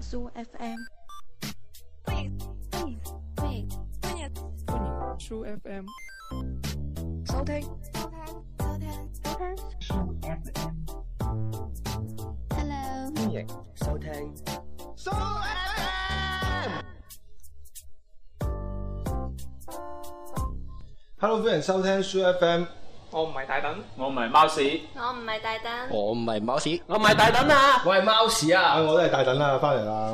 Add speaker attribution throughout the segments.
Speaker 1: 蘇 FM。
Speaker 2: True FM。
Speaker 3: 收聽，
Speaker 1: Hello，
Speaker 3: 歡迎收聽。
Speaker 4: Hello，歡迎收聽 Soo FM。
Speaker 2: 我唔係大等，
Speaker 5: 我唔係貓屎，
Speaker 6: 我唔係大燈，
Speaker 3: 我唔係貓屎，
Speaker 5: 我唔係大等啊！
Speaker 3: 我係貓屎
Speaker 4: 啊，
Speaker 3: 啊！
Speaker 4: 我都係大等啦，翻嚟啦。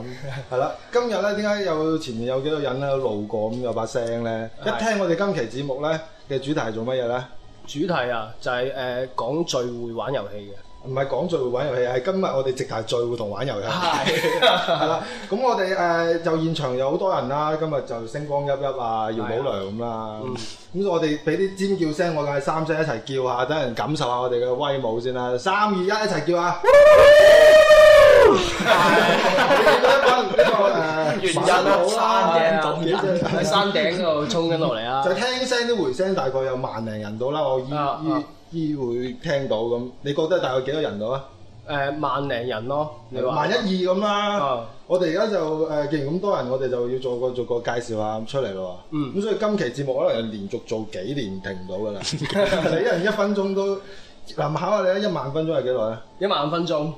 Speaker 4: 咁係啦，今日咧點解有前面有幾個人咧路過咁有把聲咧？一
Speaker 3: 係
Speaker 4: 聽我哋今期節目咧嘅主題係做乜嘢咧？
Speaker 3: 主題啊，就係誒講聚會玩遊戲嘅，
Speaker 4: 唔係講聚會玩遊戲，係今日我哋直頭係聚會同玩遊
Speaker 3: 啊
Speaker 4: 戲。係
Speaker 3: 係
Speaker 4: 啦，咁我哋誒就現場有好多人啦，今日就星光熠熠啊，姚寶良咁啦。
Speaker 3: 嗯
Speaker 4: 咁我哋俾啲尖叫聲，我哋三聲一齊叫下，等人感受下我哋嘅威武先啦。三二一，一齊叫啊！ 呢個誒
Speaker 5: 原因
Speaker 4: 反
Speaker 5: 啊
Speaker 4: 好啦，
Speaker 5: 山頂
Speaker 4: 係啊
Speaker 5: 洞
Speaker 4: 幾隻
Speaker 3: 喺山頂嗰度衝緊落嚟 啊
Speaker 4: 就！聽聲啲回聲，大概有萬零人到啦。我
Speaker 3: 啊啊
Speaker 4: 依依依會聽到咁，你覺得大概幾多人到啊？
Speaker 3: 誒萬零人咯，你話
Speaker 4: 萬一二咁啦
Speaker 3: 啊。
Speaker 4: 我哋而家就誒，既然咁多人，我哋就要做個做個介紹啊下咁出嚟咯。
Speaker 3: 嗯
Speaker 4: 咁所以今期節目可能連續做幾年停唔到㗎啦。 你一人一分鐘都嗱，考下你啊，一萬分鐘係幾耐咧？
Speaker 3: 一萬分鐘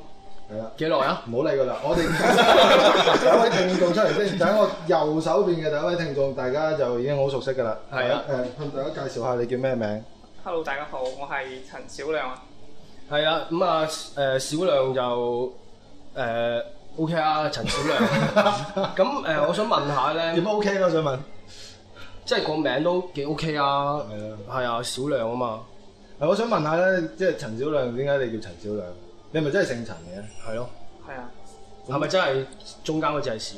Speaker 4: 係啦。
Speaker 3: 幾耐啊？
Speaker 4: 唔好理佢啦，我哋 第一位聽眾出嚟先，就喺我右手邊嘅第一位聽眾，大家就已經好熟悉㗎啦。
Speaker 3: 係啊
Speaker 4: 誒，向大家介紹下你叫咩名？
Speaker 2: Hello 大家好，我係陳小亮啊。
Speaker 3: 係啊，咁啊誒小亮就誒 OK 啊，陳小 亮。咁誒，我想問下
Speaker 4: 點
Speaker 3: 咧，
Speaker 4: OK 啊咯？我想問。
Speaker 3: 即係個名都幾 OK
Speaker 4: 係
Speaker 3: 啊？
Speaker 4: 啊
Speaker 3: 係啊，小亮啊嘛，
Speaker 4: 誒，我想問下咧，即係陳小亮，點解你叫陳小亮？你係咪真係姓陳嘅？
Speaker 3: 係咯，
Speaker 2: 係啊，
Speaker 3: 係咪真係中間嗰隻係小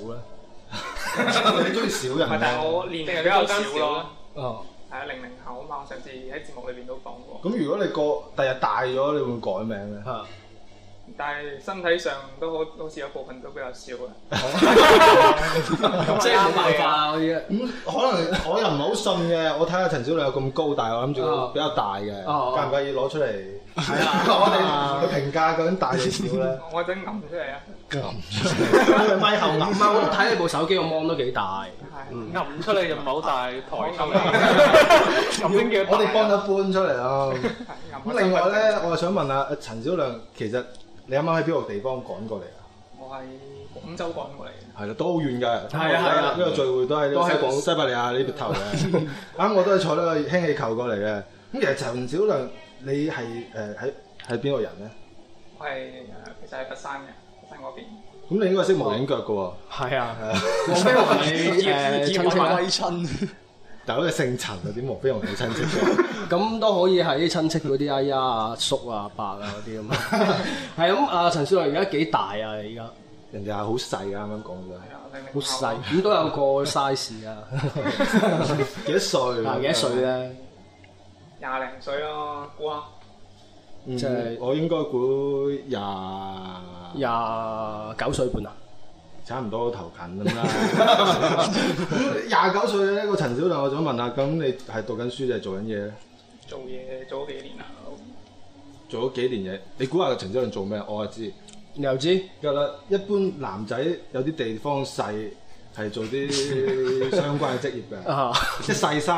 Speaker 3: 咧？
Speaker 4: 你中意小人
Speaker 2: 唔係，但係
Speaker 4: 咩？
Speaker 2: 我年齡比較少咯，
Speaker 3: 哦。
Speaker 2: 係啊，零零後啊嘛，我上次喺節目裏邊都講過，
Speaker 4: 咁如果你個第日大咗，你會唔會改名咧？
Speaker 3: 嚇！
Speaker 2: 但係身體上都好好似有部分都比較少啊嘅。
Speaker 3: 即係冇辦法啊！嗰啲
Speaker 4: 咁可能 我又唔係好信嘅，我睇下陳小亮有咁高大，我諗住佢比較大嘅，
Speaker 3: 哦哦
Speaker 4: 介唔介意攞出嚟？
Speaker 3: 係 啊
Speaker 4: 啊我哋去評價究竟大定小咧？
Speaker 2: 我整揞出嚟啊，
Speaker 4: 撳 咪後
Speaker 3: 唔
Speaker 4: 揞
Speaker 3: 係我睇你部手機個 mon 都幾大，
Speaker 2: 係
Speaker 5: 撳出嚟就唔係好大台
Speaker 2: 我
Speaker 5: 咁，咁先叫
Speaker 4: 我哋幫咗搬出嚟啦。
Speaker 2: 係揞
Speaker 4: 咁
Speaker 2: 咗
Speaker 4: 另外
Speaker 2: 身份
Speaker 4: 咧，我又想問下誒陳小亮，其實你啱啱喺邊個地方趕過嚟啊？
Speaker 2: 證，我係廣州趕過嚟嘅，
Speaker 4: 係啦，都好遠㗎。
Speaker 3: 係啊係啊
Speaker 4: 呢個聚會都喺
Speaker 3: 都喺廣
Speaker 4: 西伯利亞呢邊頭嘅。 啱我都係坐呢個氫氣球過嚟嘅。咁其實陳小亮，你係誒喺喺邊個人咧？
Speaker 2: 我係誒其實係佛山嘅，佛山嗰邊。
Speaker 4: 咁你應該識無影腳嘅喎，
Speaker 3: 係啊，
Speaker 4: 係啊
Speaker 3: 黃飛鴻你誒親戚啦，
Speaker 5: 親，
Speaker 4: 但係好似姓陳啊，點無非同你親戚嘅？
Speaker 3: 咁都可以係啲親戚嗰啲阿姨啊、阿叔啊、阿伯啊嗰啲咁。係咁，阿陳小亮而家幾大啊？你而家
Speaker 4: 人哋係好細嘅，啱啱講
Speaker 2: 係啊，零零
Speaker 3: 好
Speaker 2: 後
Speaker 3: 細，咁都有個 size à. 啊。
Speaker 4: 咗。幾多歲？
Speaker 3: 嗱，幾多歲？咧？
Speaker 2: 廿零歲咯，估下
Speaker 4: 嗯
Speaker 3: 即係
Speaker 4: 我應該估廿
Speaker 3: 廿九歲半啊！
Speaker 4: 差唔多頭近咁 啦。咁廿九歲呢個陳小亮，我想問下，咁你係讀緊書定係做緊嘢咧？
Speaker 2: 做嘢做咗幾年啦，啊
Speaker 4: 做咗幾年嘢，你估下陳小亮做咩？我就知
Speaker 3: 你又知？
Speaker 4: 㗎啦。一般男仔有啲地方細，係做 啲相關嘅職業嘅，
Speaker 3: 啊，
Speaker 4: 即係細心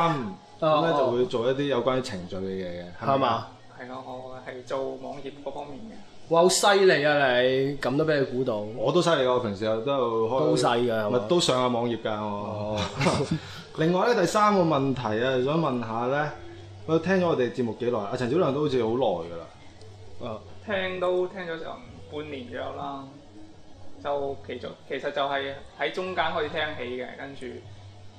Speaker 4: 咁咧
Speaker 3: 哦
Speaker 4: 就會做一啲有關於程序嘅嘢嘅，
Speaker 3: 係嘛？？
Speaker 2: 係咯，我係做網頁嗰方面嘅。
Speaker 3: 哇，好犀利啊！你咁都俾你估到。
Speaker 4: 我都犀利㗎，我平時有都有開
Speaker 3: 都細㗎係嘛哦
Speaker 4: 咪都上下網頁㗎我。 另外咧，第三個問題啊，想問下咧，我聽咗我哋節目幾耐？阿陳小亮都好似好耐㗎啦。
Speaker 3: 啊
Speaker 2: 聽都聽咗成半年左右啦，就其中其實就係喺中間開始聽起嘅，跟住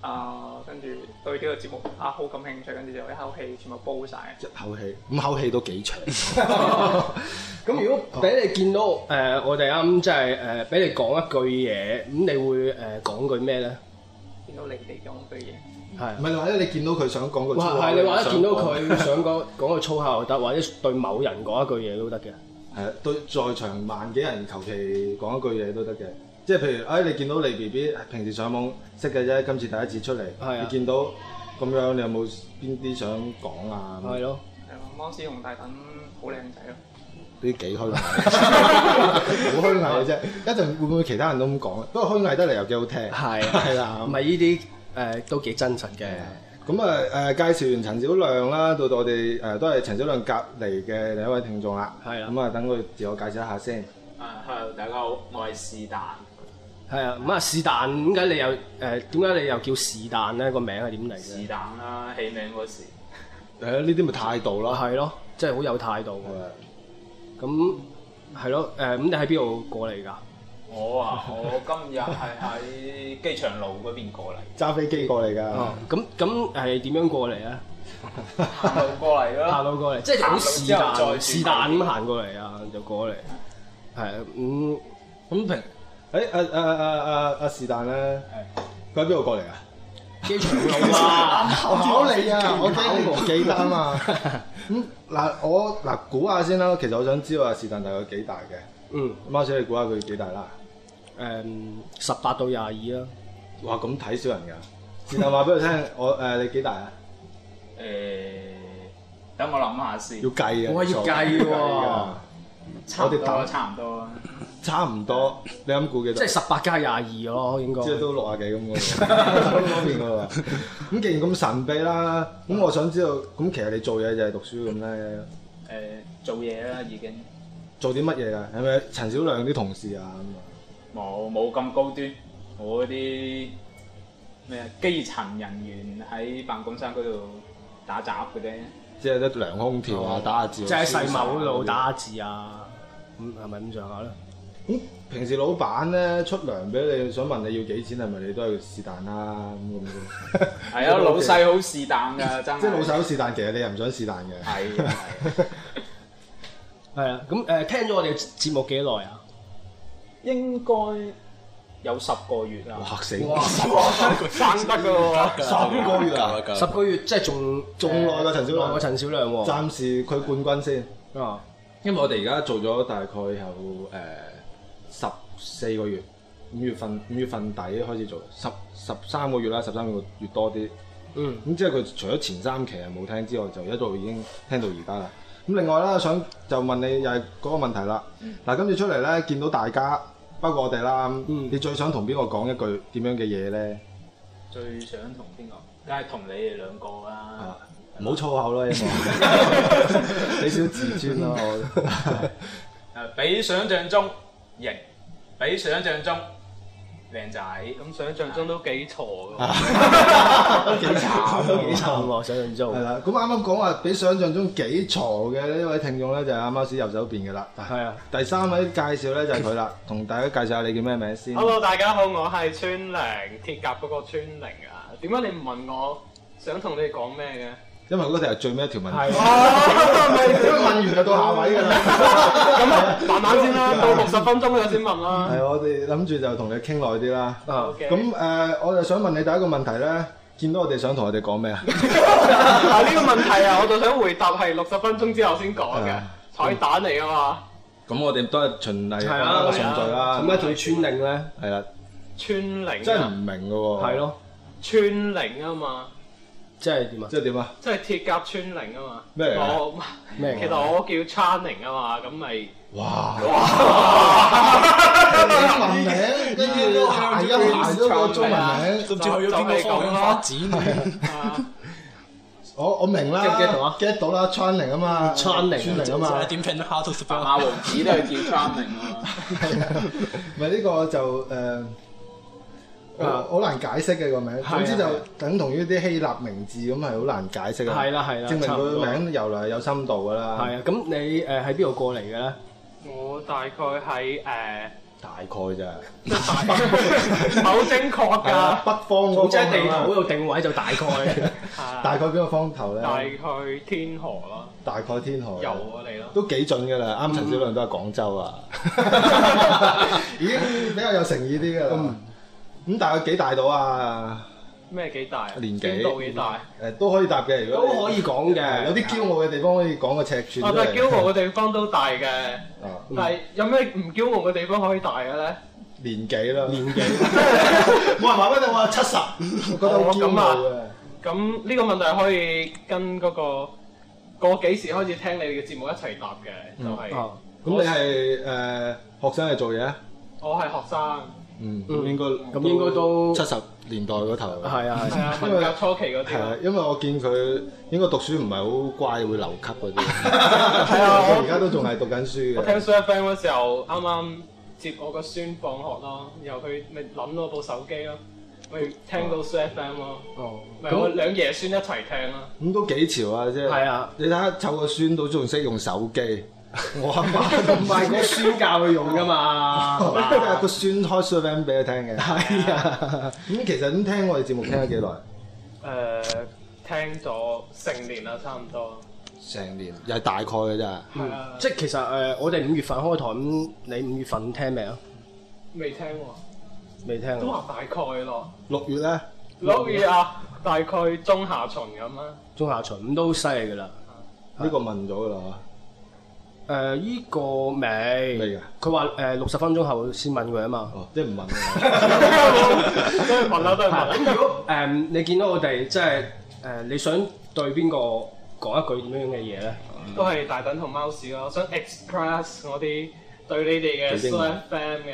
Speaker 2: 啊、跟住對呢個節目啊好感興趣，跟住就一口氣全部煲晒。
Speaker 4: 一口氣，五口氣都 幾長。
Speaker 3: 咁如果俾你見到誒、呃我哋啱即係誒俾你講一句嘢，咁你會誒、呃、講句咩咧？
Speaker 2: 見到你哋講句嘢，
Speaker 3: 係
Speaker 4: 唔。係或者你見到佢想講個粗
Speaker 3: 哇！
Speaker 4: 口，
Speaker 3: 係你話一
Speaker 4: 想
Speaker 3: 見到
Speaker 4: 講
Speaker 3: 佢想講講句粗口又得，或者對某人講一句嘢都得嘅。
Speaker 4: 係啊，對在場萬幾人求其講一句嘢都得嘅，即係譬如，哎，你見到你 B B 平時上網識嘅啫，今次第一次出嚟，
Speaker 3: 係啊
Speaker 4: 你見到咁樣，你有冇邊啲想講啊？
Speaker 3: 係咯，
Speaker 2: 係咯，芒斯同大躉好靚仔咯。
Speaker 4: 呢啲幾 虛偽，好虛偽嘅啫。一陣會唔會其他人都咁講咧？不過虛偽得嚟又幾好聽，
Speaker 3: 係
Speaker 4: 係啦
Speaker 3: 唔。係呢啲誒都幾真實嘅。
Speaker 4: 咁啊誒介紹完陳小亮啦，到到我哋誒、都係陳小亮隔離嘅另一位聽眾啦。
Speaker 3: 係啦
Speaker 4: 咁啊等佢自我介紹一下先。
Speaker 5: 啊，hello，大家好，我係是但。
Speaker 3: 係啊，咁啊是但點解你又誒點解你又叫是但咧？個名係點嚟
Speaker 5: 是
Speaker 3: 嘅？
Speaker 5: 但啦，起名嗰時
Speaker 4: 誒呢啲咪態度
Speaker 3: 啊
Speaker 4: 啦。
Speaker 3: 係咯，即係好有態度嘅。咁係咯，呃誒咁你喺邊度過嚟㗎？
Speaker 5: 我啊，我今日係喺機場路嗰邊過嚟，
Speaker 4: 揸飛機過嚟㗎。
Speaker 3: 哦，咁咁係點樣過嚟啊咧？
Speaker 5: 行路過嚟
Speaker 3: 行
Speaker 5: 啦。
Speaker 3: 路過嚟，即係好是
Speaker 5: 行路之後再
Speaker 3: 但
Speaker 5: 轉
Speaker 3: 是但咁行過嚟啊，就過嚟。係啊，咁咁平
Speaker 4: 誒誒誒誒誒誒是但咧，佢喺邊度過嚟啊？
Speaker 3: 機場路 啊，
Speaker 4: 我考你啊！我驚你幾單啊！咁嗱，我嗱估下先啦。其實我想知道阿是但大概幾大嘅。
Speaker 3: 嗯
Speaker 4: 貓仔，你估下佢幾大啦？
Speaker 3: 誒十八到廿二啊啦，
Speaker 4: 哇！咁睇小人㗎。是但話俾佢聽，我誒你幾大啊？
Speaker 5: 誒，等我諗下先
Speaker 4: 要。計啊！
Speaker 3: 哇要計喎
Speaker 5: 差唔
Speaker 4: 我哋等
Speaker 5: 多，差唔多啊。
Speaker 4: 差唔多。你諗估幾
Speaker 3: 即
Speaker 4: 多？
Speaker 3: 係十八加廿二咯，應該。
Speaker 4: 即係都六啊幾咁嘅喎，嗰邊嘅喎。咁既然咁神秘啦，咁我想知道，咁其實你做嘢就係讀書咁咧，
Speaker 5: 誒，做嘢啦已經，
Speaker 4: 做啲乜嘢啊？係咪陳小亮啲同事啊咁啊？
Speaker 5: 冇冇咁高端。我啲咩啊基層人員喺辦公室嗰度打雜嘅啫。
Speaker 4: 即係啲涼空調啊，打下字，
Speaker 3: 即係喺世貿嗰度。打字啊，咁係咪咁上下咧？
Speaker 4: 咁平時老闆咧出糧俾你，想問你要幾錢，係咪你都係是但啦咁咁樣？
Speaker 5: 係啊，老細好是但㗎，真 係。
Speaker 4: 即係老細好是但，其實你又唔想是但嘅。
Speaker 5: 係啊。係啊
Speaker 3: 係啊，咁誒、聽咗我哋嘅節目幾耐啊？
Speaker 5: 應該有十個月啊啦，
Speaker 4: 嚇死我！
Speaker 5: 生得噶喎，
Speaker 4: 三個 月啊！
Speaker 3: 十個月即係仲
Speaker 4: 仲耐過陳小亮
Speaker 3: 耐過陳小亮喎、
Speaker 4: 暫時佢冠軍先，
Speaker 3: 啊，
Speaker 4: 因為我哋而家做咗大概有呃誒十四個月，五月份五月份底開始做，十十三個月啦，十三個月多啲。
Speaker 3: 嗯，
Speaker 4: 咁即係佢除咗前三期係冇聽之外，就一路已經聽到而家啦。咁另外啦，想就問你又係嗰個問題啦。嗱、今次出嚟咧，見到大家，包括我哋啦，
Speaker 3: 嗯
Speaker 4: 你最想同邊個講一句點樣嘅嘢咧？
Speaker 5: 最想同邊個？梗係同你哋兩個啊
Speaker 6: 啊
Speaker 5: 啦。
Speaker 4: 啊唔好粗口啦，希望 你少自尊啦，我
Speaker 5: 誒，啊比想象中型，比想象中靚仔。
Speaker 6: 咁想象中都幾錯㗎喎。
Speaker 4: 都幾慘，都
Speaker 3: 幾慘喎，想象
Speaker 4: 係啊
Speaker 3: 中。
Speaker 4: 啦，咁啱啱講話比想象中幾嘈嘅呢位聽眾咧，就係阿貓屎右手邊嘅啦。
Speaker 3: 係啊，
Speaker 4: 第三位介紹咧就係佢 啦，同大家介紹下你叫咩名先。
Speaker 6: Hello，大家好，我係川玲，鐵甲嗰個川玲啊。點解你唔問我想同你哋講咩
Speaker 4: 因為嗰條係最尾一條問題
Speaker 3: 係。啊
Speaker 6: 嘅？哦，
Speaker 4: 因為問完就到下位㗎啦。
Speaker 6: 咁啊，慢慢先啦，到六十分鐘你先問啦。
Speaker 4: 係，我哋諗住就同你傾耐啲啦。
Speaker 3: 啊，
Speaker 6: OK
Speaker 4: 咁誒，我就想問你第一個問題咧，見到我哋想同我哋講咩 啊？
Speaker 6: 嗱呢個問題 啊，我就想回答係六十分鐘之後先講嘅
Speaker 4: 啊，
Speaker 6: 彩蛋嚟㗎嘛。
Speaker 4: 咁我哋都係循例
Speaker 3: 係啊
Speaker 4: 順序啦
Speaker 3: 點。解仲要穿領咧？
Speaker 4: 係啦，
Speaker 6: 川
Speaker 4: 真
Speaker 6: 玲
Speaker 4: 係唔
Speaker 6: 啊，
Speaker 4: 明㗎喎。
Speaker 3: 係，咯，
Speaker 6: 川玲啊嘛，
Speaker 3: 即係點啊？
Speaker 4: 即係點啊？
Speaker 6: 即係鐵甲川玲啊嘛。
Speaker 4: 咩嚟㗎
Speaker 6: 我
Speaker 3: 咩嚟㗎
Speaker 6: 其實我叫 Channing 啊嘛，咁咪。
Speaker 4: 哇！ 英文名，跟住都行一行咗個中文
Speaker 3: 啊
Speaker 4: 名。
Speaker 6: 甚至去咗邊個方向發展？
Speaker 4: 我我明啦
Speaker 3: get 唔 get 到啊
Speaker 4: ，get 到啦，training 啊嘛
Speaker 3: training
Speaker 4: 啊嘛，
Speaker 5: 白馬王子都係叫 Charming 啊嘛，
Speaker 4: 咪呢個就誒好好難解釋嘅個名，
Speaker 3: 啊係啊
Speaker 4: 總之就等同於啲希臘名字咁啊係好難解釋嘅。
Speaker 3: 係啦係啦
Speaker 4: 證明佢
Speaker 3: 差唔多
Speaker 4: 個名由來有深度㗎啦。
Speaker 3: 係啊，咁你誒喺邊度過嚟嘅咧？
Speaker 6: 我大概喺誒
Speaker 4: 大概咋，
Speaker 6: 即係大概 唔係好精確
Speaker 4: 係啦
Speaker 6: 㗎，
Speaker 4: 北方嗰個
Speaker 3: 即啊係
Speaker 4: 方向
Speaker 3: 地圖嗰啊
Speaker 4: 啦
Speaker 3: 度定位就大 概。
Speaker 6: 係
Speaker 4: 大概邊個方頭
Speaker 6: 大
Speaker 4: 咧？
Speaker 6: 概天河咯，
Speaker 4: 大概天河。
Speaker 6: 由
Speaker 3: 啊
Speaker 6: 我哋咯。
Speaker 4: 都幾準㗎啦，
Speaker 3: 嗯
Speaker 4: 啱陳小亮都係廣州 啊，已經比較有誠意啲㗎啦。
Speaker 3: 嗯
Speaker 4: 咁大概幾大到啊？
Speaker 6: 咩幾大啊？
Speaker 4: 年紀
Speaker 6: 邊度幾大？
Speaker 4: 誒都可以答嘅，如果你
Speaker 3: 都可以講嘅
Speaker 4: 有啲驕傲嘅地方可以講個尺寸
Speaker 6: 我
Speaker 4: 出
Speaker 6: 啊但
Speaker 4: 嚟。
Speaker 6: 係驕傲嘅地方都大嘅，
Speaker 4: 啊
Speaker 6: 但係有咩唔驕傲嘅地方可以大嘅咧？
Speaker 4: 年紀啦，
Speaker 3: 年紀
Speaker 4: 冇人話俾你我七十，我覺得好驕傲嘅。
Speaker 6: 咁呢個問題可以跟嗰個我幾時開始聽你哋嘅節目一齊答
Speaker 4: 嗯
Speaker 6: 嘅，就係、
Speaker 3: 哦，
Speaker 4: 咁你係誒學生係做嘢啊？
Speaker 6: 我係學生，
Speaker 4: 嗯，
Speaker 3: 嗯
Speaker 4: 應該
Speaker 3: 咁應該都
Speaker 4: 七十年代嗰頭。
Speaker 3: 係啊，
Speaker 6: 係啊，文革初期嗰啲
Speaker 4: 係啊
Speaker 6: 咯。，
Speaker 4: 因為我見佢應該讀書唔係好乖，會留級 嗰啲。
Speaker 6: 係 啊
Speaker 4: 佢而
Speaker 6: 我
Speaker 4: 家都仲係讀緊書
Speaker 6: 我
Speaker 4: 嘅。
Speaker 6: 聽 s u f m 嗰時候，啱啱接我個孫放學咯，然後佢咪諗到部手機咯，咪聽
Speaker 4: 啊
Speaker 6: 到 s u f m 咯，
Speaker 3: 哦，
Speaker 6: 咪我
Speaker 3: 咁
Speaker 6: 兩爺孫一齊聽咯。
Speaker 4: 咁都幾潮啊！即係
Speaker 3: 係啊，
Speaker 4: 你睇下湊個孫都仲識用手 機，我阿媽都
Speaker 3: 唔係嗰書教佢用噶 嘛，係嘛
Speaker 4: 都有個孫開 s u r v e y 俾佢聽嘅。
Speaker 3: 係啊，
Speaker 4: 咁其實咁聽我哋節目聽咗幾耐？
Speaker 6: 誒、聽咗成年啦，差唔多。
Speaker 4: 成年又係大概嘅咋。
Speaker 6: 係啊，
Speaker 3: 即係其實誒、呃我哋五月份開台咁，你五月份聽未啊？
Speaker 6: 未聽喎，
Speaker 3: 未聽
Speaker 6: 都
Speaker 3: 啊？
Speaker 6: 話大概咯。
Speaker 4: 六月咧，
Speaker 6: 六月啊，大概中下旬咁啊啦。
Speaker 3: 中下旬咁都犀利噶啦。
Speaker 4: 呢個問咗㗎啦，
Speaker 3: 誒、依、個未？
Speaker 4: 未啊㗎
Speaker 3: 佢話誒六十分鐘後先問佢啊嘛。
Speaker 4: 哦，即係唔問㗎啦。
Speaker 6: 都係問啦，都係問啦。
Speaker 3: 咁如果誒、你見到我哋即係誒、呃你想對邊個講一句點樣嘅嘢咧？
Speaker 6: 都係大等同貓屎咯。我想 express 我啲對你哋嘅
Speaker 4: 對英
Speaker 6: s
Speaker 4: 文
Speaker 6: FM 嘅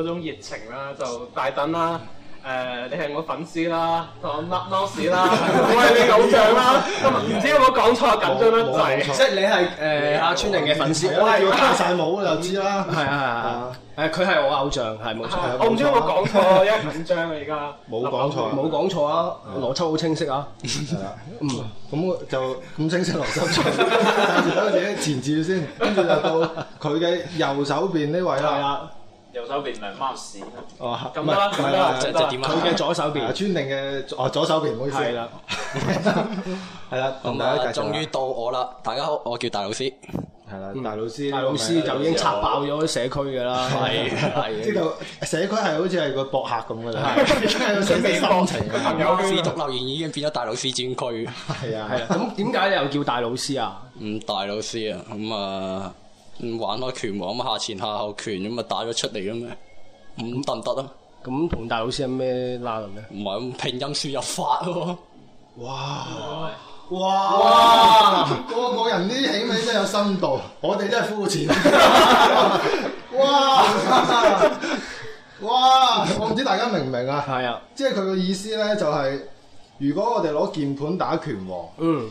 Speaker 6: 嗰種熱情啦，就大等啦。誒、你係我粉絲啦，同我甩貓屎啦，我係你偶像啦。咁唔知有冇講錯，緊張得
Speaker 4: 冇
Speaker 6: 滯。
Speaker 3: 即係你係誒阿川寧嘅粉絲，
Speaker 4: 我係要
Speaker 3: 係
Speaker 4: 戴晒帽就知啦。
Speaker 3: 係係係，誒佢係我偶像，係啊冇錯，
Speaker 6: 係啊我唔知有冇講錯，因為緊張啊而家。
Speaker 4: 冇講錯啊
Speaker 3: 冇講錯啊，邏輯好清晰啊，
Speaker 4: 係啦，
Speaker 3: 嗯，
Speaker 4: 咁就咁清晰落心腸，戴住等自己前置先，跟住就到佢嘅右手邊呢位啦。
Speaker 6: 啦，
Speaker 5: 右手邊兩貓屎，
Speaker 4: 哦，
Speaker 6: 咁啦，咁啦，
Speaker 7: 即
Speaker 6: 咁
Speaker 7: 係即係
Speaker 6: 啦
Speaker 7: 點啊
Speaker 3: 佢嘅左手
Speaker 4: 阿
Speaker 3: 邊
Speaker 4: 川寧嘅左哦左手邊，唔好意思。
Speaker 3: 係啦，
Speaker 4: 係啦，同
Speaker 7: 咁
Speaker 4: 大家
Speaker 7: 啊，
Speaker 4: 介紹
Speaker 7: 終於
Speaker 4: 啦。
Speaker 7: 到我啦！大家好，我叫大老師。
Speaker 4: 係啦，嗯大老師，
Speaker 3: 大老師
Speaker 4: 啊
Speaker 3: 就已經拆爆咗社區嘅啦，係
Speaker 4: 知
Speaker 3: 係。
Speaker 4: 道社區係好似係個博客咁嘅啦， 有社會心情
Speaker 6: 朋
Speaker 4: 啊。
Speaker 6: 友
Speaker 7: 司
Speaker 6: 圈
Speaker 7: 讀留言已經變咗大老師專區。
Speaker 4: 係啊，
Speaker 3: 係啊，咁點解你又叫大老師啊？
Speaker 7: 嗯，大老師啊，咁啊，嗯玩開拳王咁下前下後拳咁啊打咗出嚟咁咩？咁得唔得啊？
Speaker 3: 咁同大老師有咩拉咁咧？
Speaker 7: 唔係咁拼音輸入法喎。
Speaker 4: 哇！哇！哇！個個人啲起名真係有深度，我哋真係膚淺。 哇！ 哇！我唔知大家明唔明啊？
Speaker 3: 係啊，
Speaker 4: 即係佢嘅意思咧，就係、如果我哋攞鍵盤打拳王，
Speaker 3: 嗯，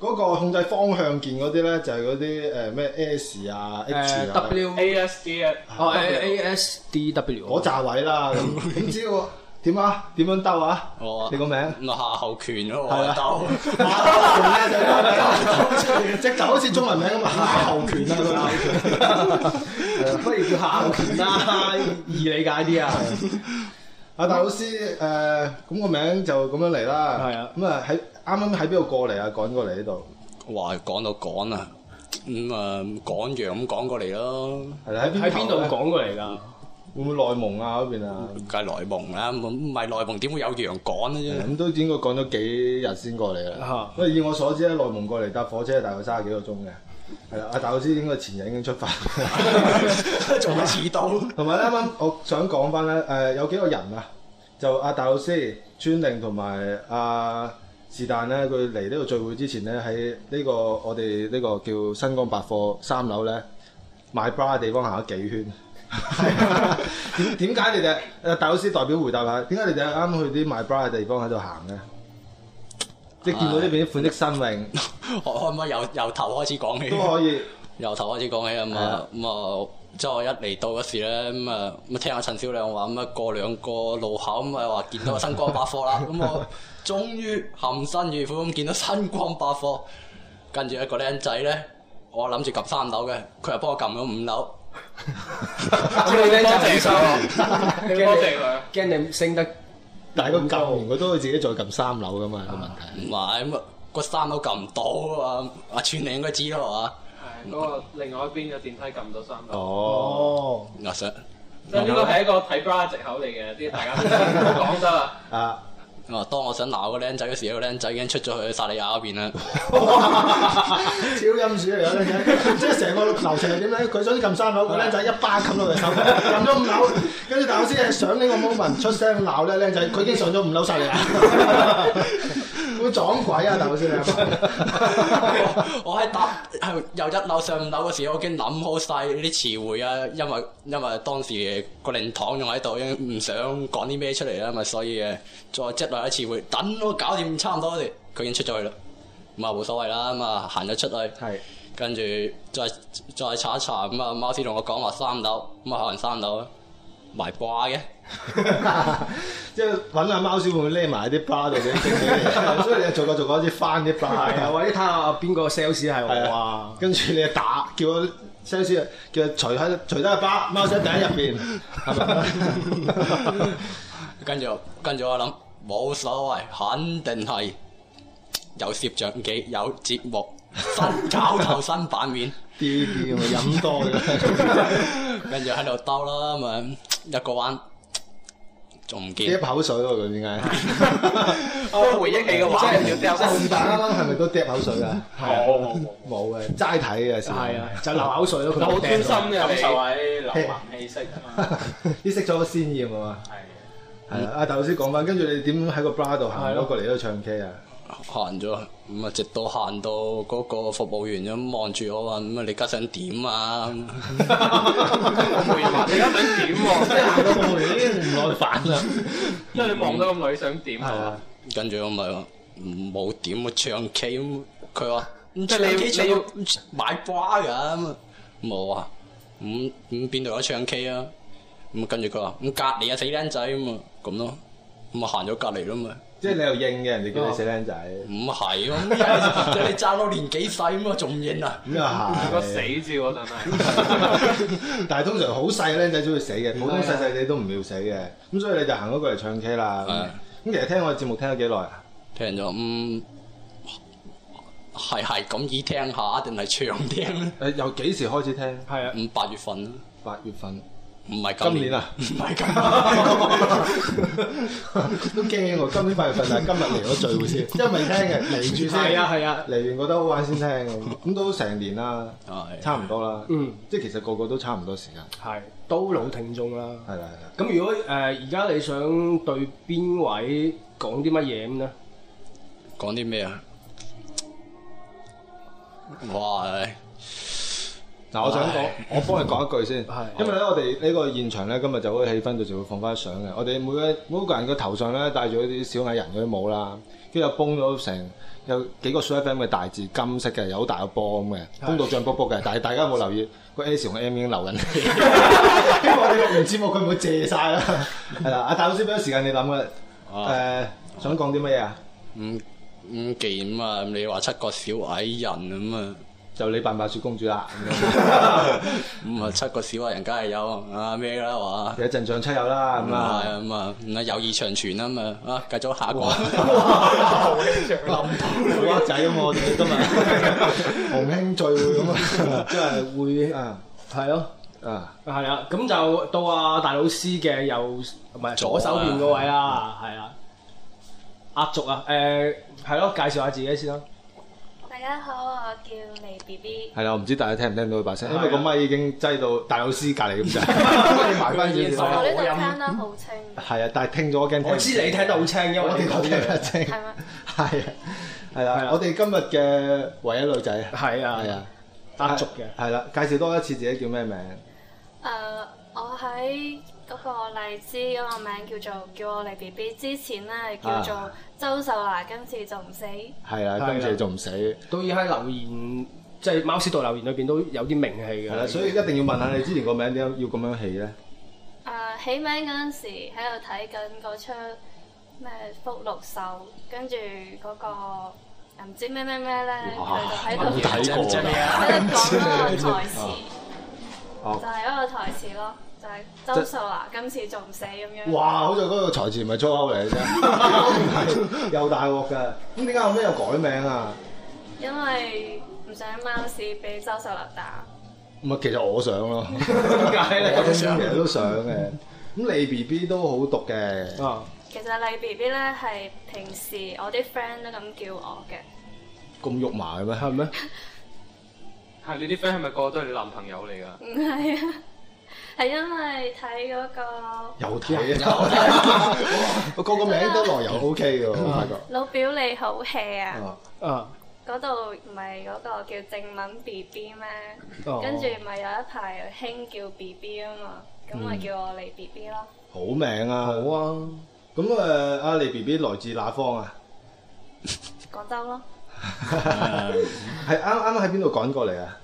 Speaker 4: 嗰、個控制方向鍵嗰啲咧，就係嗰啲誒呃咩 S 啊、H
Speaker 3: 誒
Speaker 4: 啊
Speaker 3: 呃 W
Speaker 6: ASD 啊，
Speaker 3: 哦 A S D W
Speaker 4: 嗰扎位 啦。咁咁只要點啊？點樣兜啊？
Speaker 7: 我啊
Speaker 4: 你個名？
Speaker 7: 咁啊下後拳咯，
Speaker 4: 係
Speaker 7: 我
Speaker 4: 啊
Speaker 7: 鬥。
Speaker 4: 即就好似中文名咁啊，夏侯拳啊，佢啦，
Speaker 3: 不如叫下拳啦，易理解啲 啊。
Speaker 4: 阿啊大老師誒，呃咁個名就咁樣嚟啦。
Speaker 3: 係啊
Speaker 4: 咁啊喺啱啱喺邊度過嚟啊？趕過嚟呢度，
Speaker 7: 哇，講到講啊，咁啊講樣咁講過嚟咯，
Speaker 4: 係啦，喺邊
Speaker 3: 喺邊度
Speaker 4: 咧？
Speaker 3: 講過嚟㗎？
Speaker 4: 會唔會內蒙啊嗰邊啊？
Speaker 7: 梗係內蒙啦，唔唔係內蒙點會有羊講咧啫？
Speaker 4: 咁都應該趕咗幾日先過嚟啦
Speaker 3: 啊。
Speaker 4: 因為以我所知咧，內蒙過嚟搭火車係大概三十幾個鐘嘅。係啦，阿大老師應該前日已經出發。啊
Speaker 7: 仲會遲到？
Speaker 4: 同埋咧，啱啱我想講翻咧，誒、有幾個人啊，就阿大老師、川寧同埋阿是但咧，佢嚟呢度聚會之前咧，喺呢個我哋呢個叫新光百貨三樓咧賣 bra 嘅地方行咗幾圈。啊點點解你哋誒大老師代表回答下？點解你哋啱啱去啲賣 bra 嘅地方喺度行咧？即係見到呢邊啲款式新穎
Speaker 7: 可可唔可以由由頭開始講起？
Speaker 4: 都可以，
Speaker 7: 由頭開始講起啊嘛，咁啊，即係我一嚟到嗰時咧，咁啊，咁啊聽阿陳小亮話，咁啊過兩個路口，咁啊話見到新光百貨啦，咁我終於含辛茹苦咁見到新光百貨，跟住一個僆仔咧，我諗住撳三樓嘅，佢又幫我撳咗五樓，
Speaker 6: 咁你咧多謝佢，你多謝佢。
Speaker 3: 驚你升得
Speaker 4: 但係佢撳完佢都會自己再撳三樓噶嘛個問題。
Speaker 7: 唔係咁啊個三樓撳唔到啊嘛，阿川你應該知啦係嘛，
Speaker 6: 係嗰個另外一邊嘅電梯撳唔到三
Speaker 4: 哦。
Speaker 6: 樓，
Speaker 3: 哦，
Speaker 7: 我想
Speaker 6: 即係呢個係一個睇 bra 嘅藉口嚟嘅，啲大家都講得啦。
Speaker 4: 啊！
Speaker 7: 啊當我想鬧個僆仔嗰時，個僆仔已經出咗去薩利亞嗰邊啦，
Speaker 3: 哦
Speaker 4: 超陰鼠嚟嘅即係成個流程係點咧？佢想撳三樓，個僆仔一巴冚落嚟手，撳咗五樓，跟住大老 師係上呢個 moment 出聲鬧咧，僆仔佢已經上咗五樓晒你啦。會撞鬼啊！頭先你啊係咪
Speaker 7: 我喺搭係由一樓上五樓嗰時，我已經諗好晒呢啲詞彙啊，因為因為當時個靈堂仲喺度，已經唔想講啲咩出嚟啦，咪所以誒再積累一詞彙，等我搞掂差唔多嗰時，佢已經出咗去啦，咁啊冇所謂啦，咁啊行咗出去。
Speaker 3: 係
Speaker 7: 跟住再再查一查咁啊，貓師同我講話三樓，咁啊可能三樓埋掛嘅，
Speaker 4: 即係揾阿貓小妹匿埋喺啲 bra 度整整你，所以你就做過做過啲翻啲 bra
Speaker 3: 係啊，或者睇下邊個 sales 係
Speaker 4: 係
Speaker 3: 我
Speaker 4: 啊
Speaker 3: 啊，，
Speaker 4: 跟住你就打叫個 sales 叫佢除喺除低個巴，貓仔第一入邊， 係咪？
Speaker 7: 跟住跟住我諗冇所謂，肯定係有攝像機有節目，新搞頭新版面，
Speaker 4: 啲啲咁啊飲多嘅，
Speaker 7: 跟住喺度兜啦咁啊一個彎，仲唔
Speaker 4: 啲
Speaker 7: 見？
Speaker 4: 口水喎佢點解？
Speaker 6: 都回憶起嘅畫面要掉
Speaker 4: 即係
Speaker 6: 真
Speaker 4: 是但啱啱係咪都滴口水啊㗎？
Speaker 6: 冇冇冇，
Speaker 4: 冇嘅，齋睇嘅先。
Speaker 3: 係啊，就流口水咯，佢
Speaker 6: 就好
Speaker 3: 冇
Speaker 6: 專
Speaker 3: 掟
Speaker 6: 心
Speaker 3: 到
Speaker 6: 嘅
Speaker 5: 感受
Speaker 6: 你。
Speaker 5: 喺流行氣息啊嘛，
Speaker 4: 啲識咗個鮮豔啊嘛。
Speaker 5: 係
Speaker 4: 係啊，阿頭先講翻，跟住你點喺個 bra 度行咗過嚟都唱 K 啊？
Speaker 7: 行咗，咁啊直到行到嗰個服務員咁望住我話：咁啊你而家想點啊？
Speaker 6: 回話你而家想點喎？
Speaker 4: 行到服務員已經唔耐煩啦。
Speaker 6: 因為你望到咁女想點
Speaker 4: 係
Speaker 6: 啊
Speaker 4: 啊？，
Speaker 7: 跟住我咪話嗯冇點啊唱 K 咁，佢話即
Speaker 6: 係你
Speaker 7: 唱
Speaker 6: 你要
Speaker 7: K 唱買瓜㗎咁啊，冇啊，咁咁邊度有唱 K 啊？咁跟住佢話咁隔離啊死僆仔咁啊咁咯，咁啊行咗隔離啦嘛，
Speaker 4: 即係你又應嘅，人哋叫你死僆仔，
Speaker 7: 唔係啊，咁有你爭到年紀細咁啊仲唔認啊？
Speaker 4: 咁又係。
Speaker 6: 個死啊字喎，真係。
Speaker 4: 但係通常好細嘅僆仔都會死嘅，普通細細哋都唔要死嘅。咁所以你就行咗過嚟唱 K 啦。
Speaker 7: 係
Speaker 4: 咁其實聽我節目聽咗幾耐啊？
Speaker 7: 聽咗嗯係係咁耳聽下定係長聽咧？
Speaker 4: 誒，由幾時開始聽？
Speaker 3: 係啊，
Speaker 7: 五八月份啦，
Speaker 4: 八月份，
Speaker 7: 唔係
Speaker 4: 今
Speaker 7: 今
Speaker 4: 年啊，
Speaker 7: 唔係今年。
Speaker 4: 都驚我今年八月份，但係今日嚟咗聚會先， 因為未聽嘅，嚟住先。
Speaker 3: 係啊係啊，
Speaker 4: 嚟完覺得好玩先聽咁，咁都成年啦，
Speaker 7: 係
Speaker 4: 差唔多啦。
Speaker 3: 嗯，
Speaker 4: 即係其實個個都差唔多時間，
Speaker 3: 係都老聽眾啦。
Speaker 4: 係啦係啦。
Speaker 3: 咁如果誒呃而家你想對邊位講啲乜嘢咁咧？
Speaker 7: 講啲咩啊？哇！
Speaker 4: 嗱，我想講
Speaker 7: 係，
Speaker 4: 我幫你講一句先
Speaker 3: 係，
Speaker 4: 因為咧，我哋呢個現場咧，今日就好氣氛度就會放翻相嘅。我哋每個每個人個頭上咧戴咗啲小矮人嗰啲帽啦，跟住又崩咗成有幾個 Super FM 嘅大字金色嘅，有好大個波咁嘅，崩到漲卜卜嘅。但係大家有冇留意個 S 同個 M 已經流緊氣？ 因為我哋錄完節目，佢唔會借晒啦。係啦，阿大老師俾咗時間你諗嘅，誒，想講啲乜嘢啊？
Speaker 7: 咁咁既然啊，你話七個小矮人咁啊，
Speaker 4: 就你扮白雪公主啦。咁樣
Speaker 7: 咁啊七個小矮人梗係有啊咩啦話。
Speaker 4: 有陣仗出友啦，咁
Speaker 7: 咁啊
Speaker 4: 啊，
Speaker 7: 咁啊，咁啊友誼長存啊嘛，啊繼續下一個，
Speaker 4: 好黑仔咁我哋今 日紅興聚會咁啊， 真係會啊
Speaker 3: 係咯，
Speaker 4: 啊！
Speaker 3: 係啊。咁就到阿大老師嘅右唔係左手邊嗰位啦，係啊。壓軸啊，誒係咯，介紹下自己先啦。
Speaker 1: 大家好，我叫李 B B，
Speaker 4: 係啦，我唔知大家聽唔聽到佢把聲，因為個咪已經擠到大老師隔離 咁滯，你埋翻少
Speaker 1: 我
Speaker 4: 少。
Speaker 1: 呢度聽得好清，
Speaker 4: 係啊，但係聽咗我驚聽唔
Speaker 3: 我知你聽得好清，因為
Speaker 4: 我哋都
Speaker 3: 你
Speaker 4: 聽得清。
Speaker 1: 係咪？
Speaker 4: 係啊，係
Speaker 3: 係
Speaker 4: 啦
Speaker 3: 啊，
Speaker 4: 我哋今日嘅唯一女仔
Speaker 3: 係啊
Speaker 4: 係啊，
Speaker 3: 壓軸嘅。
Speaker 4: 係啦，介紹多一次自己叫咩名？
Speaker 1: 誒，我喺嗰個荔枝嗰個名叫做叫我李 B B 之前咧叫做周秀娜，今次就唔死。
Speaker 4: 係啦，跟住仲唔死。
Speaker 3: 都已喺留言，即係貓屎道留言裏邊都有啲名氣
Speaker 4: 係
Speaker 3: 嘅。
Speaker 4: 啦，所以一定要問下你之前個名點解要咁樣起咧？
Speaker 1: 誒啊起名嗰陣時喺度睇緊嗰出咩福祿壽，跟住嗰個唔知咩咩咩咧，佢就喺度
Speaker 7: 睇過
Speaker 1: 喺度講嗰個台詞，
Speaker 4: 哦
Speaker 1: 就係嗰個台詞咯，就係周秀娜今次仲唔死咁樣。
Speaker 4: 哇！好似嗰個台詞唔係粗口嚟嘅啫，又大鑊㗎。咁點解後尾又改名啊？
Speaker 1: 因為唔想貓屎俾周秀娜打，
Speaker 4: 唔啊係，其實我想咯。點解 咧？我想其實都想嘅。咁你 B B 都好毒嘅，
Speaker 3: 啊，
Speaker 1: 其實麗 B B 咧係平時我啲 friend 都咁叫我嘅，
Speaker 4: 咁肉麻嘅咩？
Speaker 3: 係咩？
Speaker 6: 係你啲 friend 係咪個個都係你男朋友嚟㗎？
Speaker 1: 唔係啊，係因為睇嗰個
Speaker 4: 又睇啊！我個個名都來又 O K 嘅喎，我發覺。
Speaker 1: 老表你好 hea 啊！
Speaker 4: 啊
Speaker 3: 啊，
Speaker 1: 嗰度唔係嗰個叫正文 B B 咩？
Speaker 3: 哦
Speaker 1: 跟住咪有一排又興叫 B B 啊嘛，咁咪
Speaker 4: 嗯
Speaker 1: 叫我嚟 B B 咯。
Speaker 4: 好名啊！
Speaker 3: 好啊，
Speaker 4: 咁誒，呃阿黎 B B 來自哪方啊？
Speaker 1: 廣州咯，
Speaker 4: 係啱啱喺邊度趕過嚟啊？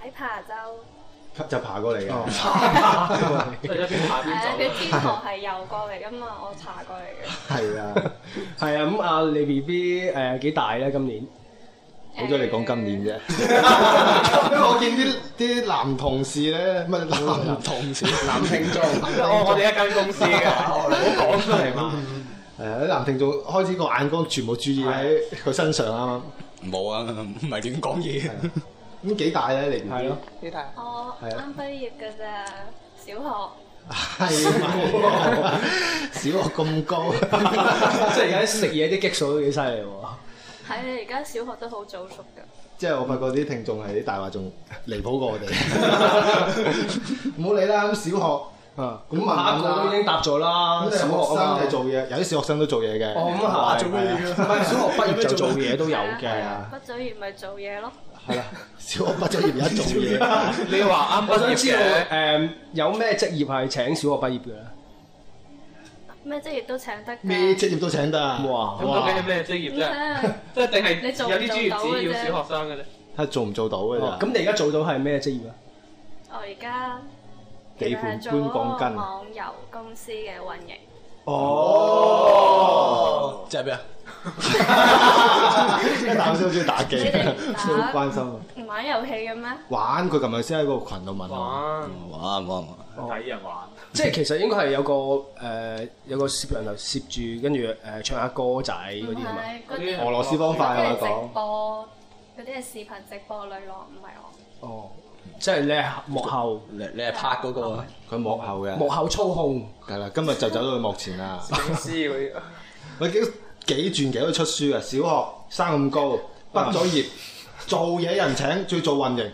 Speaker 1: 喺琶洲，
Speaker 4: 就爬過嚟嘅。
Speaker 6: 即係一邊爬一
Speaker 1: 係啊，
Speaker 6: 邊走。
Speaker 1: 佢天河係游過嚟噶嘛，我爬過嚟 嘅。
Speaker 4: 係啊，
Speaker 3: 係啊，咁阿李 B B 誒幾大咧？今 年
Speaker 4: 好咗你講今年啫。因為我見啲啲男同事咧，唔係男同事，男聽眾，
Speaker 5: 哦
Speaker 6: 我我哋一間公司嘅，唔好講出嚟嘛。
Speaker 4: 係啊，啲男聽眾開始個眼光全部注意喺佢身上啊！
Speaker 7: 冇啊，唔係亂講嘢。
Speaker 4: 啱啱咁幾大咧？黎 B
Speaker 3: 係
Speaker 4: B
Speaker 3: 咯，
Speaker 2: 呢題
Speaker 1: 我
Speaker 4: 係啊
Speaker 1: 啱畢業㗎咋，小
Speaker 4: 係啊，小學咁高，
Speaker 3: 即係而家食嘢啲激素都幾犀利喎。啊
Speaker 1: 學係而家小學都好早熟㗎。
Speaker 4: 即係我發覺啲聽眾係啲大話仲離譜過我哋，唔好理啦。咁小
Speaker 3: 啊，
Speaker 4: 咁問下
Speaker 3: 下一個都已經答咗啦，
Speaker 4: 學
Speaker 3: 小
Speaker 4: 咁
Speaker 3: 學啊嘛
Speaker 4: 生係。做嘢，有啲小學生都做嘢嘅。
Speaker 3: 哦，咁啊係，唔係 小學畢業就做嘢都有
Speaker 1: 係
Speaker 3: 嘅。
Speaker 1: 啊畢咗業咪做嘢咯。
Speaker 4: 係啦，小學畢咗業而家做嘢，
Speaker 6: 你話啱
Speaker 3: 啊我
Speaker 6: 畢
Speaker 3: 想
Speaker 6: 業
Speaker 3: 知道
Speaker 6: 嘅，
Speaker 3: 誒有咩職業係請小學畢業嘅咧？
Speaker 1: 咩職業都請得㗎。
Speaker 4: 咩職業都請得啊。
Speaker 3: 哇
Speaker 6: 咁究竟係咩職業
Speaker 1: 咁
Speaker 6: 啫？
Speaker 1: 啫？
Speaker 6: 即係定
Speaker 1: 你
Speaker 6: 係
Speaker 1: 做唔
Speaker 6: 有啲專
Speaker 1: 做到嘅
Speaker 6: 業只要
Speaker 1: 啫
Speaker 6: 小學生嘅咧？
Speaker 4: 睇下做唔做到嘅咋。
Speaker 3: 咁你而家做到係咩職業啊？
Speaker 1: 我而家
Speaker 4: 地盤
Speaker 1: 其實係做
Speaker 4: 搬鋼
Speaker 1: 嗰個
Speaker 4: 筋
Speaker 1: 網遊公司嘅運營。
Speaker 4: 哦，
Speaker 7: 即係咩啊？
Speaker 4: 一啖先好似打機，
Speaker 1: 你 哋唔打
Speaker 4: 好關心啊。
Speaker 1: 唔玩遊戲嘅咩？
Speaker 4: 玩佢琴日先喺個群度問我，
Speaker 6: 哇！
Speaker 7: 玩玩玩。
Speaker 5: 睇人玩，
Speaker 3: 即係其實應該係有個誒有個攝人頭攝住，跟住誒唱下歌仔嗰
Speaker 1: 唔
Speaker 3: 啲係嘛？
Speaker 1: 係嗰啲
Speaker 4: 俄羅斯方塊
Speaker 1: 嗰
Speaker 4: 啊
Speaker 1: 啲係直
Speaker 4: 講，
Speaker 1: 播，嗰啲係視頻直播女郎，唔係我。
Speaker 3: 哦，即係你係幕後
Speaker 7: 你你係拍嗰個啊？
Speaker 4: 佢幕後嘅，
Speaker 3: 幕後操控，
Speaker 4: 係啦，今日就走到去幕前啦。
Speaker 2: 影師嗰啲。
Speaker 4: 喂，幾幾轉幾都出書啊！小學生咁高，畢咗業，做嘢人請，仲要做運營，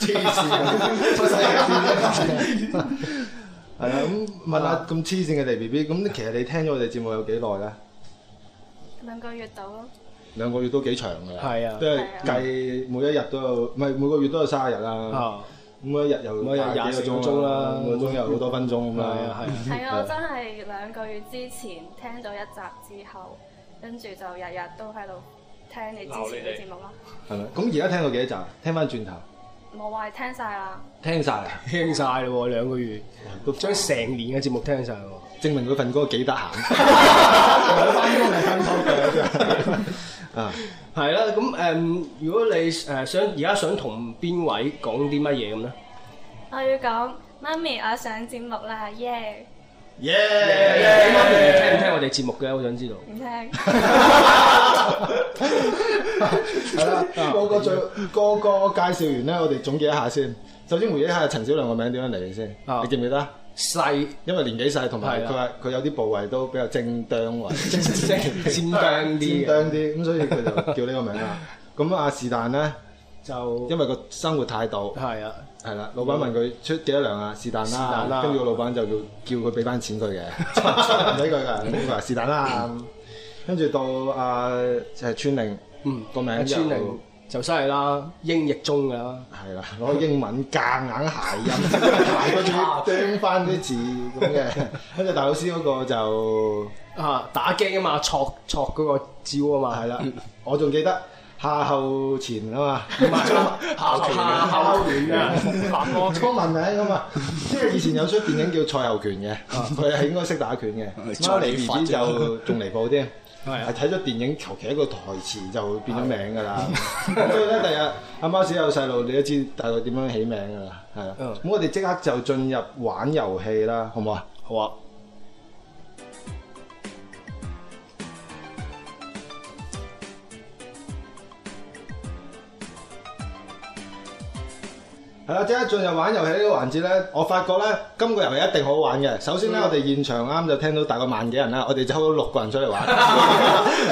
Speaker 4: 黐線啊！出世界變咗係啦，咁問下咁黐線嘅地 B B，咁其實你聽咗我哋節目有幾耐咧？
Speaker 1: 兩個月到咯，
Speaker 4: 兩個月都幾長㗎啦，
Speaker 3: 係啊
Speaker 4: 即係計每一日都有，唔係每個月都有卅日啦，
Speaker 3: 啊，
Speaker 4: 咁一日又
Speaker 3: 每一日
Speaker 4: 廿幾
Speaker 3: 廿四個鐘啦
Speaker 4: 每個鐘有好多分鐘咁
Speaker 3: 係
Speaker 4: 啦，
Speaker 3: 啊係啊，
Speaker 1: 係啊！我真係兩個月之前聽咗一集之後，跟住就日日都喺度聽你之前嘅節目咯。
Speaker 4: 係咪？咁而家聽到幾多集？聽翻轉頭，
Speaker 1: 冇話聽晒啦，
Speaker 4: 聽晒啊，
Speaker 3: 聽晒咯喎兩個月，
Speaker 4: 都
Speaker 3: 將成年嘅節目聽晒喎。
Speaker 4: 證明佢份歌幾得閒，有翻工嚟翻工 嘅啊！
Speaker 3: 係啦，咁誒、如果你誒想而家想同邊位講啲乜嘢咁咧？
Speaker 1: 我要講媽咪，我上節目啦，耶！
Speaker 4: 耶！
Speaker 3: 你媽咪聽唔聽我哋節目嘅？我想知道。
Speaker 1: 唔聽，
Speaker 4: 係啦，個個最個個介紹完咧，我哋總結一下先。首先回憶一下陳小亮個名點樣嚟嘅先，
Speaker 3: 啊
Speaker 4: 你記唔記得？
Speaker 3: 細
Speaker 4: 因為年紀細，同埋
Speaker 3: 係啊
Speaker 4: 佢話佢有啲部位都比較正 當位，
Speaker 3: 即係尖端啲
Speaker 4: 尖
Speaker 3: 嘅，
Speaker 4: 當啲，咁所以佢就叫呢個名啦。咁啊是但咧，
Speaker 3: 就
Speaker 4: 因為個生活態度
Speaker 3: 係啊，
Speaker 4: 係啦，老闆問佢出幾多糧啊？是但
Speaker 3: 是但
Speaker 4: 啦，
Speaker 3: 啦
Speaker 4: 跟住個老闆就叫叫佢俾翻錢佢 嘅，唔俾佢㗎。咁佢話是但啦，跟住到阿誒川寧
Speaker 3: 嗯，
Speaker 4: 個名
Speaker 3: 阿
Speaker 4: 就
Speaker 3: 川玲就犀利啦，英譯中㗎啦，
Speaker 4: 係啦，攞英文夾硬諧音，諧嗰 啲釘翻啲字咁嘅。跟住大老師嗰個就
Speaker 3: 啊打機啊嘛，戳戳嗰個招啊嘛，
Speaker 4: 係啦，我仲記得夏後前啊 嘛。
Speaker 3: 唔啊係下下後院啊，
Speaker 6: 反魔
Speaker 4: 初文名㗎嘛，啊因為以前有出電影叫賽後拳嘅，
Speaker 3: 啊
Speaker 4: 佢係應該識打拳
Speaker 3: 嗯
Speaker 4: 嘅。
Speaker 7: 再
Speaker 4: 貓嚟 B
Speaker 7: 發
Speaker 4: B 就仲離譜啲，
Speaker 3: 係啊
Speaker 4: 係睇咗電影求其一個台詞就變咗名㗎
Speaker 3: 啊
Speaker 4: 啦。所以咧，第日阿貓屎有細路，你都知大概點樣起名㗎啦，係啦。
Speaker 3: 嗯
Speaker 4: 咁我哋即刻就進入玩遊戲啦，好唔好啊？
Speaker 3: 好啊，
Speaker 4: Đầu tiên, chúng ta sẽ chơi một trò chơi 係啦，即刻進入玩遊戲呢個環節咧，我發覺咧今個遊戲一定好玩嘅。首先咧，
Speaker 3: 嗯
Speaker 4: 我哋現場啱就聽到大概萬幾人啦，我哋抽咗六個人出嚟 玩，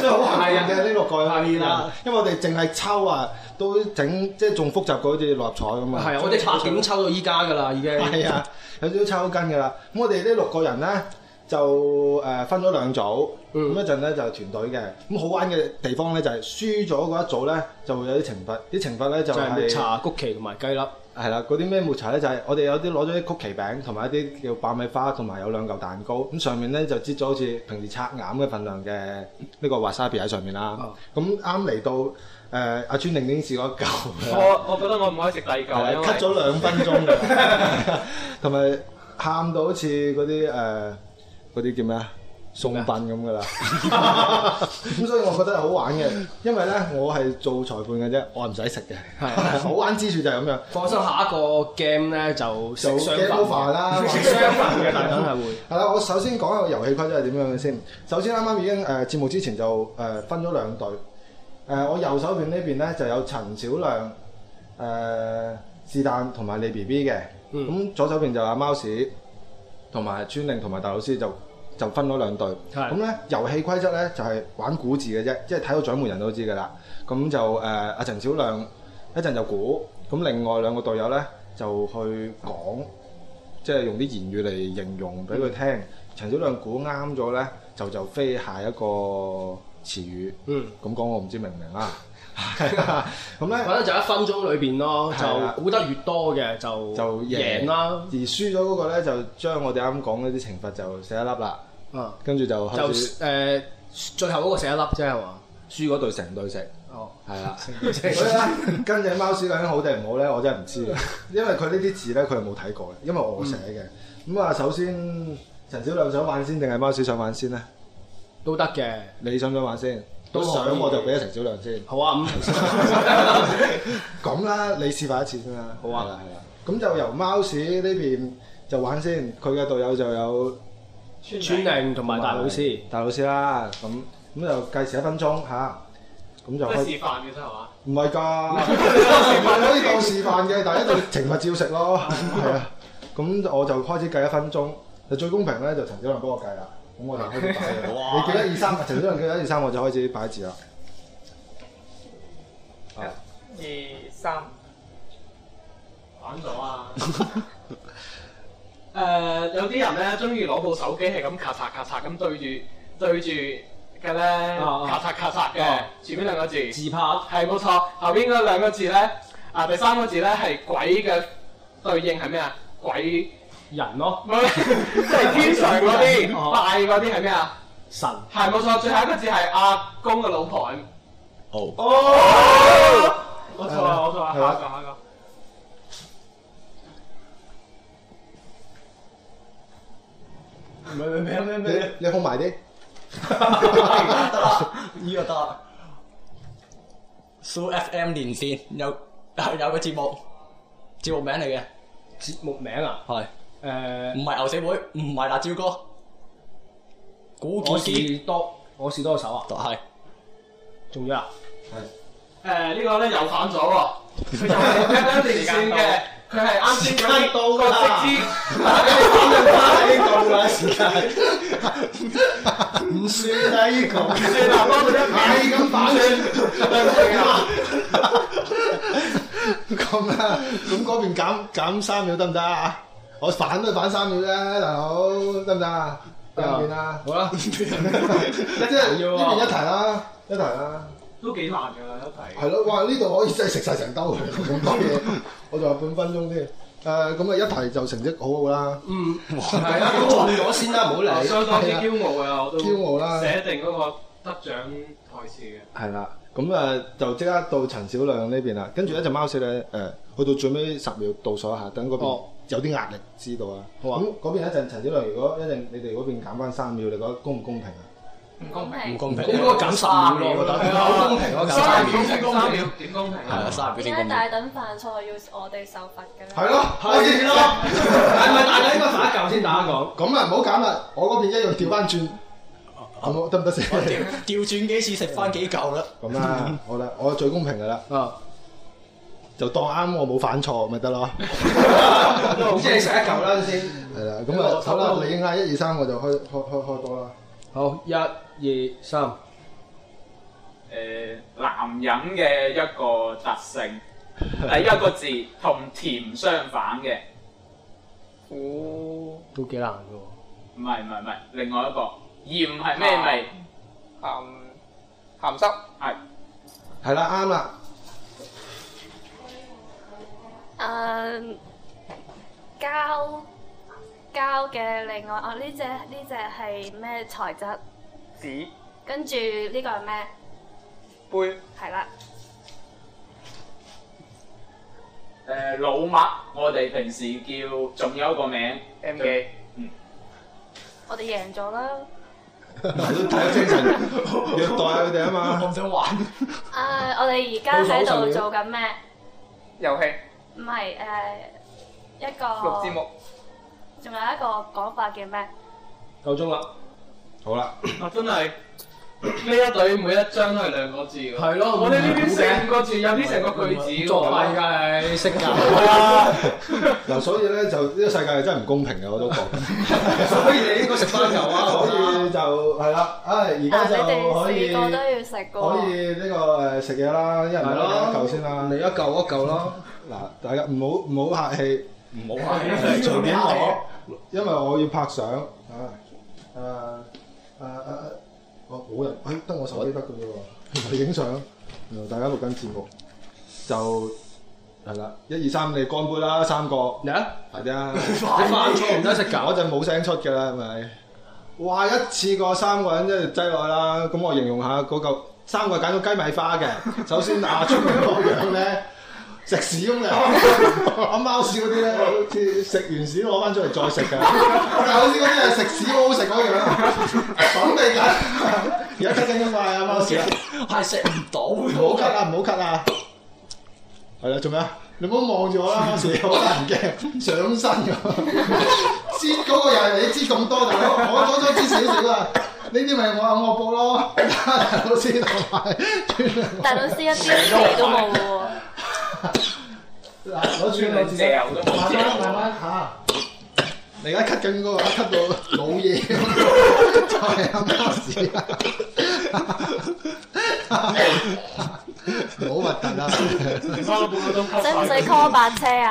Speaker 4: 所以好幸運嘅呢六個人。
Speaker 3: 啊
Speaker 4: 啦，因為我哋淨係抽啊，都整即係仲複雜過好似六合彩咁啊。
Speaker 3: 係啊，我哋八點抽到依家㗎啦，已經。
Speaker 4: 係啊，有少少抽筋㗎啦。咁我哋呢六個人咧就誒、呃分咗兩組，咁
Speaker 3: 嗯
Speaker 4: 一陣咧就係團隊嘅。咁好玩嘅地方咧就係、輸咗嗰一組咧就會有啲懲罰，啲懲罰咧就
Speaker 3: 就係
Speaker 4: 係、
Speaker 3: 抹茶、曲奇同埋雞粒。
Speaker 4: 係啦，嗰啲咩抹茶咧就係、我哋有啲攞咗啲曲奇餅，同埋一啲叫爆米花，同埋有兩嚿蛋糕。咁上面咧就擠咗好似平時刷牙嘅份量嘅呢個滑沙比喺上面
Speaker 6: 哦
Speaker 4: 啦。咁啱嚟到誒阿川寧已經試過一嚿啦，
Speaker 6: 我我覺得我唔可以食第二嚿，哦因為
Speaker 4: ，cut 咗兩分鐘 㗎，同埋喊到好似嗰啲誒嗰啲叫咩啊？送殯咁㗎啦，
Speaker 6: 啊
Speaker 4: 咁所以我覺得係好玩嘅，因為咧我係做裁判嘅啫，我係唔使食嘅， 好玩之處就係咁樣。
Speaker 3: 放心，下一個 game 咧就
Speaker 4: 就
Speaker 3: 食雙
Speaker 4: game
Speaker 3: 份
Speaker 4: over 啦，
Speaker 3: 食雙份嘅大等係 會。
Speaker 4: 係啦，我首先講下個遊戲規則係點樣嘅先。首先啱啱已經誒、呃、節目之前就誒、呃分咗兩隊。誒、呃我右手邊呢邊咧就有陳小亮、誒是但同埋李 B B 嘅。咁、
Speaker 3: 嗯
Speaker 4: 左手邊就有阿貓屎同埋川令同埋大老師就就分咗兩隊。
Speaker 3: 係
Speaker 4: 咁咧遊戲規則咧就係、玩估字嘅啫，即係睇到掌門人都知㗎啦。咁就誒阿、陳小亮一陣就估，咁另外兩個隊友咧就去講。即係用啲言語嚟形容
Speaker 3: 嗯
Speaker 4: 俾佢聽。陳小亮估啱咗咧，就就飛下一個詞語。
Speaker 3: 嗯，
Speaker 4: 咁講我唔知明唔明 啦。啊咁咧
Speaker 3: 反正就一分鐘裏邊咯，
Speaker 4: 係啦
Speaker 3: 就估得越多嘅就
Speaker 4: 就贏
Speaker 3: 贏啦。
Speaker 4: 而輸咗嗰個咧，就將我哋啱講嗰啲懲罰就寫一粒啦，
Speaker 3: 啊，
Speaker 4: 跟住就
Speaker 3: 就
Speaker 4: 開始
Speaker 3: 誒最後嗰個食一粒啫係嘛？
Speaker 4: 輸嗰隊成隊食。
Speaker 3: 哦，
Speaker 4: 係啦，所
Speaker 3: 隊食
Speaker 4: 以咧， 跟住貓屎究竟好定唔好咧，我真係唔 知嘅，啊因為佢呢啲字咧，佢係冇睇過嘅，因為我寫
Speaker 3: 嗯
Speaker 4: 嘅。咁啊，首先陳小亮想玩先定係貓屎想玩先咧？
Speaker 3: 都得嘅。
Speaker 4: 你想唔想玩先？
Speaker 3: 都
Speaker 4: 都
Speaker 3: 可以
Speaker 4: 想我就俾咗陳小亮先。
Speaker 3: 好啊，咁
Speaker 4: 咁啦，你示範一次先啦。
Speaker 3: 好啊
Speaker 4: 係啦，係啦。咁就由貓屎呢邊就玩先，佢嘅隊友就有
Speaker 3: 川寧同啊埋大老師，
Speaker 4: 啊大老師啦。咁咁就計時一分鐘吓，咁就
Speaker 6: 都係
Speaker 4: 開
Speaker 6: 示範嘅啫係嘛？
Speaker 4: 唔係㗎，可以當示範嘅，但係一定懲罰照食咯。係啊，咁我就開始計一分鐘。就最公平咧，就陳小亮幫我計啦。咁我就開始 擺啦。你記得一二三，陳小亮記得一二三，我就開始擺字啦。
Speaker 2: 一、二、三，
Speaker 6: 玩咗啊！誒，有啲人咧中意攞部手機係咁咔嚓咔嚓咁對住對住嘅咧，
Speaker 3: 啊
Speaker 6: 咔嚓咔嚓嘅
Speaker 3: 啊，
Speaker 6: 前面兩個字。
Speaker 3: 自拍。
Speaker 6: 係冇錯，後邊嗰兩個字咧，啊第三個字咧係鬼嘅對應係咩啊？鬼，
Speaker 3: 人咯，
Speaker 6: 唔係即係天上嗰啲
Speaker 3: 哦
Speaker 6: 拜嗰啲係咩啊？
Speaker 3: 神
Speaker 6: 係冇錯，最後一個字係阿公嘅老婆。
Speaker 7: 哦，
Speaker 6: 我錯啦，我錯啦，下
Speaker 4: 係啦
Speaker 6: 一個下一個。
Speaker 4: 你你控埋啲。
Speaker 7: 呢個得。Soo FM 連線有有個節目，節目名嚟嘅，
Speaker 3: 節目名啊，
Speaker 7: 係
Speaker 3: 誒，
Speaker 7: 唔係牛死會，唔係辣椒哥，古
Speaker 3: 我
Speaker 7: 健健
Speaker 3: 是多，我是多手啊，
Speaker 7: 係
Speaker 3: 仲要啊，
Speaker 6: 誒呢個咧又反咗喎，佢就係啱啱連線嘅，佢係啱先嗰啲角色之。
Speaker 4: 唔算低講，唔
Speaker 6: 算啦幫佢一
Speaker 4: 係咁反
Speaker 6: 算
Speaker 4: 咁 啦，咁嗰邊減減三秒得唔得啊？我反都係反三秒啫，大佬得唔得啊？兩邊啦，
Speaker 3: 好啦，
Speaker 4: 即
Speaker 3: 哎
Speaker 4: 係呢邊一題啦，一題啦，
Speaker 6: 都幾難㗎啦一題。
Speaker 4: 係咯，哇！呢度可以真係食晒成兜咁多 嘢，我仲有半分鐘添。誒咁啊，一題就成績好好啦，
Speaker 3: 嗯，係啊，都中咗先啦，唔好
Speaker 6: 我
Speaker 4: Ờ,
Speaker 3: 理。
Speaker 6: 相當之驕傲啊！我都
Speaker 4: 驕傲啦
Speaker 6: 寫定嗰個得獎台詞嘅。
Speaker 4: 係啦，咁啊就即刻到陳小亮呢邊啦，跟住一隻貓屎咧誒，去到最尾十秒倒數一下，等嗰邊
Speaker 3: 哦
Speaker 4: 有啲壓力知道啊。
Speaker 3: 好啊
Speaker 4: 咁嗰邊一陣陳小亮，如果一陣你哋嗰邊減翻三秒，你覺得公唔公平啊？
Speaker 1: 唔公
Speaker 7: 唔
Speaker 1: 平。
Speaker 7: 公平，
Speaker 3: 應該減十秒咯，我覺得好公平咯，減
Speaker 6: 三
Speaker 3: 三秒。
Speaker 6: 秒公平，三秒點公平
Speaker 7: 係啊，
Speaker 6: 啊？
Speaker 7: 三十秒
Speaker 1: 點
Speaker 7: 先
Speaker 1: 解
Speaker 7: 公平。
Speaker 1: 大等犯錯要我哋受罰嘅咧？
Speaker 4: 係咯，
Speaker 3: 係咯，係咪大家應該打一嚿先？大家講。
Speaker 4: 咁啊唔好減啦，我嗰邊一樣調翻轉，好冇得唔得先？啊
Speaker 7: 調調轉幾次食翻幾嚿啦。
Speaker 4: 咁啦，好啦，我最公平噶啦，
Speaker 3: 啊，
Speaker 4: 就當啱我冇犯錯咪得咯。
Speaker 3: 即係食一嚿啦先。
Speaker 4: 係啦，咁啊好啦，你嗌一二三，我就開開開開波啦。
Speaker 3: 好，一、二、三。
Speaker 5: 誒男人嘅一個特 性，第一個字同甜相反嘅，
Speaker 2: 苦
Speaker 3: 都幾難嘅
Speaker 5: 唔係唔係唔係，另外一個鹽係咩味？
Speaker 2: 鹹鹹濕，
Speaker 5: 係
Speaker 4: 係啦，啱啦，
Speaker 1: 誒膠膠嘅另外，哦呢只呢只係咩材質？
Speaker 2: 紙
Speaker 1: 跟住呢個係咩？
Speaker 2: 杯
Speaker 1: 係啦，
Speaker 5: 誒老麥，我哋平時叫，仲有一個名
Speaker 2: M 記，
Speaker 1: 我哋贏咗啦！
Speaker 4: 睇精 神虐待下佢哋啊嘛。
Speaker 7: 我唔想玩。
Speaker 1: 誒、啊我哋而家喺度做緊咩？
Speaker 2: 遊戲
Speaker 1: 唔係誒一個
Speaker 2: 錄節目，
Speaker 1: 仲有一個講法叫咩？
Speaker 3: 喎，夠鐘啦。
Speaker 4: 好啦，
Speaker 6: 啊，真係呢一隊每一張都係兩個字㗎。
Speaker 3: 係咯
Speaker 6: 我哋呢啲成個字有啲成個句子㗎喎
Speaker 3: 作
Speaker 4: 啊
Speaker 3: 弊㗎你啊識㗎。
Speaker 4: 嗱，所以咧就呢個世界真係唔公平嘅，我都覺。
Speaker 3: 所以你應該食翻嚿啊！
Speaker 4: 所
Speaker 3: 我
Speaker 4: 以就係啦，唉，而
Speaker 1: 啊
Speaker 4: 家
Speaker 1: 你哋
Speaker 4: 就可以
Speaker 1: 四個都要食嘅
Speaker 4: 可以呢個誒食嘢啦，一人
Speaker 3: 係
Speaker 4: 攞一
Speaker 3: 咯
Speaker 4: 嚿先啦
Speaker 3: 嚟。一嚿一嚿咯。
Speaker 4: 嗱，大家唔好唔好客氣，
Speaker 7: 唔好玩。
Speaker 4: 隨便攞， 因為我要拍相啊。誒誒誒誒，我冇人，誒得我手機得嘅啫喎，影相，然後大家錄緊節目，就係啦，一二三，你哋乾杯啦，三個
Speaker 3: 嚟啊！
Speaker 4: 係啊，
Speaker 3: 你犯錯唔使食
Speaker 4: 我
Speaker 3: 嚿。
Speaker 4: 就冇聲出嘅啦，係咪？哇！一次過三個人即係擠落去啦，咁我形容下嗰嚿三個揀咗雞米花嘅，首先阿春嗰個樣咧食屎咁嘅，阿貓屎嗰啲咧好似食完屎攞翻出嚟再食嘅，但係好似嗰啲係食屎好好食嗰樣，爽地緊，而家咳緊咁快啊貓屎啊！
Speaker 7: 係食唔到嘅。
Speaker 4: 唔好咳啊！唔好咳啊！係啦，做咩啊？你唔好望住我 啦，我成日好難驚，上 身㗎。擠嗰個又係你擠咁多，大佬，我多咗擠少少啊。呢啲咪我話我報咯， 大佬先同埋
Speaker 1: 喎，大老師一啲味都冇喎。
Speaker 4: 嗱攞住個紙
Speaker 5: 嚼都冇
Speaker 4: 慢
Speaker 5: 嚼
Speaker 4: 慢慢
Speaker 5: 喎
Speaker 4: 慢嚇。你而家咳緊嗰個咳到冇嘢， 就係阿貓 屎啊！好核突啊！
Speaker 6: 剩翻個半個鐘
Speaker 1: 使唔
Speaker 6: 吸
Speaker 1: 使
Speaker 6: 晒
Speaker 1: call 白車 啊？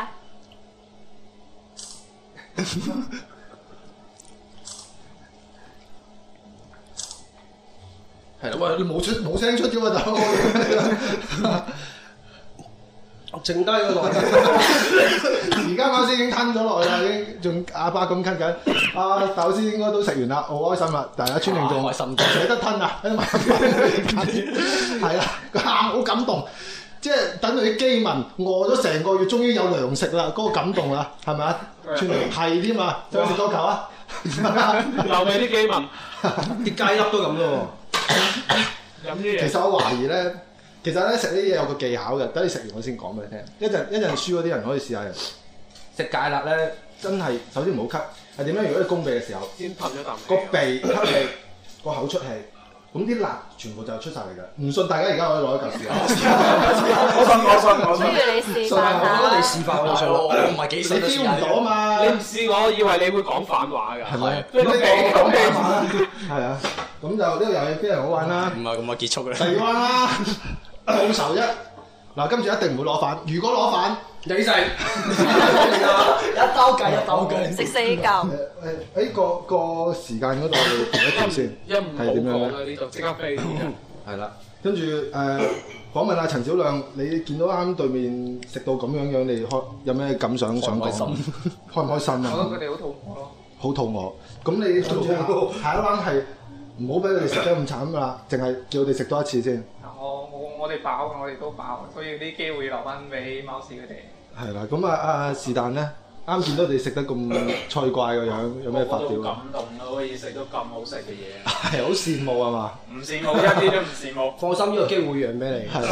Speaker 4: 係啦，喂，你冇出冇聲出嘅喎，大 佬。
Speaker 3: 剩低嗰個。
Speaker 4: 而家嗰陣時已經吞咗落去啦，已經仲啞巴咁吞緊。啊，豆師應該都食完啦，好開心啦！大家村令仲
Speaker 7: 哇開心
Speaker 4: 仲捨得吞 啊，喺度慢慢吞係啦，佢喊好感動，即係等佢啲基民餓咗成個月，終於有糧食啦，嗰、個感動啦，係咪啊？村令係添啊，再食多球 啊！
Speaker 6: 留俾啲基
Speaker 3: 啲
Speaker 6: 民
Speaker 3: 雞粒都咁咯
Speaker 6: 飲啲
Speaker 4: 其
Speaker 6: 嘢。
Speaker 4: 實我懷疑咧，其實咧食呢啲嘢有個技巧嘅，等你食完我先講俾你聽。一陣一陣輸嗰啲人可以試下嘅食芥辣咧，真係首先唔好咳，係點樣？如果你攻鼻嘅時候，
Speaker 6: 先噴咗啖
Speaker 4: 個
Speaker 6: 氣。
Speaker 4: 鼻咳氣，個口出氣，咁啲辣全部就出晒嚟㗎。唔信大家而家可以攞一嚿試下。
Speaker 5: 我信我信我
Speaker 1: 不如
Speaker 5: 信，
Speaker 1: 你示範下
Speaker 3: 喎。我哋
Speaker 1: 啦。
Speaker 3: 示範我
Speaker 7: 大
Speaker 3: 上
Speaker 7: 佬，
Speaker 3: 咯。
Speaker 7: 我唔係幾
Speaker 4: 你
Speaker 7: 信得
Speaker 4: feel
Speaker 7: 住
Speaker 4: 唔到啊嘛
Speaker 6: 你？唔試我，以為你會講反話㗎。
Speaker 4: 係咪？
Speaker 6: 你個鼻講氣。
Speaker 4: 係啊，咁就呢個遊戲非常好玩啦。
Speaker 7: 唔係咁啊，結束
Speaker 4: 第二
Speaker 7: 啦。
Speaker 4: 彎啦，冇仇一。嗱，今次一定唔會攞反。如果攞反，
Speaker 3: 你食。
Speaker 7: 一兜計一兜計。
Speaker 1: 食四嚿
Speaker 4: 誒誒，喺個個時間嗰度，我哋停一停先。
Speaker 6: 一唔好講啦，呢度即刻飛。
Speaker 4: 係啦，跟住呃誒訪問阿陳啊小亮，你見到啱對面食到咁樣樣，你開有咩感想想講？
Speaker 7: 開唔開心
Speaker 4: 開唔開心
Speaker 2: 我覺
Speaker 4: 啊？
Speaker 2: 得佢哋好肚餓咯。
Speaker 4: 好肚餓，咁你諗住下下一 round 係唔好俾佢哋食得咁慘㗎啦，淨係叫佢哋食多一次先。
Speaker 2: 我我我哋飽嘅，我哋都飽，所以啲機會留翻俾貓屎佢哋。
Speaker 4: 係啦，咁啊啊是但咧，啱見到你食得咁菜怪個樣，有咩發
Speaker 5: 我都
Speaker 4: 表啊？
Speaker 5: 感動啦，可以食到咁好食嘅 嘢，
Speaker 4: 係好羨慕啊嘛？
Speaker 5: 唔羨慕一啲都唔羨慕。
Speaker 3: 放心，呢個機會讓俾你。
Speaker 4: 係啦，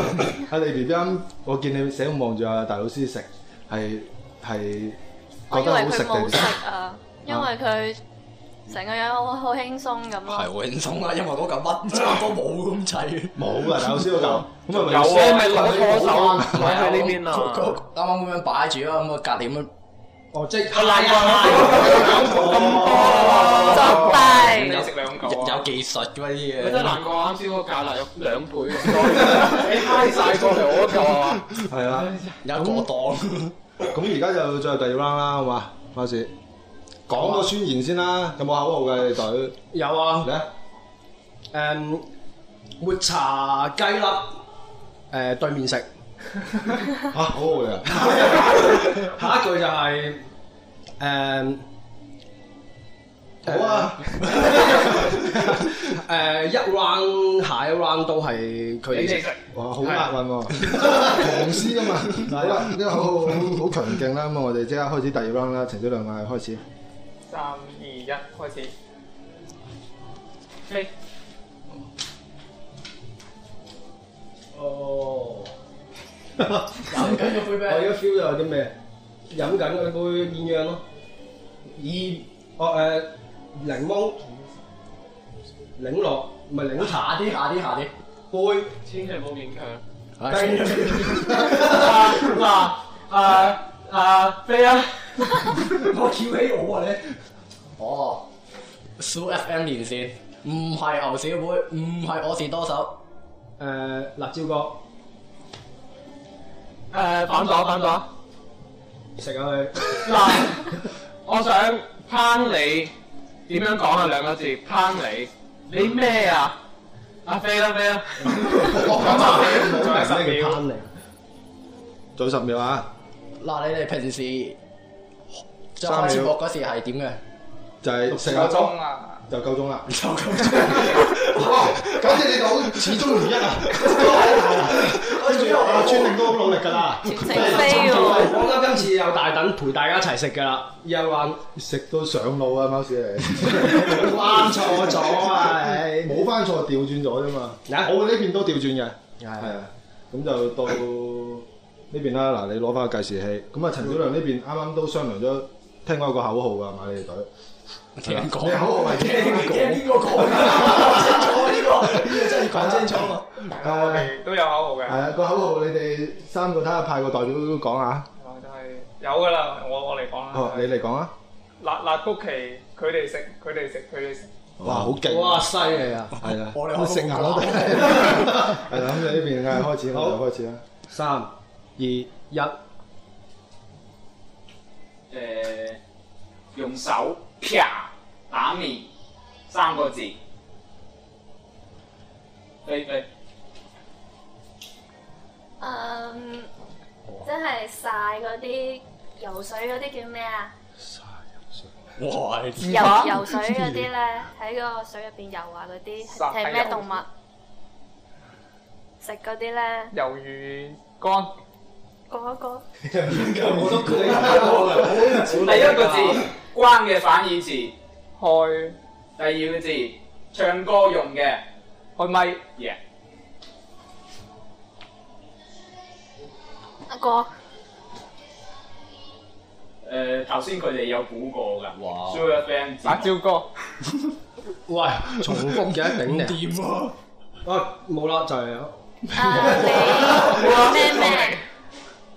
Speaker 4: 阿你 B B 啱，我見你死咁望住阿大老師食，係係
Speaker 1: 我
Speaker 4: 覺
Speaker 1: 以
Speaker 4: 得
Speaker 1: 為
Speaker 4: 好
Speaker 1: 佢
Speaker 4: 食
Speaker 1: 冇
Speaker 4: 定
Speaker 1: 食啊，因為佢成個樣好好輕鬆咁咯。
Speaker 7: 係好輕鬆啊，因為嗰嚿乜裝都冇咁滯。
Speaker 4: 冇啦，大老師嗰嚿，咁咪
Speaker 6: 有啊，
Speaker 4: 咪
Speaker 6: 咪攞錯手
Speaker 7: 唔係
Speaker 6: 擺喺呢邊啊！
Speaker 7: 啱啱咁樣擺住啊，咁啊隔離咁樣
Speaker 4: 哦，即係
Speaker 1: 作
Speaker 2: 你
Speaker 1: 弊，
Speaker 2: 食兩個
Speaker 7: 有
Speaker 2: 啊，
Speaker 7: 有技術㗎嘛啲
Speaker 6: 你真係
Speaker 7: 嘢。
Speaker 6: 難過啱先嗰個價啦，有兩倍咁多，你嗨晒過嚟我嗰個啊！
Speaker 4: 係啦，
Speaker 7: 有一個檔，
Speaker 4: 咁而家就進入第二 round 啦，好嘛？馬士講個宣言先啦，有冇口號嘅你隊？
Speaker 3: 啊有啊，
Speaker 4: 咧
Speaker 3: 誒抹茶雞粒誒對面食。
Speaker 4: 嚇，好好嘅，
Speaker 3: 下一句就係嗯誒
Speaker 4: 好啊，
Speaker 3: 誒一 round 下一 round 都係佢哋食。
Speaker 4: 哇，好押韻喎，唐詩啊嘛，好啦，呢個好好好強勁啦，咁啊我哋即刻開始第二 round 啦，程小亮啊開始，
Speaker 2: 三二一開始。飛
Speaker 3: 哦，飲緊個杯咩？我而家 feel 到有啲咩？飲緊嗰杯鴛鴦咯，以哦誒檸檬、檸樂唔係檸茶啲
Speaker 7: 下啲下啲。
Speaker 3: 杯。
Speaker 6: 千祈唔好勉強。
Speaker 3: 哎嗱誒誒飛 啊！我翹起我啊你。
Speaker 7: 哦，Su FM 連線，唔係牛小妹，唔係我是多手，
Speaker 3: 誒辣椒角
Speaker 6: 誒，反咗反咗。
Speaker 3: 食下佢。
Speaker 6: 嗱，我想抨你點樣講啊？兩個字抨你，你咩啊？阿飛啦飛啦，
Speaker 2: 仲
Speaker 4: 再
Speaker 2: 有十秒，
Speaker 3: 嚟。啊
Speaker 4: 十秒啊，
Speaker 7: 嗱你哋平時即係
Speaker 4: 三秒
Speaker 7: 開節目嗰時係點嘅？
Speaker 4: 就係食下
Speaker 2: 個
Speaker 4: 粥
Speaker 2: 鐘啊！
Speaker 4: 就夠鐘啦。
Speaker 7: 就咁。
Speaker 4: 哇！感謝你哋好始終如一啊！跟住阿川令都好努力㗎啦，
Speaker 1: 全程飛喎，
Speaker 3: 我覺得今次有大等陪大家一齊食㗎啦，又 話
Speaker 4: 食到上腦啊，貓屎嚟，
Speaker 3: 啱錯咗啊！
Speaker 4: 冇翻錯，調轉咗啫嘛。
Speaker 3: 啊
Speaker 4: 我呢邊都調轉嘅，
Speaker 3: 係
Speaker 4: 係啊，咁就到呢邊啦。嗱，你攞翻個計時器，咁啊，陳小亮呢邊啱啱都商量咗，聽講有個口號㗎，買你哋隊。
Speaker 7: 聽人
Speaker 4: 你
Speaker 7: 講，
Speaker 4: 口號係
Speaker 7: 聽
Speaker 4: 聽
Speaker 7: 邊個講？講清楚呢個，呢個真係要講清楚啊！
Speaker 2: 我哋都有口號嘅
Speaker 4: 係。啊，個口號你哋三個睇下派個代表講下。
Speaker 2: 啊就係有噶啦，我我嚟講啦。
Speaker 4: 哦，你嚟講啊！
Speaker 2: 辣辣曲奇，佢哋食，佢哋食，佢哋食。
Speaker 4: 哇，好勁！
Speaker 3: 哇，犀利啊！
Speaker 4: 係啦，
Speaker 7: 我哋可
Speaker 4: 成
Speaker 7: 能
Speaker 4: 日
Speaker 7: 好啊
Speaker 4: 我哋係啦，咁你呢邊係開始，
Speaker 3: 好
Speaker 4: 我就開始啦。
Speaker 3: 三二一，
Speaker 5: 誒，用手啪打面三個字，飛飛
Speaker 1: 嗯，即係晒嗰啲游水嗰啲叫咩啊？
Speaker 7: 哇！
Speaker 1: 游游水嗰啲咧，喺個水入邊游啊嗰啲
Speaker 2: 殺
Speaker 1: 係咩動物？食嗰啲咧，
Speaker 2: 魷魚乾，
Speaker 1: 個一個
Speaker 4: 我都估你
Speaker 5: 第一個字關嘅反義詞，
Speaker 2: 開
Speaker 5: 第二個字唱歌用嘅
Speaker 2: 開咪，
Speaker 5: 嘢，
Speaker 1: 一個
Speaker 5: 誒呃頭先佢哋有估過㗎
Speaker 7: 哇
Speaker 5: ，Super Fan
Speaker 2: 辣椒哥，
Speaker 3: 喂，重複嘅一頂咧。
Speaker 7: 掂啊！
Speaker 3: 啊，冇啦，就 係
Speaker 1: 啊你咩咩？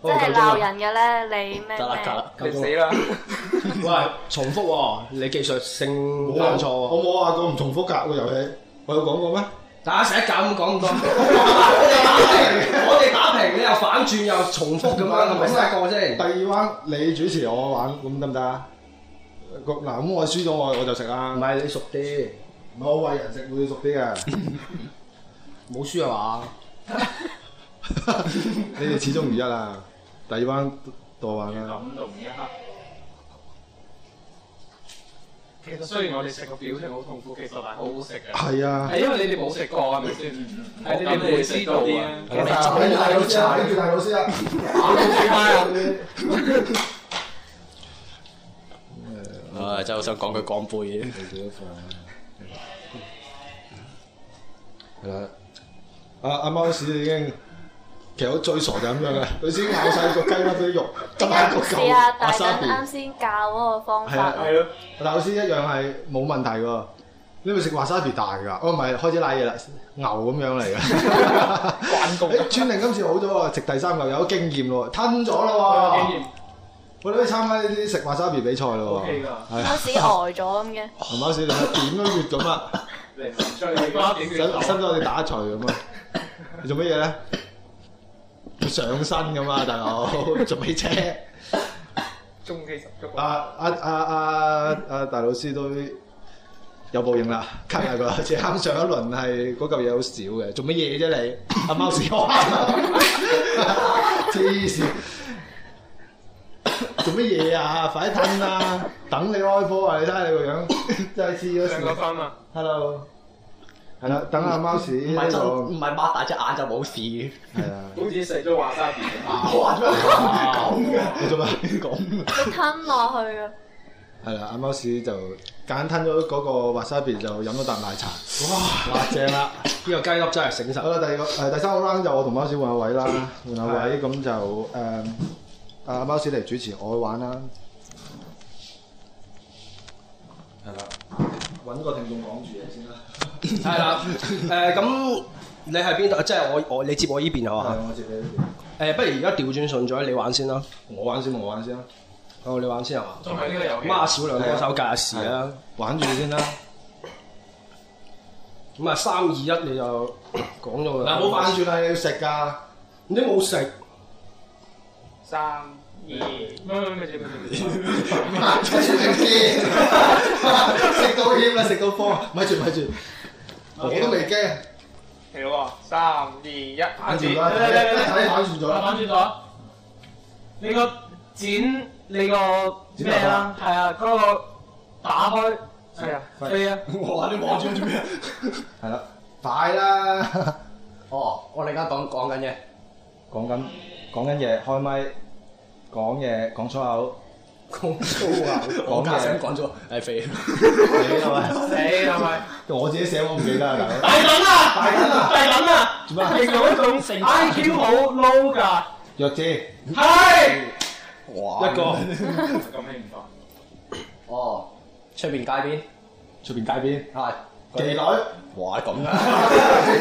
Speaker 1: 即
Speaker 3: 哦
Speaker 1: 係
Speaker 3: 夠鐘啦
Speaker 1: 鬧人嘅咧，你咩
Speaker 7: 得啦，得
Speaker 1: 咩
Speaker 7: 啦，
Speaker 2: 你死 啦！
Speaker 3: 喂，重複喎，你技術性
Speaker 4: 冇
Speaker 3: 犯
Speaker 4: 啊
Speaker 3: 錯喎。
Speaker 4: 我冇話過唔重複㗎個遊戲，我有講過咩？
Speaker 3: 大家成日搞咁講咁 多，我哋打平，我哋打平，你又反轉又重複咁樣，係咪失過
Speaker 4: 第
Speaker 3: 先？
Speaker 4: 二彎你主持我玩，咁得唔得啊？個嗱咁我輸咗我我就食啦，
Speaker 3: 唔係你熟啲，
Speaker 4: 唔係我為人食會熟啲嘅，
Speaker 3: 冇輸係嘛？
Speaker 4: 你哋始終如一啊！第二彎到我玩啦，
Speaker 5: 感動一刻。
Speaker 6: 其實雖然我哋食個表情好痛苦，其實
Speaker 5: 啊
Speaker 6: 係好好食嘅。
Speaker 4: 係啊！
Speaker 6: 係因為你哋冇食過係咪先？係你哋唔會知道啊。
Speaker 7: 我哋真係
Speaker 4: 老師啊，跟住大老師啊，
Speaker 7: 唉，真係好想講佢乾杯嘅。
Speaker 4: 啊係啦，阿阿貓屎已經其實我最傻就係咁樣嘅， 佢先咬晒個雞粒啲肉，執
Speaker 1: 點
Speaker 4: 翻
Speaker 1: 解
Speaker 4: 個
Speaker 1: 唔
Speaker 4: 狗
Speaker 1: 試下啊大躉
Speaker 4: wasabi
Speaker 1: 啱先教嗰個方
Speaker 4: 係啊
Speaker 1: 法？
Speaker 4: 係咯，但老師一樣係冇問題喎。你咪食華沙皮大㗎？哦，唔係開始拉嘢啦，牛咁樣嚟嘅。
Speaker 5: 關公
Speaker 4: 誒，川定今次好咗啊喎，食第三嚿有經驗咯，吞咗咯
Speaker 2: 有
Speaker 4: 喎
Speaker 2: 經。驗。
Speaker 4: 我哋可以參加呢啲食華沙皮比賽咯
Speaker 2: OK 㗎
Speaker 4: 喎。係啊
Speaker 1: 嗰時呆咗咁嘅，
Speaker 4: 熊貓小姐點都越咁啊！使使唔使我哋打一錘咁啊？你做乜嘢咧？上身咁啊，大佬做咩啫？
Speaker 2: 中機十足
Speaker 4: 啊啊啊啊啊！大老師都有報應啦，cut 下佢。即係啱上一輪係嗰嚿嘢好少嘅，做乜嘢啫你？阿貓屎我，黐線！做乜嘢啊？快啲吞啦！等你開波啊！你睇下你個樣，真係黐咗
Speaker 6: 兩個
Speaker 4: 線。
Speaker 6: 分啊！
Speaker 4: Hello，係啦，等阿貓屎
Speaker 7: 唔
Speaker 4: 呢
Speaker 7: 係真唔
Speaker 4: 度，
Speaker 7: 係擘大隻眼就冇事。
Speaker 4: 係啊，
Speaker 5: 好似食咗華沙片。
Speaker 7: 哇！咁嘅，
Speaker 4: 你做乜講？
Speaker 1: 佢吞落去啊！
Speaker 4: 係啦，阿貓屎就簡吞咗嗰個滑沙別，就飲咗啖奶茶。哇！哇正啦！
Speaker 3: 呢個雞粒真係醒神
Speaker 4: 好。啦，第二個誒、第三個 round 就我同貓屎換下位啦，換下位咁就誒阿、貓屎嚟主持，我去玩啦。係啦，揾個聽眾講住嘢先啦。
Speaker 3: 係啦，誒咁你喺邊度？即係我我你接我依邊係
Speaker 4: 哦係
Speaker 3: 嘛？
Speaker 4: 我接你呢
Speaker 3: 誒，不如而家調轉順序，你玩先啦。
Speaker 4: 邊，我玩先，我玩先啦，
Speaker 3: 哦，你玩先係嘛？
Speaker 6: 仲係呢個遊戲
Speaker 3: 咁，啊，小亮歌手介下時啦。
Speaker 4: 玩住先啦。
Speaker 3: 咁啊，三二一你就 講咗啦。
Speaker 4: 嗱，冇玩住啦，你要食㗎。
Speaker 3: 你冇食，
Speaker 2: 三二，
Speaker 6: 咩咩咩咩
Speaker 4: 先，食到歉啦，食到慌，咪住咪住，我都未驚，
Speaker 2: 嚟咯喎！三二一，
Speaker 4: 反
Speaker 2: 開
Speaker 4: 住
Speaker 2: 始。
Speaker 4: 啦，睇反轉咗啦，
Speaker 6: 反轉咗，你個剪你個咩啦？係啊，嗰個打開係啊，飛啊！
Speaker 4: 哇！你望住做咩？係啦，快啦，
Speaker 7: 哦，我哋而家講講緊嘅，
Speaker 4: 講緊講緊嘢，開咪講嘢，講粗口，
Speaker 7: 講粗啊，
Speaker 4: 講嘅
Speaker 7: 講家想講咗，係肥。
Speaker 4: 你係咪？
Speaker 6: 死係咪？
Speaker 4: 我自己寫我唔記得啊，大佬
Speaker 6: 大躉
Speaker 4: 大
Speaker 6: 啊！
Speaker 4: 躉啊
Speaker 6: 大躉啊！
Speaker 4: 做咩
Speaker 6: 形容一種 IQ 好 low 㗎，
Speaker 4: 弱智，
Speaker 6: 係
Speaker 7: 哇！
Speaker 3: 一個
Speaker 5: 咁興奮。
Speaker 7: 哦，出邊街邊
Speaker 4: 出邊街
Speaker 7: 係
Speaker 4: 邊，妓女，
Speaker 7: 哇咁啊！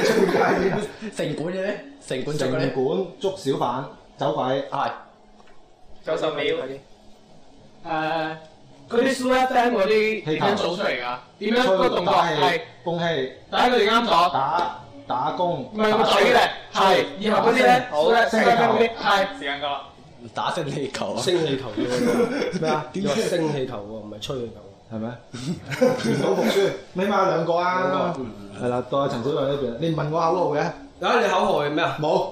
Speaker 4: 出邊街邊，
Speaker 7: 城管嘅咧，城管就
Speaker 4: 城
Speaker 7: 嗰啲
Speaker 4: 管捉小販，走鬼，
Speaker 7: 係
Speaker 2: 九十秒，
Speaker 6: 誒嗰啲 Super FM 嗰啲點樣組出嚟㗎？點樣個動作係？
Speaker 4: 風氣，
Speaker 6: 第一個你啱咗，
Speaker 4: 打打工，
Speaker 6: 唔係個嘴嘅，係，然後嗰啲咧
Speaker 2: 好
Speaker 6: ，Super FM 嗰啲
Speaker 2: 時
Speaker 6: 係。
Speaker 2: 間夠啦。
Speaker 7: 打升氣球啊！
Speaker 3: 升氣球嘅 喎。
Speaker 4: 咩啊？
Speaker 3: 哦點升氣球喎？唔係吹氣球。
Speaker 4: 係咪？全部服輸，起碼有兩個
Speaker 3: 兩
Speaker 4: 啊
Speaker 3: 個，
Speaker 4: 係啦，到阿陳小亮呢邊，你唔問我口號嘅，
Speaker 3: 啊，你口號係咩啊？
Speaker 4: 冇，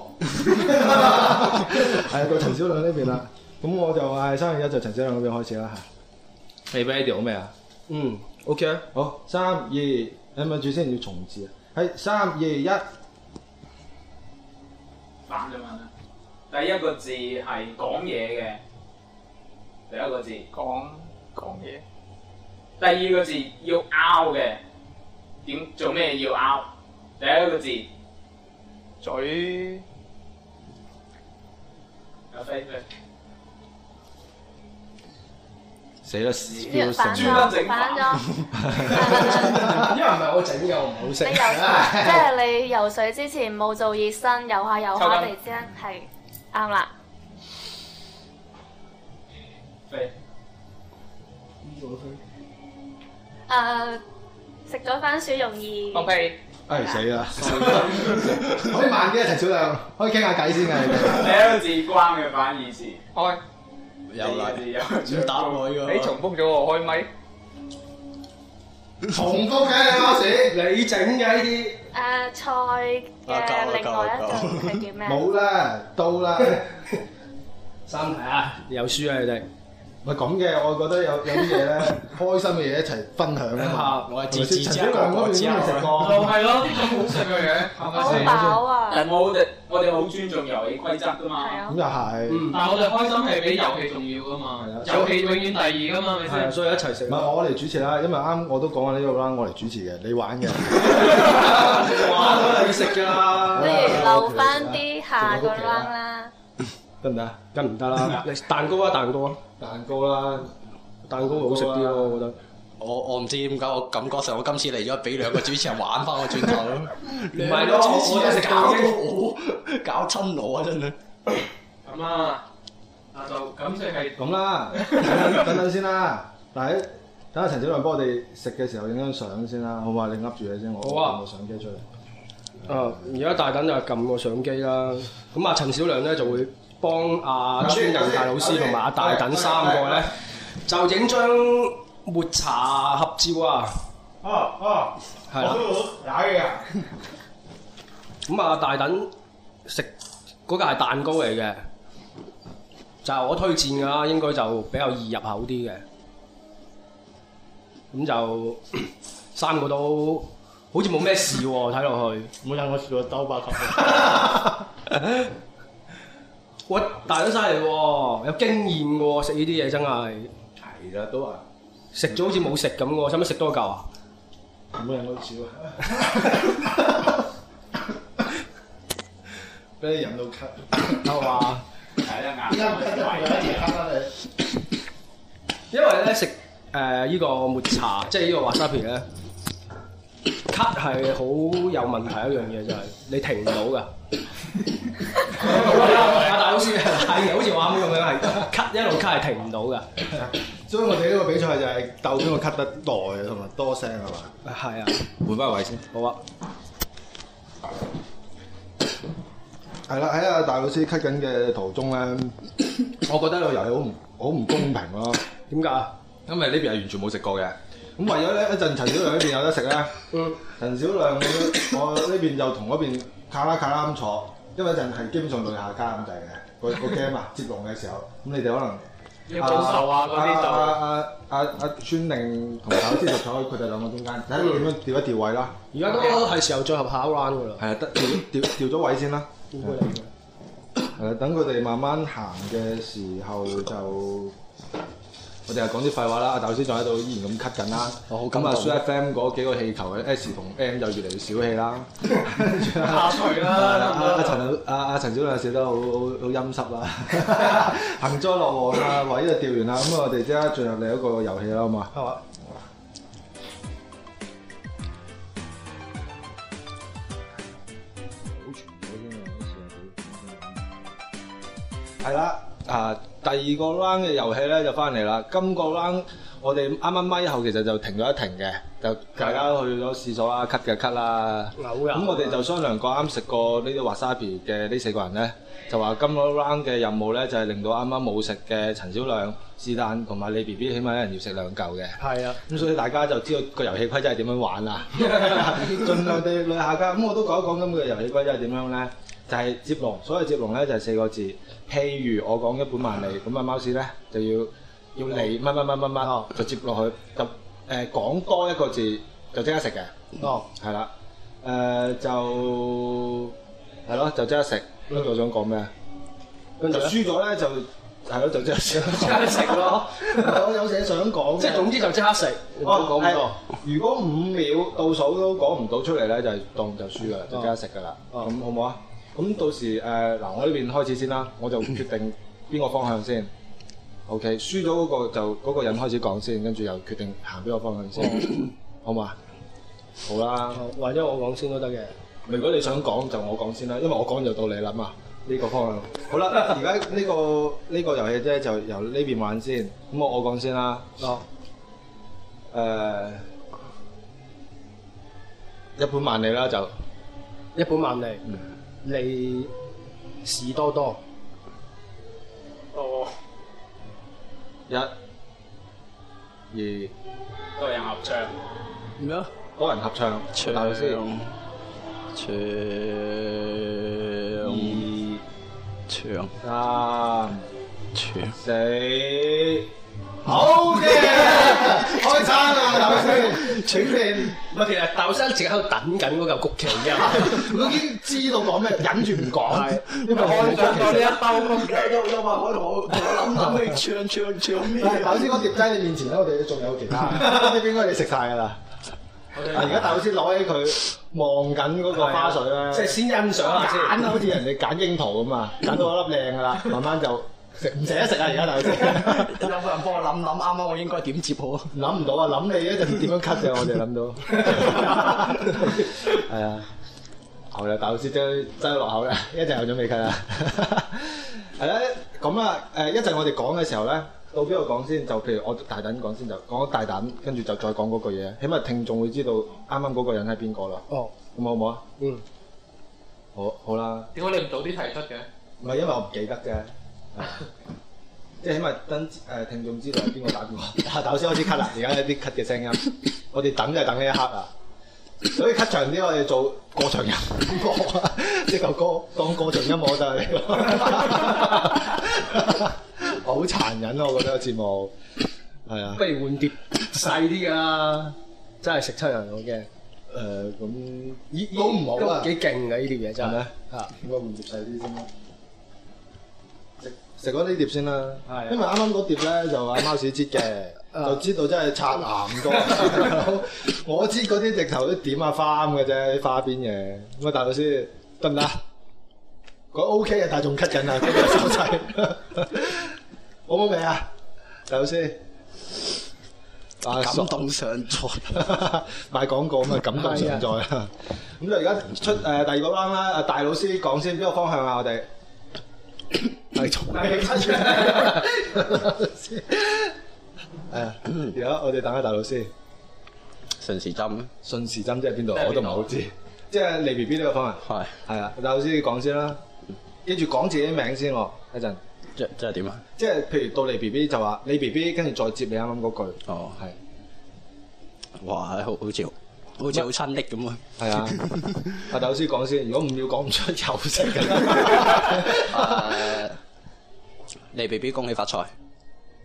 Speaker 4: 係啊，到陳小亮呢邊啦，咁我就係三二一就陳小亮嗰邊開始啦嚇，
Speaker 3: 你 ready 好未啊？嗯，OK 啊。
Speaker 4: 好，三二，你咪住先要重置啊，係三二一，
Speaker 5: 反咗問啦。第一個字係講嘢嘅，第一個字。
Speaker 2: 講講嘢，
Speaker 5: 第二個字要拗嘅，點做咩要拗？第一個字
Speaker 2: 嘴
Speaker 5: 有飛飛，
Speaker 4: 死啦，
Speaker 1: 呢個反咗，反咗。
Speaker 3: 因為唔係我整嘅，我唔好食
Speaker 1: 你游。即係你游水之前冇做熱身，游下游下突然之間係啱啦。
Speaker 5: 飛
Speaker 1: 誒，食咗番薯容易
Speaker 2: 放屁，
Speaker 4: 唉哎死啦，可以慢啲啊，陳小亮，可以傾下偈先嘅，你哋
Speaker 5: 第一個字關嘅反義詞，
Speaker 2: 開。
Speaker 5: 第
Speaker 7: 又
Speaker 5: 二個
Speaker 7: 嚟
Speaker 5: 字有
Speaker 7: 唔打我呢個
Speaker 2: 你重複咗我開咪，
Speaker 4: 重複嘅你貓屎，
Speaker 3: 你整嘅呢啲，
Speaker 1: 誒菜嘅另外一種係叫咩？
Speaker 4: 冇啦，到啦。
Speaker 3: 三題啊，有輸啊你哋。
Speaker 4: 唔係咁嘅，我覺得有有 啲嘢咧，開心嘅嘢一齊分享啊嘛。
Speaker 7: 我
Speaker 4: 係咪
Speaker 7: 係自
Speaker 4: 先
Speaker 7: 自
Speaker 4: 陳
Speaker 7: 知
Speaker 4: 小
Speaker 7: 一個
Speaker 4: 亮嗰
Speaker 7: 我
Speaker 4: 邊
Speaker 7: 知啊
Speaker 4: 都未食過，
Speaker 6: 就係咯，呢種好食嘅嘢，係咪
Speaker 1: 好
Speaker 6: 先？
Speaker 1: 飽啊！
Speaker 5: 但我哋我哋好尊重遊戲規則噶嘛。
Speaker 1: 係
Speaker 4: 咁
Speaker 1: 啊，
Speaker 4: 又係。
Speaker 3: 嗯，
Speaker 6: 但係我哋開心係比遊戲重要噶嘛
Speaker 4: 係啊，
Speaker 6: 遊戲永遠第二噶嘛，係咪
Speaker 3: 係啊，
Speaker 6: 先？
Speaker 3: 所以一齊食
Speaker 4: 唔係
Speaker 3: 咯。
Speaker 4: 我嚟主持啦，因為啱我都講緊呢個啦，我嚟主持嘅，你玩嘅。
Speaker 3: 哇，都係你食㗎啦。
Speaker 1: 不如留翻啲下個
Speaker 3: 仲
Speaker 1: round
Speaker 3: 有好奇啊
Speaker 1: 啦，
Speaker 4: 得唔得啊？
Speaker 3: 梗唔得啦！ 你蛋糕啊，蛋糕啊，
Speaker 4: 蛋糕啦，
Speaker 3: 蛋糕好食啲咯，我覺得。
Speaker 7: 我我唔知點解，我感覺上我今次嚟咗俾兩個主持人玩翻我轉頭咯。唔
Speaker 3: 係咯我我
Speaker 7: 搞到我，搞親我啊！真係。
Speaker 6: 咁啊，啊就咁即係
Speaker 4: 咁啦，等等等先啦。但係等阿陳小亮幫我哋食嘅時候影張相先啦，好嘛？你噏住你先，我
Speaker 3: 好啊
Speaker 4: 我撳個相機出嚟。
Speaker 3: 啊，而家大等就撳個相機啦。咁啊，陳小亮咧就會幫阿孫仁大老師同埋阿大等三個咧，就影張抹茶合照啊！
Speaker 4: 哦哦，
Speaker 3: 係啦。
Speaker 4: 打嘢啊！
Speaker 3: 咁啊，大等食嗰個係蛋糕嚟嘅，就係我推薦㗎啦，應該就比較易入口啲嘅。咁就 三個都 好似冇咩事喎，睇落去。
Speaker 8: 冇人我試過兜八級，
Speaker 3: 喂，大等犀利喎，有經驗嘅喎，食呢啲嘢真係
Speaker 4: 係啦，都話
Speaker 3: 食咗好似冇食咁喎，使唔使食多嚿啊？
Speaker 8: 冇人我啊試過， 俾你飲到咳，
Speaker 3: 係嘛？
Speaker 5: 係啊，
Speaker 8: 依家唔咳得我一齊咳啦你。
Speaker 3: 因為咧食誒呢個抹茶，即係呢個 wasabi 咧，咳係好有問題一樣嘢就係、你停唔到噶。阿大老師係好似我啱啱咁樣係咳一路咳係停唔到噶，
Speaker 4: 所以我哋呢個比賽就係鬥邊個咳得耐啊同埋多聲係嘛？
Speaker 3: 係啊，
Speaker 7: 換翻位先。
Speaker 3: 好啊，
Speaker 4: 係啦，喺阿大老師咳緊嘅途中 咧，我覺得呢個遊戲好唔好唔公平咯。
Speaker 3: 點解啊？
Speaker 7: 因為呢邊係完全冇食過嘅。
Speaker 4: 咁為咗咧一陣陳小亮呢邊有得食咧，
Speaker 3: 嗯，
Speaker 4: 陳小亮我我呢邊就同嗰邊卡啦卡啦咁坐，因為一陣係基本上對下家咁滯嘅個個 game 啊接龍嘅時候，咁你哋可能。
Speaker 6: 要保守啊嗰啲
Speaker 4: 啊
Speaker 6: 就
Speaker 4: 啊啊啊！孫寧同手之就坐喺佢哋兩個中間，睇下點樣調一調位啦。
Speaker 3: 而家都係時候最後下一 round 噶啦，
Speaker 4: 係啊，得調調調咗位先啦。
Speaker 3: 應該嚟
Speaker 4: 係
Speaker 3: 㗎
Speaker 4: 啦，呃等佢哋慢慢行嘅時候就，我哋又講啲廢話啦。阿豆先仲喺度依然咁咳緊啦。
Speaker 7: 我好感
Speaker 4: 咁啊
Speaker 7: 動
Speaker 4: ，Super FM 嗰幾個氣球嘅 S 同 M 就越嚟越小氣啦。
Speaker 6: 下 垂
Speaker 4: 啊
Speaker 6: 啦，
Speaker 4: 阿阿陳阿阿陳小亮寫得好好好陰濕啦， 幸災樂禍啦，位就掉完啦。咁我哋即刻進入另一個遊戲啦，好啊嘛？
Speaker 3: 係嘛？
Speaker 4: 係啦，啊，第二個 round 嘅遊戲咧就翻嚟啦。今個 round 我哋啱啱咪後其實就停咗一停嘅，就大家去咗廁所啦，咳嘅咳啦。
Speaker 3: 嘔啊！
Speaker 4: 咁我哋就商量過啱食過呢啲 wasabi 嘅呢四個人咧，就話今個 round 嘅任務咧就係、令到啱啱冇食嘅陳小亮、是但同埋你 B B 起碼一人要食兩嚿嘅。
Speaker 3: 係啊，
Speaker 4: 咁所以大家就知道個遊戲規則係點樣玩 啦，盡量地女下家。咁我都講一講今個遊戲規則係點樣咧，就係、接龍。所謂接龍咧就係、四個字，譬如我講一本萬利，咁啊貓屎咧就要要你乜乜乜乜
Speaker 3: 哦
Speaker 4: 乜，就接落去，就誒、講多一個字就即刻食嘅。
Speaker 3: 哦，
Speaker 4: 係啦，誒、就係咯，就即刻食。跟住我想講咩啊？
Speaker 3: 跟住
Speaker 4: 就
Speaker 3: 咧，
Speaker 4: 輸咗咧就係咯，就即刻食。
Speaker 3: 即刻食 咯，
Speaker 4: 我有嘢想講嘅，
Speaker 3: 即係總之就即刻食，唔好講咁多。
Speaker 4: 哦如果五秒倒數都講唔到出嚟咧，就係當就輸噶啦，就即刻食噶啦。
Speaker 3: 哦
Speaker 4: 咁好唔好啊？咁到時誒呃嗱、我呢邊開始先啦，我就決定邊個方向先。OK，輸咗嗰個就嗰、個人開始講先，跟住又決定行邊個方向先，好嘛？好啦，
Speaker 3: 哦或者我講先都得嘅。
Speaker 4: 如果你想講就我講先啦，因為我講就到你啦嘛。呢個方向好啦，而家呢個呢、個遊戲咧就由呢邊玩先，咁我我講先啦。
Speaker 3: 哦，
Speaker 4: 誒、呃一本萬利啦，就
Speaker 3: 一本萬利，利士多多。
Speaker 6: 哦，
Speaker 4: 一、二，
Speaker 5: 多人合唱，
Speaker 7: 咩啊？
Speaker 4: 多人合唱，
Speaker 7: 唱
Speaker 4: 大老師，
Speaker 7: 唱
Speaker 4: 二、
Speaker 7: 唱
Speaker 4: 三、
Speaker 7: 唱。
Speaker 4: 四，好嘅，開餐啦，大老師，請你，
Speaker 3: 唔係，其實大學生一直喺度等緊嗰嚿曲 奇啊！
Speaker 4: 我已經知道講咩，忍住唔講，因為我
Speaker 6: 看
Speaker 4: 冇
Speaker 6: 上
Speaker 4: 講其實
Speaker 6: 過呢一兜曲奇，
Speaker 7: 又又話我我諗諗你唱唱唱咩
Speaker 4: 但
Speaker 3: 哎
Speaker 4: 係大老師嗰碟仔喺你面前咧，我哋仲有其他，呢邊應該你食晒㗎啦。啊而家大老師攞起佢望緊嗰個花水咧，
Speaker 3: 即係先欣賞下先。
Speaker 4: 揀好似人哋揀櫻桃咁啊，揀到一粒靚噶啦，慢慢就食唔捨得食啊！而家大老師
Speaker 7: 有冇人幫我諗諗啱啱我應該點接好啊？
Speaker 4: 諗唔到啊，諗你一陣點樣 cut 啫，我哋諗到。係啊，好啦，大老師真真落口啦，一陣有咗未 cut 啦。係啦，咁啦，誒一陣我哋講嘅時候咧。到邊度講先？就譬如我大膽講先，就講大膽，跟住就再講嗰句嘢，起碼聽眾會知道啱啱嗰個人係邊個啦。
Speaker 3: 哦，
Speaker 4: 咁好唔好啊？
Speaker 3: 嗯，
Speaker 4: 好好啦，
Speaker 6: 點解你唔早啲提出嘅？
Speaker 4: 唔係因為我唔記得啫，係即係起碼等誒聽眾知道係邊個打 邊個。頭先開始咳啦，而家有啲咳嘅聲音，我哋等就係等呢一刻啊。所以咳長啲，我哋做過 場音樂啊，即係歌當過場音樂就係呢 個，好殘忍啊！我覺得個節目係啊，
Speaker 3: 不如換碟細啲㗎啦，真係食出人我驚。
Speaker 4: 誒咁
Speaker 3: 咦
Speaker 4: 都唔好啊
Speaker 3: 都幾勁㗎呢碟嘢真
Speaker 4: 係
Speaker 3: 係
Speaker 4: 咪。
Speaker 3: 嚇，
Speaker 4: 應該換碟細啲先啦。食食咗呢碟先啦
Speaker 3: 係啊，
Speaker 4: 因為啱啱嗰碟咧就阿貓屎擠嘅，
Speaker 3: 啊
Speaker 4: 就知道真係刷牙唔 多。我知嗰啲直頭都點下花咁嘅啫，啲花邊嘢。咁啊，大老師得唔得？ 佢 OK 啊，但係仲咳緊啊，佢個手勢。 好唔好味啊，大老 師？啊
Speaker 7: 感
Speaker 4: 爽
Speaker 7: 動上座。
Speaker 4: 賣廣告咁啊，感動常在啦。 咁就而家出誒、第二個 round 啦，啊大老師講先，邊個方向啊？ 我哋係從係 七月。係啊而家我哋等下大老師，
Speaker 7: 順時針咧，
Speaker 4: 順時針即係邊度？我都唔係好知，即係嚟 B B 呢個方
Speaker 7: 係
Speaker 4: 向。係啊，大老師講先啦，跟住講自己名先喎，一陣。
Speaker 7: 即即係點啊？
Speaker 4: 即係譬如到嚟 B B 就話你 B B，跟住再接你啱啱嗰句，
Speaker 7: 哦，
Speaker 4: 係
Speaker 7: 哇，好好似好似好親昵咁啊！
Speaker 4: 係 啊。阿大老師講先，如果唔要講唔出又啊食 㗎啦。
Speaker 7: 誒，你 B B 恭喜發財，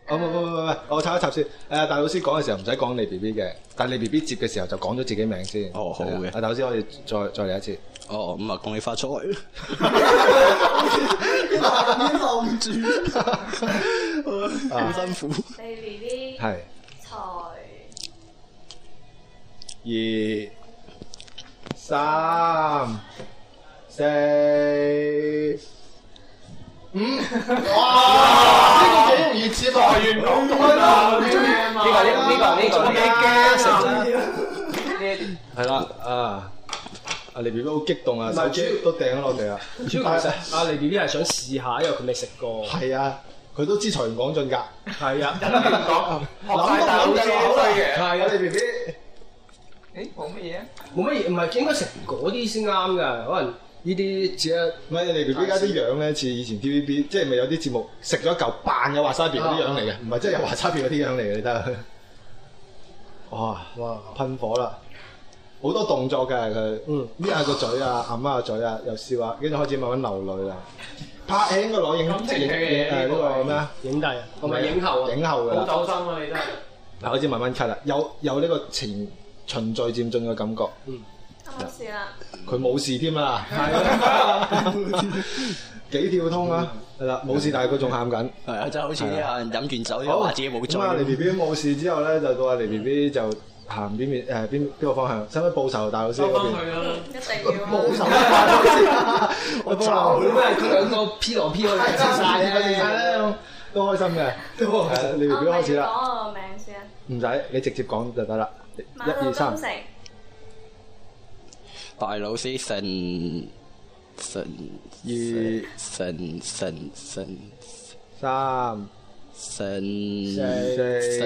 Speaker 4: 哦，唔唔唔唔，我插一插先。誒、大老師講嘅時候唔使講你 B B 嘅，但係你 B B 接嘅時候就講咗自己名先。
Speaker 7: 哦好嘅
Speaker 4: 係啊阿大老師，我哋再再嚟一次。
Speaker 7: 哦咁啊，恭喜發財。
Speaker 4: 啊
Speaker 7: 好辛苦。
Speaker 1: 你 B B
Speaker 6: 嗯
Speaker 4: 係
Speaker 1: 財
Speaker 4: 二三四
Speaker 8: 哇！呢個幾容易接啊！
Speaker 6: 完廣東啦，呢個呢呢個呢個
Speaker 4: 做
Speaker 6: 呢
Speaker 4: 咩驚啊係啦啊！阿李 B B 好激動啊，
Speaker 3: 唔係
Speaker 4: 手機都掟咗落地啊！
Speaker 3: 主要其實阿黎 B B 係想試下，因為佢未食 過。
Speaker 4: 係啊，佢都知財源廣進㗎。
Speaker 3: 係啊，
Speaker 6: 學晒大佬嘅衰嘅。
Speaker 4: 係啊，李 B B
Speaker 2: 誒冇乜嘢啊？
Speaker 3: 冇乜嘢，唔係應該食嗰啲先啱㗎。可能呢啲只係
Speaker 4: 唔係你 B B 家啲樣咧，似以前 T V B，即係咪有啲節目食咗一嚿扮有華沙
Speaker 3: 啊
Speaker 4: 皮嗰啲樣嚟嘅，唔係真係有華沙皮嗰啲樣嚟嘅，你睇下佢。哇！
Speaker 3: 哇
Speaker 4: 噴火啦！好多動作嘅佢，
Speaker 3: 嗯
Speaker 4: 搣下個嘴啊，揞下個嘴啊，又笑啊，跟住開始慢慢流淚啦。拍戲應該攞影
Speaker 6: 感情
Speaker 4: 影
Speaker 6: 戲
Speaker 4: 誒
Speaker 6: 嘅
Speaker 4: 呢
Speaker 6: 呢個
Speaker 4: 個咩啊？
Speaker 3: 影帝啊，同埋
Speaker 4: 唔係啊
Speaker 3: 影后啊。
Speaker 4: 影後㗎
Speaker 6: 好
Speaker 4: 啦，
Speaker 6: 走心啊！你真係
Speaker 4: 嗱開始慢慢 cut 啦，有有呢個前循序漸進嘅感覺。
Speaker 1: 啱啱試啦，
Speaker 4: 佢冇事添啦， 幾跳通啊！係啦，冇事，但係佢仲喊緊。
Speaker 7: 係啊，就好似啲人飲完酒又
Speaker 4: 好，
Speaker 7: 話自己冇
Speaker 4: 咁啊，黎 B
Speaker 7: 醉。
Speaker 4: B 冇事之後咧，就到阿黎 B B 就行邊面誒邊邊個方向？使唔使報仇？大老師
Speaker 6: 收
Speaker 4: 嗰
Speaker 6: 翻
Speaker 4: 邊
Speaker 6: 佢
Speaker 3: 嗯
Speaker 6: 啦。
Speaker 1: 一定要
Speaker 4: 報仇
Speaker 1: 啊！
Speaker 4: 大老師，我報
Speaker 3: 因
Speaker 4: 仇
Speaker 3: 為佢兩個 P 來 P 去
Speaker 4: 係真
Speaker 3: 食晒啊
Speaker 4: 曬
Speaker 3: 咧，
Speaker 4: 咧，都都開心嘅。係啊黎 B
Speaker 1: 我
Speaker 4: B
Speaker 1: 咪要
Speaker 4: 開始啦，
Speaker 1: 講我個名先啊！啊
Speaker 4: 唔使你直接講就得啦。一
Speaker 1: 馬路
Speaker 4: 二三
Speaker 1: 工，程
Speaker 7: 大老師成成
Speaker 4: 二
Speaker 7: 成成成
Speaker 4: 三
Speaker 7: 成
Speaker 4: 四。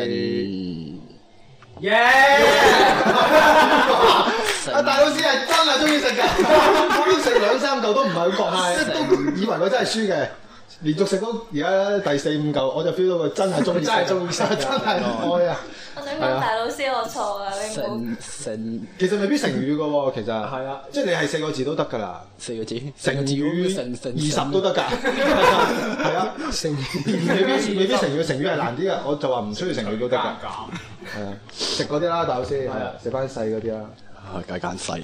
Speaker 7: 成
Speaker 4: 阿
Speaker 7: 成
Speaker 4: 大老師係真係中意食 㗎，已經食兩三嚿都唔係好覺，都以為佢真係輸嘅。連續食到而家第四五嚿，我就 feel 到佢真係中意，真係中意 食，真係愛啊！
Speaker 1: 我想
Speaker 4: 係
Speaker 1: 講
Speaker 4: 啊
Speaker 1: 大老師，我錯啦，你
Speaker 3: 啊
Speaker 1: 唔
Speaker 7: 成成
Speaker 4: 其實未必成語嘅喎，其實係
Speaker 3: 係啊，
Speaker 4: 即係你係四個字都得㗎啦，
Speaker 7: 四個字，
Speaker 4: 成語
Speaker 7: 成成
Speaker 4: 二十都得㗎，係啊，成語未必未必成語，成語係難啲嘅，我就話唔需要成語都得㗎，係啊，食嗰啲啦，大老師，係啊，食翻細嗰啲啦，
Speaker 7: 啊，梗係揀細。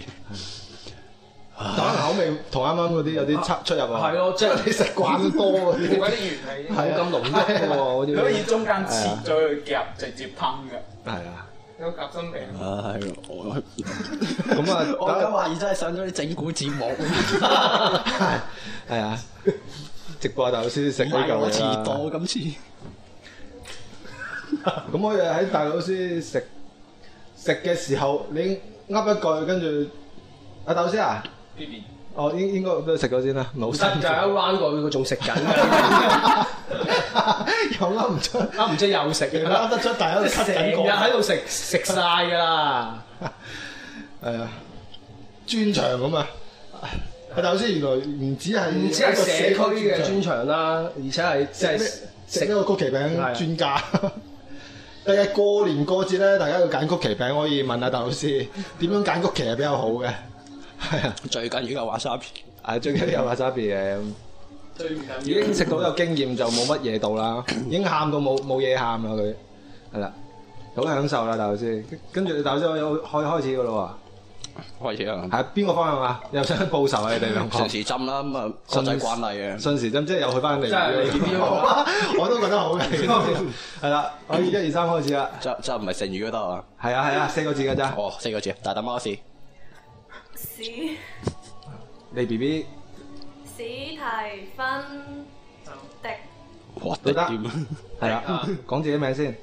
Speaker 4: 但可能口味同啱啱嗰啲有啲出出入啊，
Speaker 3: 係咯即係
Speaker 4: 你食慣多嗰啲。
Speaker 2: 嗰啲原理
Speaker 4: 係啊
Speaker 3: 冇咁濃郁嘅喎嗰啲
Speaker 5: 佢可以中間切咗去夾，直接烹嘅。
Speaker 4: 係啊，
Speaker 2: 有夾心餅。
Speaker 7: 唉，我
Speaker 4: 咁啊
Speaker 7: 我而家懷疑真係上咗啲整蠱節目，
Speaker 4: 系啊，直播頭先醒呢
Speaker 7: 買
Speaker 4: 嚿
Speaker 7: 我
Speaker 4: 嘢啊
Speaker 7: 遲
Speaker 4: 啦
Speaker 7: 到今次。
Speaker 4: 咁我哋喺大老師食食嘅時候，你噏一句，跟住阿豆師啊，
Speaker 5: 呢邊
Speaker 4: 哦應應該都食咗先啦，唔好
Speaker 3: 得
Speaker 4: 心
Speaker 3: 就一 round 過去，佢仲食緊㗎，
Speaker 4: 又噏唔出，
Speaker 3: 啊啱唔知又食
Speaker 4: 你
Speaker 3: 嘅
Speaker 4: 噏
Speaker 3: 啦，
Speaker 4: 得出，但係喺度咳
Speaker 3: 成
Speaker 4: 緊
Speaker 3: 日喺
Speaker 4: 個，
Speaker 3: 度食食晒㗎啦。
Speaker 4: 係啊，專長咁啊！阿豆師原來唔止係
Speaker 3: 唔止係社區嘅
Speaker 4: 專
Speaker 3: 專長啦，而且係即係
Speaker 4: 食
Speaker 3: 食
Speaker 4: 呢個曲奇
Speaker 3: 係啊
Speaker 4: 餅專家。 第日過年過節咧，大家要揀曲奇餅，可以問下大老師點樣揀曲奇係比較好嘅。係啊，
Speaker 7: 最緊要嘅話沙片，
Speaker 4: 啊最緊要有 wasabi 嘅。
Speaker 6: 最唔緊
Speaker 4: 已經食到有經驗就冇乜嘢到 啦，已經喊到冇冇嘢喊啦佢，係啦，好享受啦大老師。跟住大老師可以開開始噶咯
Speaker 7: 開始啊
Speaker 4: 喎，！係邊個方向啊？又想報仇啊？你哋 兩個
Speaker 7: 順時針啦，咁啊國際慣例嘅。
Speaker 4: 順時針即係又去翻嚟，
Speaker 6: 真係你點樣
Speaker 4: 我都覺得好嘅。係啦，可以一二三開始啦。
Speaker 7: 真真唔係成語嗰度啊！
Speaker 4: 係啊係啊，四個字㗎咋？
Speaker 7: 哦，四個字，大膽貓屎，
Speaker 1: 史
Speaker 4: 你 B B
Speaker 1: 史提芬迪
Speaker 7: 哇
Speaker 4: 都
Speaker 7: 得
Speaker 4: 得
Speaker 7: 掂，
Speaker 4: 係啦
Speaker 6: 啊，
Speaker 4: 講自己名先。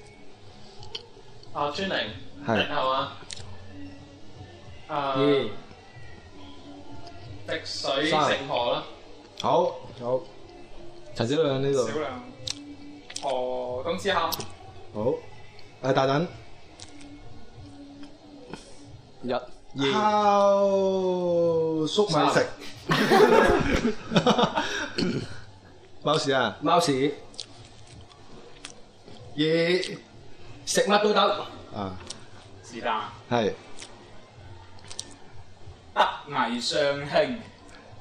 Speaker 6: 啊專寧，
Speaker 4: 係
Speaker 6: 然後啊，啊
Speaker 4: 二
Speaker 6: 滴水成河啦，
Speaker 4: 好好，陳小亮呢度
Speaker 2: 少量河東之烤，
Speaker 4: 好，誒大等。
Speaker 7: 一
Speaker 4: 烤粟米食。 貓屎啊！
Speaker 3: 貓屎，
Speaker 4: 嘢
Speaker 3: 食乜都得，
Speaker 4: 啊，
Speaker 5: 是但，
Speaker 4: 係
Speaker 5: 德藝雙馨。呢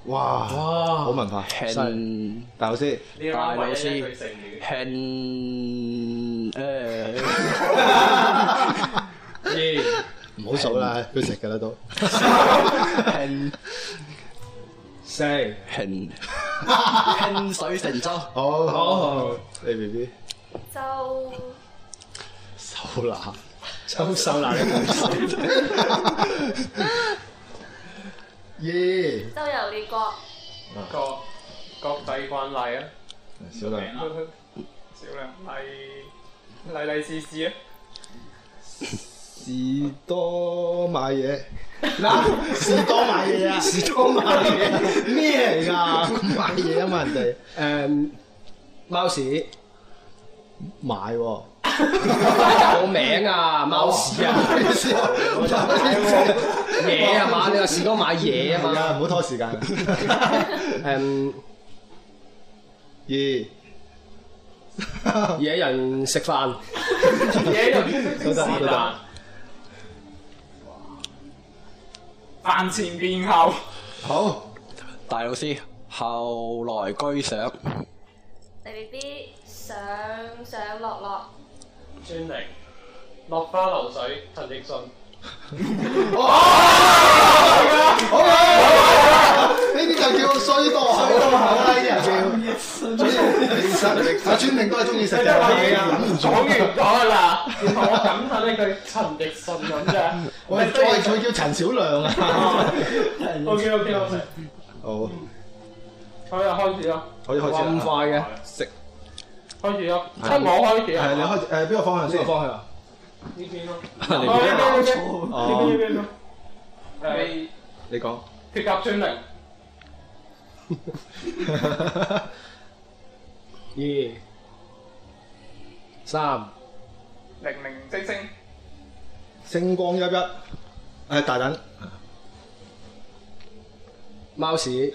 Speaker 4: 哇，好文化，犀利
Speaker 7: 輕
Speaker 4: 大老師，
Speaker 5: 一
Speaker 7: 大啊老
Speaker 5: 位
Speaker 7: 師
Speaker 5: 一句成語。
Speaker 7: 輕誒，
Speaker 4: 唔好數啦，佢食噶啦都。
Speaker 7: 輕
Speaker 3: 食
Speaker 7: 輕輕水成舟，
Speaker 4: 好好，你 B B
Speaker 1: 周
Speaker 4: 手拿
Speaker 3: 秋收啦，
Speaker 4: 耶，
Speaker 1: 周遊列國，
Speaker 6: 各各地慣例啊，
Speaker 4: 小亮
Speaker 2: 少量例例例事事啊，
Speaker 4: 士多買嘢，嗱士多買嘢啊，士多買嘢咩嚟㗎？買嘢啊嘛人哋
Speaker 3: 誒貓屎
Speaker 4: 買喎。
Speaker 3: 有名啊，貓 屎啊，嘢啊嘛，你話士多買嘢啊
Speaker 4: 係
Speaker 3: 嘛，
Speaker 4: 啊，唔好拖時間。
Speaker 3: 誒
Speaker 4: 二
Speaker 3: 野 人食飯，
Speaker 6: 嘢人
Speaker 4: 都得
Speaker 6: 是
Speaker 4: 都得
Speaker 6: 但。
Speaker 5: 飯前便後，
Speaker 4: 好
Speaker 7: 大老師後來居上，
Speaker 1: 你 B B 上上落落，
Speaker 6: 專寧，落花流水，陳奕迅。
Speaker 4: 呢啲就叫衰多口啦，呢啲人叫。阿川明都係中意食嘅，
Speaker 6: 講完咗啦，然後我感嘆一句陳奕迅咁啫。
Speaker 4: 我係我係佢叫陳小亮啊。
Speaker 6: O K O K O K，
Speaker 4: 好，
Speaker 6: 好啦，開始啦，
Speaker 4: 可以開始
Speaker 3: 咁
Speaker 4: 啦。
Speaker 3: 快嘅，
Speaker 4: 食
Speaker 6: 開始啦，得我開始啊
Speaker 4: 係你開始誒邊個方向
Speaker 3: 邊個
Speaker 4: 先？
Speaker 3: 方向啊？
Speaker 6: 呢邊咯，
Speaker 7: 你
Speaker 6: 哦
Speaker 4: 哦
Speaker 6: 呢邊呢邊呢邊呢邊咯，誒
Speaker 4: 你講。
Speaker 6: 鐵甲專寧，
Speaker 3: 二三
Speaker 2: 零零星星，
Speaker 4: 星光熠熠，誒大等。
Speaker 3: 貓屎，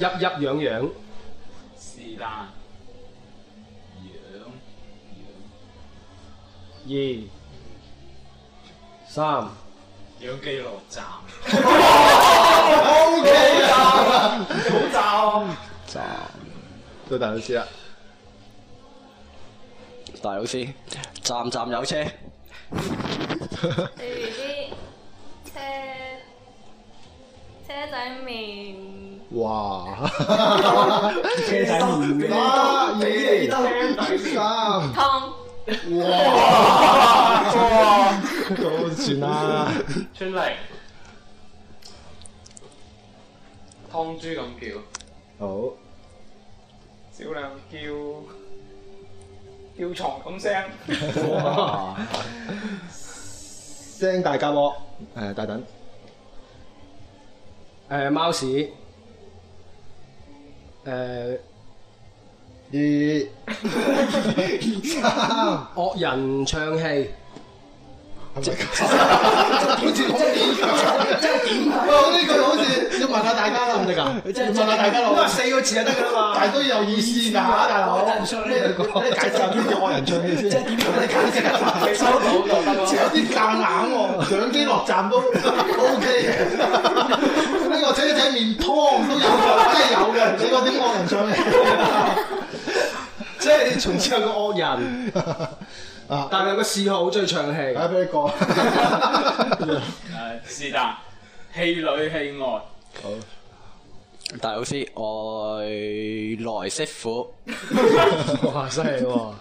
Speaker 3: 鬱鬱癢癢，
Speaker 5: 是但。
Speaker 3: 二三。
Speaker 5: 養養基落站，
Speaker 4: O K 啊，
Speaker 5: 好罩。
Speaker 4: 到大老師啦。
Speaker 7: 大老師站站有車，
Speaker 1: 你 B B 車車仔麵，
Speaker 4: 哇！
Speaker 3: 車仔麵
Speaker 4: 啊，二三，
Speaker 1: 湯
Speaker 4: 哇！
Speaker 5: 哇！
Speaker 4: 都 算啦。
Speaker 6: 川玲，
Speaker 8: 湯豬咁叫。
Speaker 4: 好，
Speaker 2: 小亮叫叫床咁聲，
Speaker 4: 聲大夾喎，誒大等，
Speaker 3: 誒貓屎，誒
Speaker 4: 二
Speaker 3: 惡人唱戲，
Speaker 8: 好似好點真係點我呢句好似要問下大家啦，唔得㗎？即係問下大家
Speaker 3: 都係
Speaker 8: 啦。
Speaker 3: 四個字就得㗎啦嘛。
Speaker 8: 但係都有意思㗎，大佬。咩解釋呢個人唱戲先？即係點樣解釋啊？收到有啲夾硬喎，上機落站都 OK 嘅。呢個車仔面湯都有嘅，真係有嘅。你個點惡人唱戲？
Speaker 3: 即係你從此有個惡人，
Speaker 4: 啊，
Speaker 3: 但係有個嗜好好中意唱戲。
Speaker 8: 啊
Speaker 4: 大家俾你講，
Speaker 5: 誒是但，戲裏戲外，
Speaker 7: 大老師，外來媳婦，
Speaker 3: 哇！犀利喎！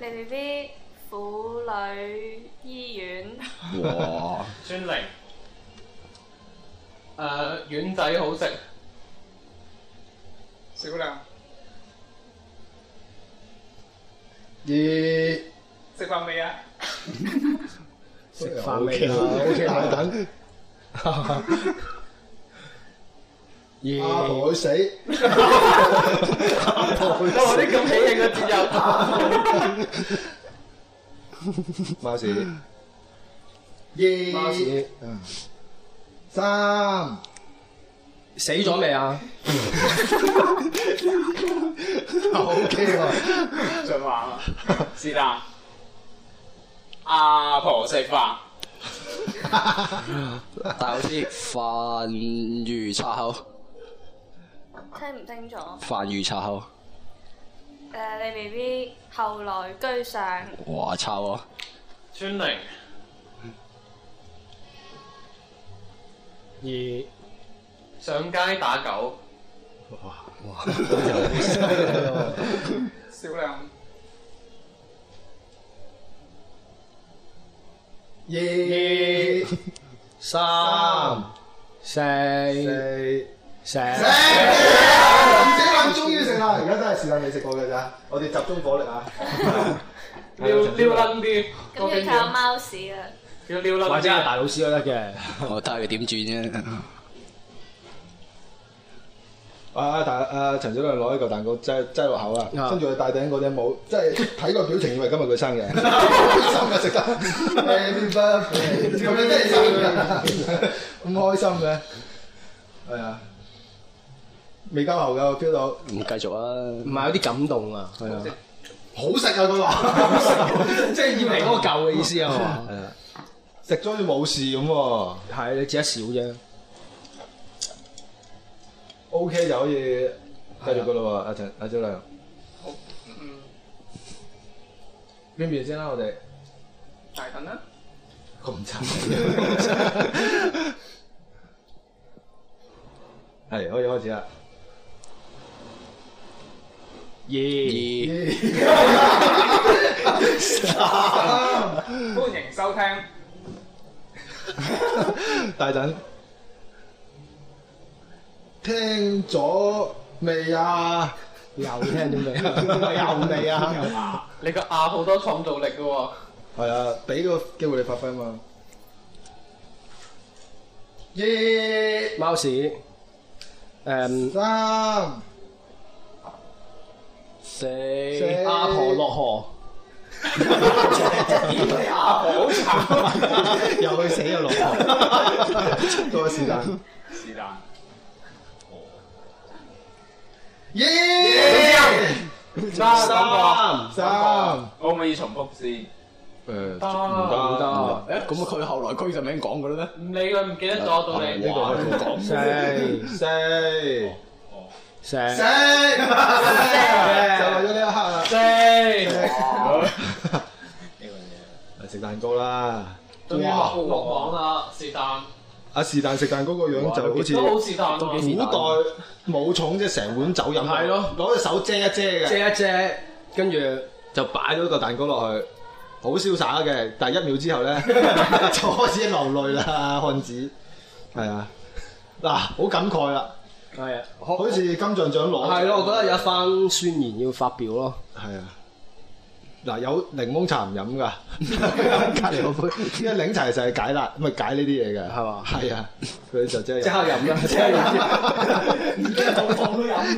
Speaker 1: 你哋啲婦女醫院
Speaker 7: 哇！
Speaker 6: 川玲，誒丸仔好食，
Speaker 2: 小亮
Speaker 4: 二。
Speaker 2: 食飯未啊？
Speaker 3: 食飯未啊？OK
Speaker 4: 大
Speaker 3: 啦，
Speaker 4: 等，阿
Speaker 3: 二
Speaker 4: 婆去死，
Speaker 6: 都有啲咁喜慶嘅 節日。
Speaker 4: 貓屎，
Speaker 3: 貓
Speaker 4: 二
Speaker 3: 屎
Speaker 4: 三，
Speaker 3: 死咗未啊？
Speaker 5: 想玩啊？是但，阿婆食飯，
Speaker 7: 大老師，飯如賊口，
Speaker 1: 聽唔清楚。誒、
Speaker 7: 飯如賊口，
Speaker 1: 你 B B 後來居上，
Speaker 7: 哇！抄啊！
Speaker 6: 川玲，
Speaker 3: 二
Speaker 6: 上街打狗，
Speaker 2: 小亮
Speaker 4: 二
Speaker 3: 三四
Speaker 4: 四。
Speaker 3: 四，
Speaker 4: 唔使諗，終於食啦！而家真係時間未食過嘅咋，我哋集中火力啊！
Speaker 6: 撩撩楞啲，多
Speaker 1: 咁
Speaker 6: 經
Speaker 1: 要靠
Speaker 6: 驗，
Speaker 1: 貓屎啊啦。
Speaker 6: 要撩楞
Speaker 3: 或者係
Speaker 6: 啲。
Speaker 3: 大老師都得嘅。
Speaker 7: 我睇下佢點轉啫。
Speaker 4: 啊！大啊陳小亮攞呢嚿蛋糕擠擠落口啊，
Speaker 3: 啊
Speaker 4: 跟住佢戴頂嗰頂帽，即係睇個表情以為今日佢生 日，開心嘅食得 Happy birthday 咁樣真係生日，咁開心嘅，係啊，未交喉㗎，我 feel 到
Speaker 7: 唔繼續
Speaker 3: 唔
Speaker 7: 啊！
Speaker 3: 係有啲感動啊，
Speaker 4: 係啊，好食啊！佢話
Speaker 3: 即係以為嗰個舊嘅意思啊嘛。
Speaker 4: 食咗好似冇事咁喎
Speaker 3: 係你只得少啫，
Speaker 4: ，OK 就可以繼續㗎啦喎，阿陳阿小亮，
Speaker 2: 好，嗯，
Speaker 4: 邊邊先啦，我哋。
Speaker 2: 大等啦，
Speaker 4: 咁差， 係可以開始啦。
Speaker 3: 二
Speaker 7: 二
Speaker 2: 歡迎收聽
Speaker 4: 大等，聽咗未啊？
Speaker 3: 又聽啊咗未？
Speaker 4: 又未啊？
Speaker 6: 你個啊好多創造力嘅喎，
Speaker 4: 係啊，俾個機會你發揮嘛。
Speaker 3: 貓屎，誒
Speaker 4: 三
Speaker 7: 四
Speaker 4: 四，
Speaker 3: 阿婆落河。
Speaker 4: 又去死又落 河，多時間。
Speaker 5: 是但，
Speaker 4: 三三，
Speaker 5: 可唔可以重複先？
Speaker 4: 誒
Speaker 6: 得，
Speaker 4: 得
Speaker 7: 誒，咁佢後來居就名講嘅咧？
Speaker 6: 唔理佢唔記得咗到你
Speaker 4: 呢。個
Speaker 6: 哇
Speaker 4: 啊係講四四。
Speaker 3: 石
Speaker 4: 死！就為咗呢一刻啊！嚟食蛋糕啦！
Speaker 6: 終於落落網啦，是但，
Speaker 4: 阿是但食蛋糕個樣就好似
Speaker 6: 都好是但喎。
Speaker 4: 古代武重，即係成碗酒飲。
Speaker 3: 係咯
Speaker 4: 攞隻手遮一遮嘅。
Speaker 3: 遮一遮，跟住
Speaker 4: 就擺咗個蛋糕落去，好瀟灑嘅，但係一秒之後咧就開始流淚啦，漢子係啊，嗱好感慨啦，
Speaker 3: 係啊，
Speaker 4: 好似金像獎攞
Speaker 3: 係咯，我覺得有一番宣言要發表咯。
Speaker 4: 係啊。嗱，有檸檬茶唔飲 㗎，隔離嗰杯，因為檸茶就係解辣，咪解呢啲嘢嘅，係嘛？係啊，佢就即係
Speaker 3: 即刻飲 啦，即刻飲。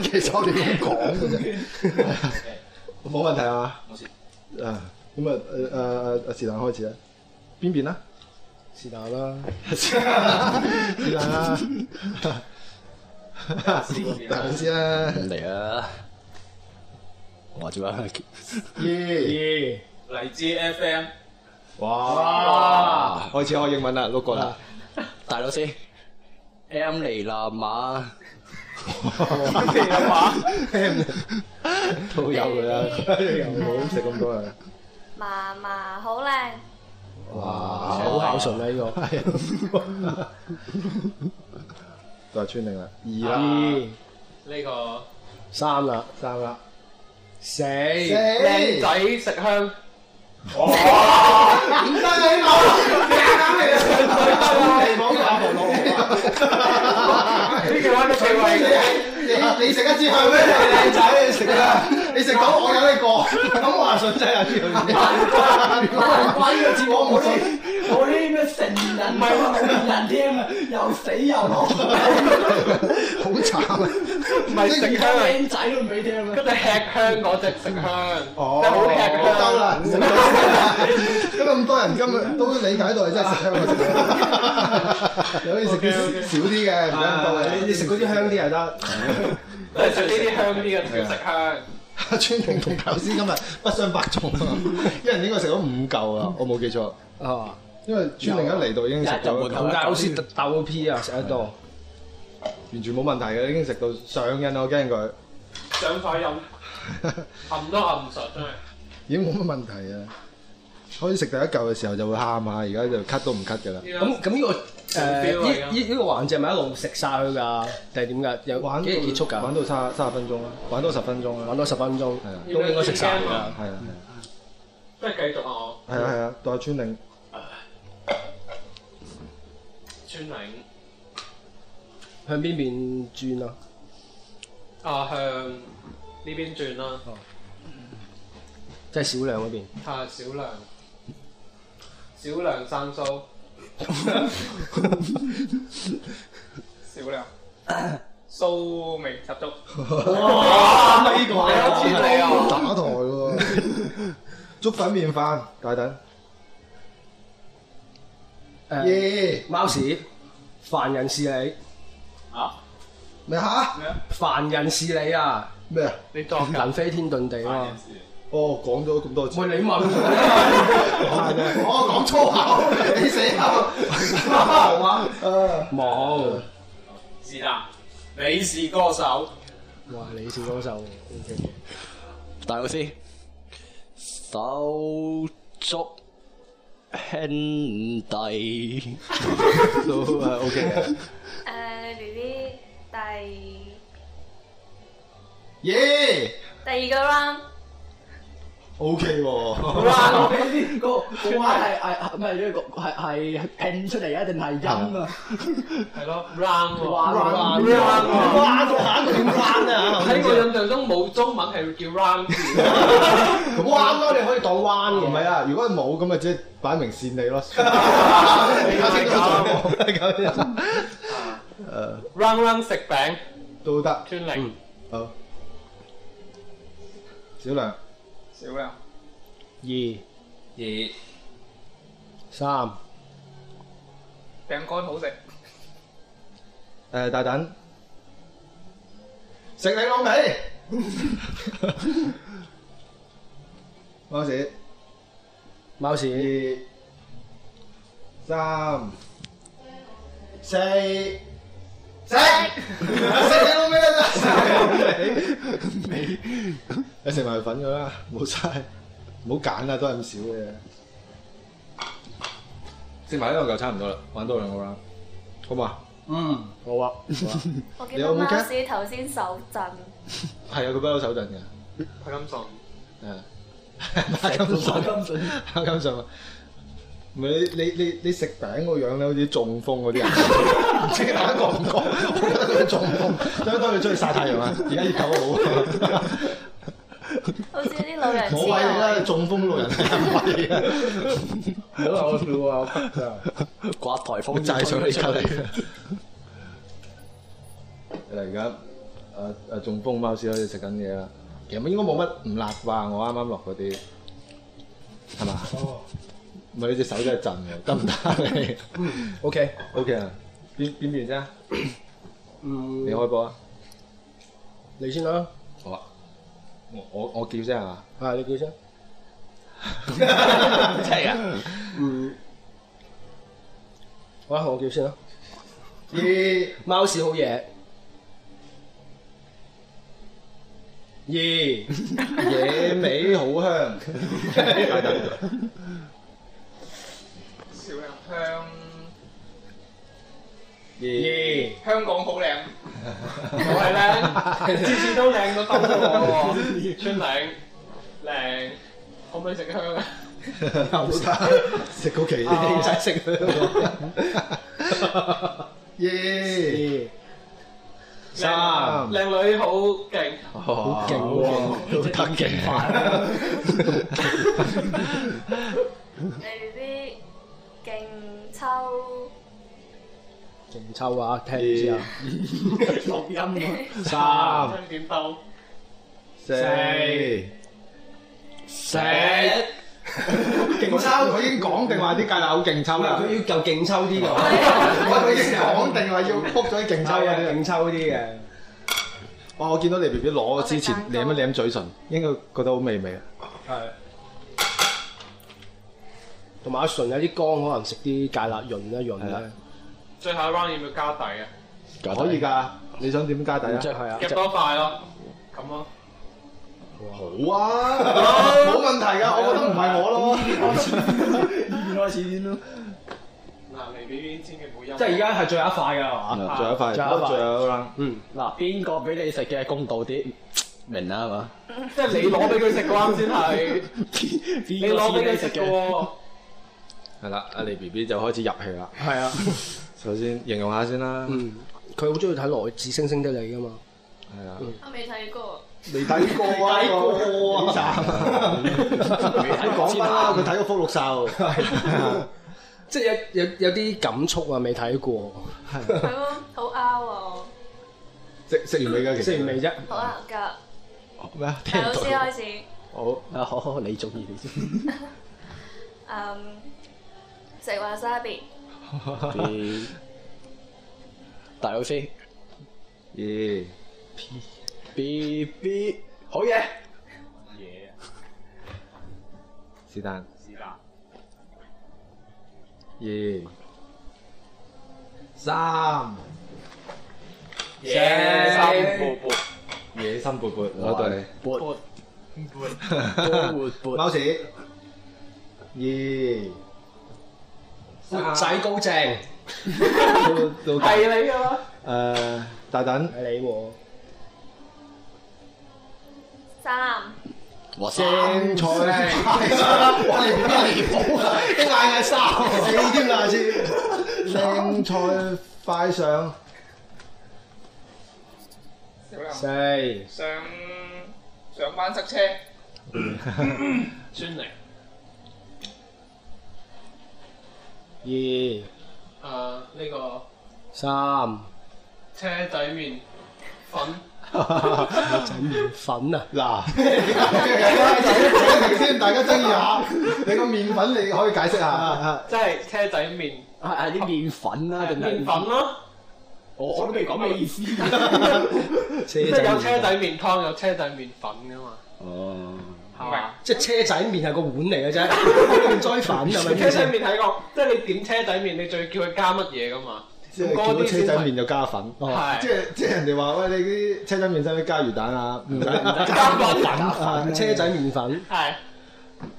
Speaker 4: 其實我哋咁講嘅啫， 冇問題啊。
Speaker 7: 冇事
Speaker 4: 誒，咁啊誒誒誒是但開始啦，啊邊啊邊啦？
Speaker 3: 是但啦，
Speaker 4: 是但啦， 等先啦。
Speaker 7: 唔嚟啊！我做咩？
Speaker 4: 耶！
Speaker 5: 荔枝 FM，
Speaker 4: 哇！開始學英文啦，六個啦。
Speaker 7: 大佬先，M 嚟啦嘛，
Speaker 4: 都有啊佢啦，唔好食咁多啊啦。
Speaker 1: 嫲嫲好靚，
Speaker 4: 哇！
Speaker 3: 好孝順啊呢個。
Speaker 4: 就係川寧啦， 二啦，
Speaker 3: 二
Speaker 6: 呢個
Speaker 3: 三啦，三啦，四。
Speaker 6: 靚仔食香，呢個呢個位
Speaker 8: 你你食一支香咩？靚仔你食啦，你食到我有呢個，咁我話信真係有呢樣嘢。怪呢個字我唔信，
Speaker 9: 我呢啲咩成年
Speaker 7: 啊
Speaker 9: 人唔係話老年人添啊，又死又老，
Speaker 4: 好慘啊！
Speaker 6: 唔係食香啊，
Speaker 9: 僆仔都唔俾聽啊！
Speaker 6: 跟住吃香嗰隻食香，
Speaker 4: 哦
Speaker 6: 真係好吃
Speaker 8: 夠
Speaker 6: 香。
Speaker 8: 啦。
Speaker 4: 咁咁多人今日都理解到你真係食香嘅，你可以食啲少啲嘅，唔緊要嘅。
Speaker 3: 你食嗰啲香啲係得，
Speaker 6: 都係食呢啲香啲嘅叫食香。
Speaker 4: 阿川婷同頭先今日不相伯仲啊！一人應該食咗五嚿啊，我冇記錯，
Speaker 3: 啊，
Speaker 4: 因為川婷一嚟到已經食
Speaker 7: 有
Speaker 4: 咗
Speaker 7: 有，
Speaker 3: 好搞先豆皮啊，食得多。
Speaker 4: 完全冇問題嘅，已經食到上癮啦，我驚佢
Speaker 6: 上快飲，含都含唔實真係。
Speaker 4: 已經冇乜問題啊！開始食第一嚿嘅時候就會喊下，而家就咳都唔咳㗎啦。
Speaker 3: 咁咁呢個誒
Speaker 6: 目標嚟㗎
Speaker 3: 呢呢呢個環節係咪一路食晒佢㗎？定係點㗎？有
Speaker 4: 玩到
Speaker 3: 幾日結束㗎？
Speaker 4: 玩到三三十分鐘啦，玩多十分鐘啦，
Speaker 3: 玩多十分嗯鐘，
Speaker 4: 係啊
Speaker 3: 都應該食晒㗎。
Speaker 4: 係啊係啊。
Speaker 6: 即係繼續啊！我
Speaker 4: 係啊係啊，代川令
Speaker 6: 川嶺
Speaker 3: 向邊邊轉啊？
Speaker 6: 啊，向呢邊轉啦，
Speaker 3: 即係小亮嗰邊。
Speaker 6: 睇下小梁，小梁生疏，
Speaker 2: 少量，酥味十足。
Speaker 6: 呢個係有錢你啊！
Speaker 4: 打台 喎，粥粉麵飯大等，
Speaker 3: 誒，
Speaker 4: 耶
Speaker 3: 貓屎，凡人是你，
Speaker 4: 咩嚇
Speaker 3: 凡人是你啊！
Speaker 4: 咩啊？
Speaker 6: 你作㗎？
Speaker 3: 人飛天遁地啊嘛！
Speaker 4: 哦，講咗咁多次，
Speaker 3: 喂，你問我
Speaker 8: 我講粗口，你死啦！
Speaker 3: 冇啊？ 冇。
Speaker 5: 是啦，你是歌手，
Speaker 3: 哇！你是歌 手，OK
Speaker 7: 大佬先，手足兄弟
Speaker 4: 都係 OK 嘅。
Speaker 1: 誒 B B 第
Speaker 4: 耶
Speaker 1: 第二個 round，
Speaker 4: ，OK 喎，
Speaker 9: 哇！我呢個個話係係唔係呢個係係拼出嚟啊，定係音啊？
Speaker 6: 係咯，round
Speaker 9: 哇
Speaker 6: 喎
Speaker 9: 哇
Speaker 6: ，round
Speaker 9: 哇！個下個點翻啊？
Speaker 6: 喺我印象中冇中文係叫 round 字，
Speaker 3: 彎咯，你可以當彎
Speaker 4: 唔
Speaker 3: 嘅。
Speaker 4: 係啊，如果冇咁咪即係擺明線你咯。
Speaker 6: round round 食餅，
Speaker 4: 都得，
Speaker 6: 川嶺
Speaker 4: 好。小梁，
Speaker 2: 少量，
Speaker 3: 二
Speaker 7: 咦，
Speaker 3: 三
Speaker 2: 餅乾好食。
Speaker 4: 誒大等，食你老味。貓屎，
Speaker 3: 貓屎，
Speaker 4: 二、三、四、
Speaker 8: 食食你老味啦！
Speaker 4: 你食埋佢粉咗啦，冇嘥，唔好揀啦，都係咁少嘅。食埋呢個嚿差唔多啦，玩多兩個啦，好嘛？
Speaker 3: 嗯，好啊。
Speaker 1: 我見
Speaker 4: 你
Speaker 1: 到
Speaker 4: 有冇
Speaker 1: 貓
Speaker 4: 驚
Speaker 1: 屎 頭先手震，
Speaker 4: 係啊，佢不嬲手震嘅，
Speaker 6: 佢咁順，
Speaker 4: 誒，馬金信，
Speaker 9: 馬金信
Speaker 4: 馬金信啊！唔係你你你你食餅個樣咧，好似中風嗰啲人，唔知大家覺唔覺？我覺得佢中風，相當佢中意曬太陽啊！而家熱狗好。
Speaker 1: 好似啲老人
Speaker 4: 冇位啦，
Speaker 1: 痴
Speaker 4: 中風老人係有位
Speaker 9: 好啦，我笑啊，我咳咋
Speaker 7: 刮台風
Speaker 4: 嘅，就係想你出嚟。
Speaker 7: 嚟。
Speaker 4: 嗱，而家誒誒中風貓屎可以食緊嘢啦，其實應該冇乜唔辣啩，我啱啱落嗰啲係嘛？唔係你隻手真係震嘅，得唔得你
Speaker 3: ？OK，
Speaker 4: ？OK à, 啊，邊邊邊啫？
Speaker 3: 嗯
Speaker 4: 你，開波啊！
Speaker 3: 你先啦，
Speaker 4: 好啊，我我我叫聲係嘛？
Speaker 3: 係你叫先。
Speaker 4: 真係啊！
Speaker 3: 嗯，好啦，我叫先啦。二貓屎好嘢。二
Speaker 4: 野味好香，
Speaker 2: 少人香
Speaker 4: 二
Speaker 2: 香港好靚，我係咧次次都靚到兜我喎，春嶺靚，可唔可以食香啊？
Speaker 4: 牛沙食個
Speaker 3: Ờ,
Speaker 4: 奇唔使食佢。耶！
Speaker 3: 二
Speaker 4: 三
Speaker 2: 靚女好勁，
Speaker 4: 好
Speaker 3: 勁喎
Speaker 4: 都得嘅，
Speaker 1: 你哋啲勁抽
Speaker 3: 勁抽啊，聽唔知啊。
Speaker 9: 錄音啊！
Speaker 4: 三
Speaker 2: 張點兜？
Speaker 4: 四
Speaker 9: 食
Speaker 4: 勁抽，佢已經講定話啲芥辣好勁抽
Speaker 3: 咁啊，
Speaker 4: 啦
Speaker 3: 佢。要夠勁抽啲㗎。
Speaker 4: 佢已經講定話要 book 咗啲勁抽
Speaker 3: 抽啊，
Speaker 4: 嗰啲。
Speaker 3: 勁抽啲嘅。
Speaker 4: 哦，我見到你 B B 攞之前
Speaker 1: 我食蛋
Speaker 4: 舐
Speaker 1: 糕
Speaker 4: 一舐嘴唇，應該覺得好美味啊。
Speaker 3: 係。同埋阿純有啲光，可能食啲芥辣潤一潤
Speaker 4: 係
Speaker 3: 咧
Speaker 4: 啊。
Speaker 2: 最後一 round 要唔要加底啊？
Speaker 4: 可以㗎，你想點加底啊？
Speaker 3: 係啊，
Speaker 2: 夾多塊咯，咁咯。
Speaker 4: 好啊，冇問題㗎，我覺得唔係我咯。
Speaker 9: 開始先咯，
Speaker 2: 嗱，嚟俾邊先嘅每音，
Speaker 3: 即係而家係最後一塊㗎係
Speaker 7: 嗯
Speaker 3: 嘛？
Speaker 4: 仲有一塊，
Speaker 9: 仲有一塊
Speaker 4: 仲有啦。
Speaker 3: 嗯，
Speaker 9: 嗱，邊個俾你食嘅公道啲？
Speaker 7: 明啦係嘛？
Speaker 2: 嗯即係你攞俾佢食嘅啱先 係，
Speaker 9: 你
Speaker 2: 你攞俾佢食嘅喎。
Speaker 4: 係啦，阿黎 B B 就開始入戲啦。
Speaker 3: 係啊，
Speaker 4: 首先形容下先啦，
Speaker 3: 嗯，佢好中意睇《來自星星的你》㗎嘛。
Speaker 4: 係啊，
Speaker 1: 我未睇過，
Speaker 4: 未睇過啊，睇過啊，未睇講翻啦，佢睇過福祿壽，
Speaker 3: 即係有有有啲感觸啊，未睇過，
Speaker 1: 係咯，好拗喎，
Speaker 4: 食食完未㗎？其實
Speaker 3: 食完未啫？
Speaker 1: 好拗㗎。
Speaker 4: 咩啊？聽
Speaker 1: 大
Speaker 4: 唔
Speaker 1: 老師
Speaker 4: 到。
Speaker 1: 開始，
Speaker 4: 好，
Speaker 9: 啊，好好，你中意你中意。
Speaker 1: 嗯，食 wasabi，
Speaker 7: 啲大老師
Speaker 4: 咦？
Speaker 7: B B 好嘢，
Speaker 5: 嘢啊
Speaker 4: 是但，
Speaker 5: 是啦，
Speaker 4: 咦？三
Speaker 5: Dạ. 嘢三步步，
Speaker 4: 野心勃勃，我對
Speaker 9: 撥撥撥
Speaker 4: 你，
Speaker 9: 撥
Speaker 4: 貓屎，咦？
Speaker 3: 活仔高正，係
Speaker 4: 都都計
Speaker 2: 係你㗎啦，
Speaker 4: 誒，大等
Speaker 3: 你喎，
Speaker 1: 三，
Speaker 7: 哇塞！
Speaker 4: 精彩，
Speaker 8: 我哋邊離譜啊！都嗌嗌三
Speaker 4: 四添啦先，精彩快上。
Speaker 2: 小亮
Speaker 3: 四
Speaker 2: 上上班塞車，
Speaker 6: 專力
Speaker 3: 二
Speaker 6: 啊呢個
Speaker 3: 三，
Speaker 6: 車仔麵粉
Speaker 3: 粉啊，
Speaker 4: 嗱，仔先，大家爭議下，你個麵粉你可以解釋下，
Speaker 6: 即係車仔麵
Speaker 9: 係係啲麵粉啦，定係
Speaker 6: 麵粉 咯，
Speaker 9: 我我都未講咩意思。
Speaker 6: 即係
Speaker 3: 麵
Speaker 6: 有車仔麵湯有車仔麵粉㗎嘛，
Speaker 7: 哦，
Speaker 2: 唔
Speaker 6: 係
Speaker 2: 係
Speaker 6: 嘛？
Speaker 3: 即係車仔麵係個碗嚟嘅啫， 唔再粉係咪先
Speaker 6: 車仔麵係個，即係你點車仔麵，你仲要叫佢加乜嘢㗎嘛？
Speaker 4: 即係見到車仔麵就加粉，
Speaker 6: 係
Speaker 4: 即係即係人哋話喂你啲車仔麵使唔使加魚蛋啊？唔使，
Speaker 6: 加粉
Speaker 3: 啊，車仔麵 粉
Speaker 6: 係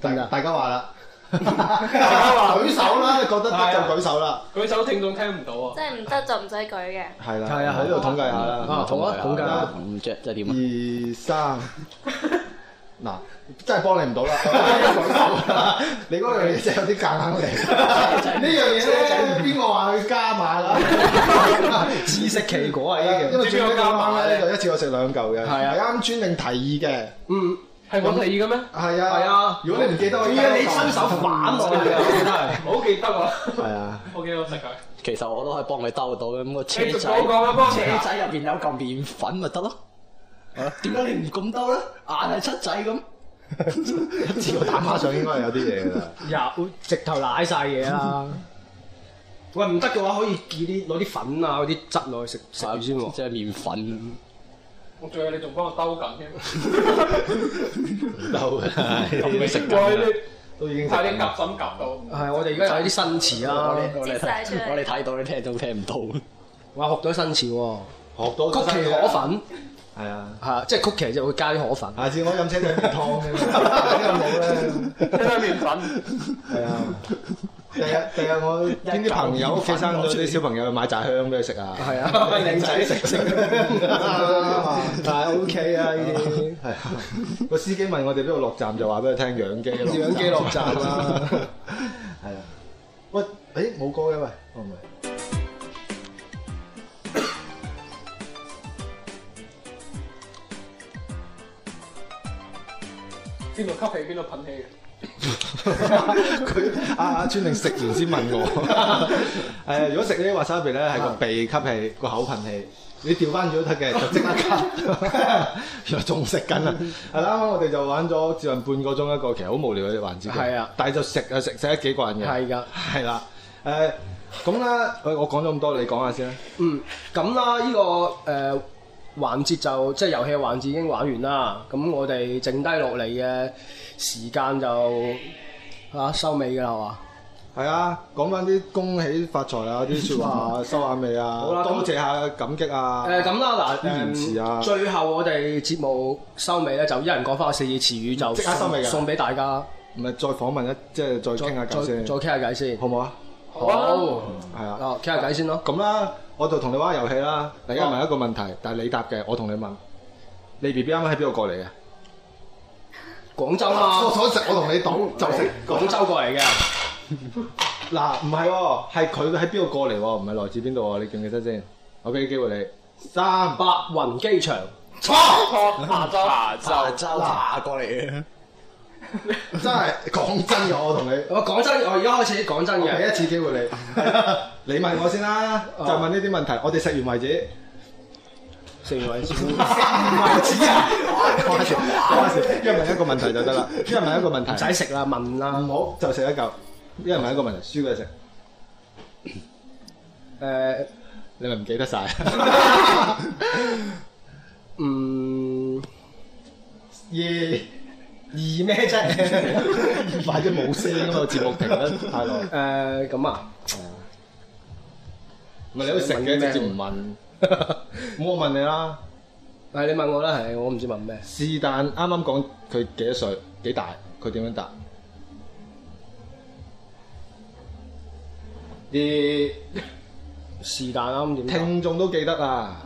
Speaker 3: 得
Speaker 4: 大
Speaker 3: 唔得？
Speaker 4: 大家話啦，
Speaker 6: 話
Speaker 4: 舉手啦，覺得得就舉手啦，
Speaker 6: 舉手聽眾聽唔到啊
Speaker 1: 即！係唔得就唔使舉嘅。
Speaker 4: 係啦，
Speaker 3: 係啊
Speaker 7: 啊
Speaker 4: 喺度統計下啦，
Speaker 3: 啊好啊統計下
Speaker 9: 嗯
Speaker 7: 咁即係即係點啊？
Speaker 4: 二三，嗱，真係幫你唔到啦，你嗰樣嘢真係有啲夾硬嚟。呢樣嘢咧，邊個話佢加碼啦？自食其果啊！呢樣因為最緊要啱咧，就一次我食兩嚿嘅，係啊，啱專定提議嘅，
Speaker 6: 嗯，係我提議嘅咩？
Speaker 4: 係啊，係啊。如果你唔記得，我依
Speaker 6: 係啊，你親手反我嘅，真係我好記得喎。
Speaker 4: 啊係啊。
Speaker 6: OK，我食佢。
Speaker 7: 其實我都係幫佢兜到嘅，咁個
Speaker 6: 繼
Speaker 7: 車
Speaker 6: 續
Speaker 7: 仔
Speaker 6: 講講啦，幫
Speaker 9: 車
Speaker 6: 你。
Speaker 9: 仔入邊有嚿麵
Speaker 7: 粉咪得咯。
Speaker 9: 啊點解你唔咁兜咧？硬係七仔咁，
Speaker 4: 知我打孖上應該係有啲嘢㗎啦。
Speaker 8: 有直頭舐晒嘢
Speaker 3: 啊
Speaker 8: 啦。
Speaker 3: 喂，唔得嘅話，可以叫啲攞啲粉啊，嗰啲汁落去食食住先喎。
Speaker 7: 啊即係麵粉
Speaker 6: 我仲有你仲幫我兜緊添，
Speaker 4: 嬲嘅，
Speaker 6: 食緊。
Speaker 4: 都已經食
Speaker 6: 差啲
Speaker 4: 緊
Speaker 6: 夾
Speaker 4: 啦。
Speaker 6: 心夾到。
Speaker 3: 係，我哋而家有啲新詞
Speaker 9: 啊
Speaker 7: 我
Speaker 3: 啦，
Speaker 7: 哋我哋
Speaker 1: 擠晒出嚟
Speaker 7: 睇我哋睇到，你聽到聽唔到。
Speaker 3: 哇，學到新詞喎，
Speaker 4: 學到
Speaker 3: 曲奇河粉
Speaker 4: 係啊，
Speaker 3: 係啊，即係曲奇就會加啲河粉。
Speaker 4: 下次我飲車仔麵湯嘅，呢個冇咧。
Speaker 6: 車仔麵粉，
Speaker 4: 係啊， 第日第日我邊啲朋友屋企生咗啲小朋友去買炸香俾佢食啊，
Speaker 3: 係啊，靚仔食食
Speaker 4: 但係 OK 啊呢啲係啊，個司機問我哋邊度落站就話俾佢聽養雞落
Speaker 3: 養雞落站啊，
Speaker 4: 係啊，喂，誒冇歌嘅喂，哦唔係，
Speaker 6: 邊度吸氣邊度噴氣嘅。
Speaker 4: 佢阿阿川令食完先問 我，誒如果食呢啲滑沙皮咧係個鼻吸氣個口噴氣。你調翻轉都得嘅，就即刻咳。 原來仲食緊啊！係啦，啱啱我哋就玩咗接近半個鐘一個其實好無聊嘅環節嘅。
Speaker 3: 係啊
Speaker 4: 但係就食啊食食得幾過癮嘅。
Speaker 3: 係㗎。
Speaker 4: 係啦，誒咁咧，喂我講咗咁多，你講下先啦。
Speaker 3: 嗯，咁啦，呢、個誒、呃、環節就即係遊戲嘅環節已經玩完啦。咁我哋剩低落嚟嘅時間就啊收尾㗎啦，係嘛？
Speaker 4: 係啊，講翻啲恭喜發財啊，啲説話啊收下尾啊，
Speaker 3: 好啦咁
Speaker 4: 多謝下感激啊。
Speaker 3: 誒呃咁啦，嗱
Speaker 4: 啲言辭
Speaker 3: 誒、
Speaker 4: 啊
Speaker 3: 最後我哋節目收尾咧，就一人講翻四字詞語就
Speaker 4: 嗯即刻收尾㗎
Speaker 3: 送送俾大家，
Speaker 4: 唔係再訪問一，即係再
Speaker 3: 再
Speaker 4: 傾下
Speaker 3: 再
Speaker 4: 偈先
Speaker 3: 再，傾下偈先。
Speaker 4: 好唔好啊？
Speaker 6: 好啊，
Speaker 4: 係啊。
Speaker 3: 啊，傾下偈先咯。
Speaker 4: 咁啦，我就同你玩個遊戲啦。大家問一個問題，但係你答嘅，我同你問。你 B B 啱啱喺邊度過嚟嘅？
Speaker 3: 廣 州啦，
Speaker 4: 所食，我同你賭就食。
Speaker 3: 廣州過嚟嘅。
Speaker 4: 嗱，唔係喎，係佢喺邊度過嚟喎？唔係來自邊度喎？你記唔記得先？我俾機會你。三
Speaker 3: 白雲機場，
Speaker 6: 錯下周下
Speaker 7: 亞洲爬過嚟嘅，
Speaker 4: 真係講真嘅，我同你。
Speaker 3: 我講真，我而家開始講真
Speaker 4: 我俾
Speaker 3: 嘅。
Speaker 4: 一次機會 你，你問我先啦，就問呢啲問題，我哋食完為止。
Speaker 3: 四位 先，
Speaker 4: 為止 啊！ 講下先，講下先，一人問一個問題就得啦，一人問一個問題，
Speaker 3: 唔使食啦，問啦。
Speaker 4: 唔好啊就食一嚿，一人問一個問題，輸 嘅食，
Speaker 3: 誒、
Speaker 4: 嗯你咪唔記得晒。
Speaker 3: 嗯，
Speaker 4: 耶！二咩 啫？快啲冇聲啊嘛，節目停得太耐。
Speaker 3: 誒、咁啊，
Speaker 4: 唔係你都食嘅，直接唔 問。咁我問你啦，
Speaker 3: 係你問我啦，係我唔知問咩。
Speaker 4: 是但啱啱講佢幾多歲、幾大，佢點樣答？啲
Speaker 3: 是但啱點答？
Speaker 4: 聽眾都記得啊，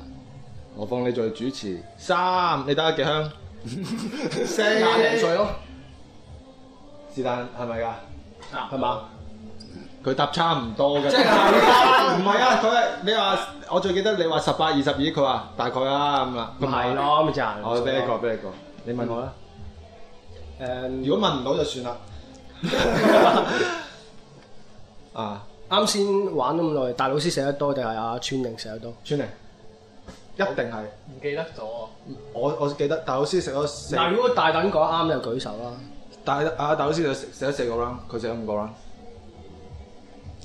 Speaker 4: 何況你做主持。三，你打咗幾 香？四
Speaker 3: 廿零歲咯，
Speaker 4: 是但係咪㗎？啊
Speaker 3: 係嘛？
Speaker 4: 佢答差唔多嘅，
Speaker 3: 即係佢
Speaker 4: 唔係啊！佢係你話我最記得你話十八二十二，佢話大概啊咁啦。
Speaker 3: 唔係，咯，嗯咪就係。
Speaker 4: 我俾 你個，俾你個，你問我啦。
Speaker 3: 誒，
Speaker 4: 如果問唔到就算 啦。啊，
Speaker 3: 啱先玩咗咁耐，大老師寫得多定係阿川寧寫得多？
Speaker 4: 川玲，一定係
Speaker 6: 唔記得咗。
Speaker 4: 我我記得大老師食咗四，
Speaker 3: 嗱，如果大等講啱就舉手啦。
Speaker 4: 大啊大老師就食食咗四個啦，佢食咗五個啦。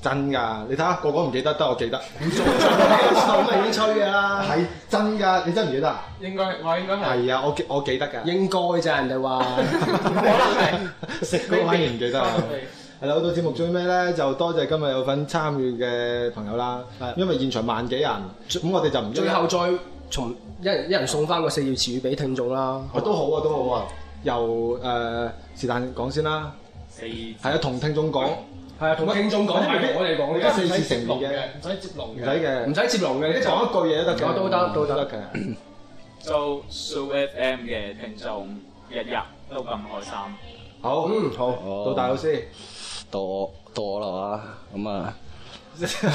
Speaker 4: 真㗎，你睇下個個唔記得，得我記得。唔做，
Speaker 3: 咁明顯吹㗎啦，
Speaker 4: 係真㗎，你真唔記得啊？
Speaker 6: 應該我應該係，
Speaker 4: 係啊，我記我記得㗎。
Speaker 3: 應該就係人哋話。
Speaker 6: 可能係。
Speaker 4: 食嗰位唔記得啊。係啦，到節目最尾咧，就多謝今日有份參與嘅朋友啦
Speaker 3: 係。
Speaker 4: 因為現場萬幾人，咁我哋就唔
Speaker 3: 最後再從一人一人送翻個四字詞語俾聽眾啦。
Speaker 4: 哦都好啊，都好啊。由誒是但講先啦，
Speaker 5: 四字
Speaker 4: 係啊，同聽眾講，
Speaker 3: 係啊，同聽眾講，唔係我哋講
Speaker 4: 而
Speaker 3: 嘅
Speaker 4: 家，四字成語嘅，
Speaker 6: 唔使接龍
Speaker 4: 唔使
Speaker 6: 嘅。
Speaker 4: 嘅，
Speaker 3: 唔使接龍嘅，
Speaker 4: 你
Speaker 3: 呢
Speaker 4: 講一句嘢都得嘅，
Speaker 3: 都得都得
Speaker 4: 嘅。
Speaker 5: 做 Show FM 嘅聽眾，日日都咁開心。
Speaker 4: 好，嗯，好，到大老師，
Speaker 7: 到我到我啦嘛，咁啊，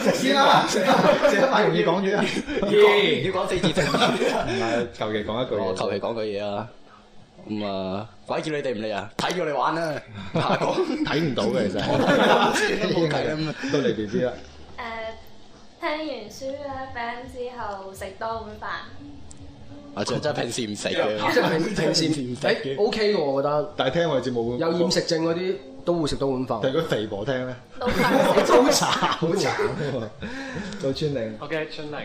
Speaker 4: 食先啦，食食得快容易講嘢啊，
Speaker 7: 要講四字定
Speaker 4: 唔係，求其講一句
Speaker 7: 哦我求
Speaker 4: 嘢，
Speaker 7: 其講句嘢啊。咁啊，鬼叫你哋唔理啊，睇住你玩 啦。下個
Speaker 4: 睇唔到
Speaker 7: Dạ.
Speaker 4: 嘅其實，
Speaker 7: 冇計啦咁啊
Speaker 4: 到你 B B 啦，
Speaker 1: 誒，聽完書啦 band 之後食多碗飯，
Speaker 7: 阿張真係平時唔食嘅，
Speaker 3: 即係平平時
Speaker 7: 唔食
Speaker 3: 誒
Speaker 7: 嘅。
Speaker 3: O K 喎，我覺得
Speaker 4: 但係聽我哋節目會
Speaker 3: 有厭食，症嗰啲都會食到碗
Speaker 4: 但係
Speaker 3: 飯。
Speaker 4: 如果肥婆聽咧，
Speaker 1: 老飯
Speaker 4: 好慘，好慘喎，到村令。
Speaker 6: OK，春 À, 玲，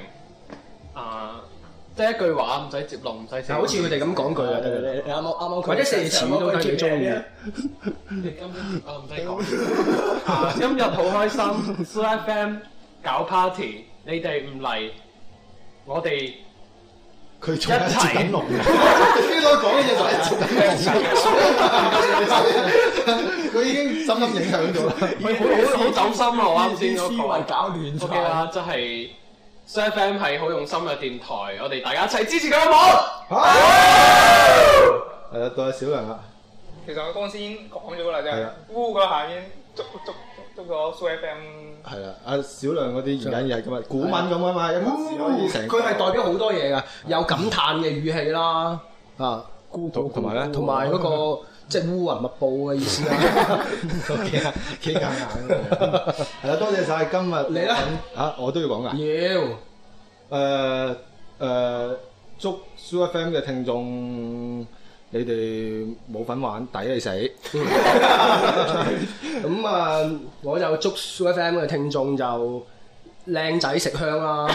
Speaker 6: 啊，即係一句話唔使接龍，唔使寫。
Speaker 3: 好似佢哋咁講句啊，
Speaker 7: 你
Speaker 3: 得啦
Speaker 7: 你你啱啱啱啱佢
Speaker 3: 或者四次都得，幾中意。
Speaker 6: 你今日啊唔使講，啊今日好開心，Soo FM 搞 party，你哋唔嚟，我哋
Speaker 4: 佢仲有一節緊龍嘅，
Speaker 10: 邊個講嘅嘢就係接
Speaker 4: 佢已經深深影響咗啦。
Speaker 6: 喂好好走心啊！我啱先
Speaker 7: 思
Speaker 6: 嗰個
Speaker 7: 維搞亂
Speaker 6: O
Speaker 7: 咗
Speaker 6: K 啦，即係 Soo FM 係好用心嘅電台，我哋大家一齊支持佢好冇？
Speaker 4: Ờ, 係啦，到阿小梁啦，
Speaker 2: 其實我剛先講咗啦，即
Speaker 4: 係
Speaker 2: 係
Speaker 4: 啊
Speaker 2: 烏嗰下已經捉捉捉咗 s FM
Speaker 4: 係啦，阿小梁嗰啲言簡意賅咁啊，古文咁啊嘛，一文字可以成個。
Speaker 3: 嗯佢係 代表好多嘢噶，有感嘆嘅語氣啦，啊，孤
Speaker 4: 同同埋咧
Speaker 3: 同埋嗰個即係烏雲密布嘅意思啊啦。
Speaker 4: 幾硬幾硬硬嘅。係啦，多謝晒今日
Speaker 3: 你啦
Speaker 4: 嚇，我都要
Speaker 3: Dạ.
Speaker 4: 講噶。
Speaker 3: 妖，
Speaker 4: 誒誒，呃祝 Su FM 嘅聽眾，你哋冇份玩，抵你死。
Speaker 3: 咁啊，我就祝 Super FM 嘅聽眾就靚仔食香啦，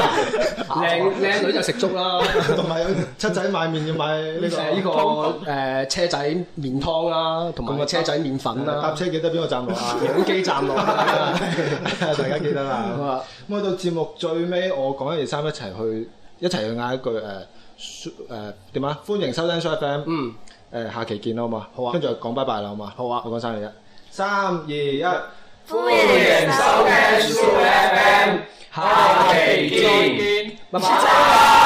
Speaker 3: 靚靚女就食粥啦。
Speaker 4: 同埋有七仔買面要買呢
Speaker 3: 誒呢
Speaker 4: 個。
Speaker 3: 個誒車仔麵湯啦，同埋車仔麵粉
Speaker 4: 啊搭
Speaker 3: 啦，
Speaker 4: 車記得邊個站落 啊？
Speaker 3: 養雞站落
Speaker 4: 大家記得
Speaker 3: 好
Speaker 4: 啦
Speaker 3: 啊。
Speaker 4: 咁去到節目最尾，我講一二三一齊去一齊去嗌一句誒舒誒點啊？歡迎收聽 Show FM。
Speaker 3: 嗯。
Speaker 4: 誒，呃下期見啦，好嘛？
Speaker 3: 好啊
Speaker 4: 跟住就講拜拜啦，好嘛？
Speaker 3: 好啊
Speaker 4: 我講三二一，三二一，
Speaker 1: 歡迎收聽
Speaker 6: Soo FM，下期見。
Speaker 3: 拜拜。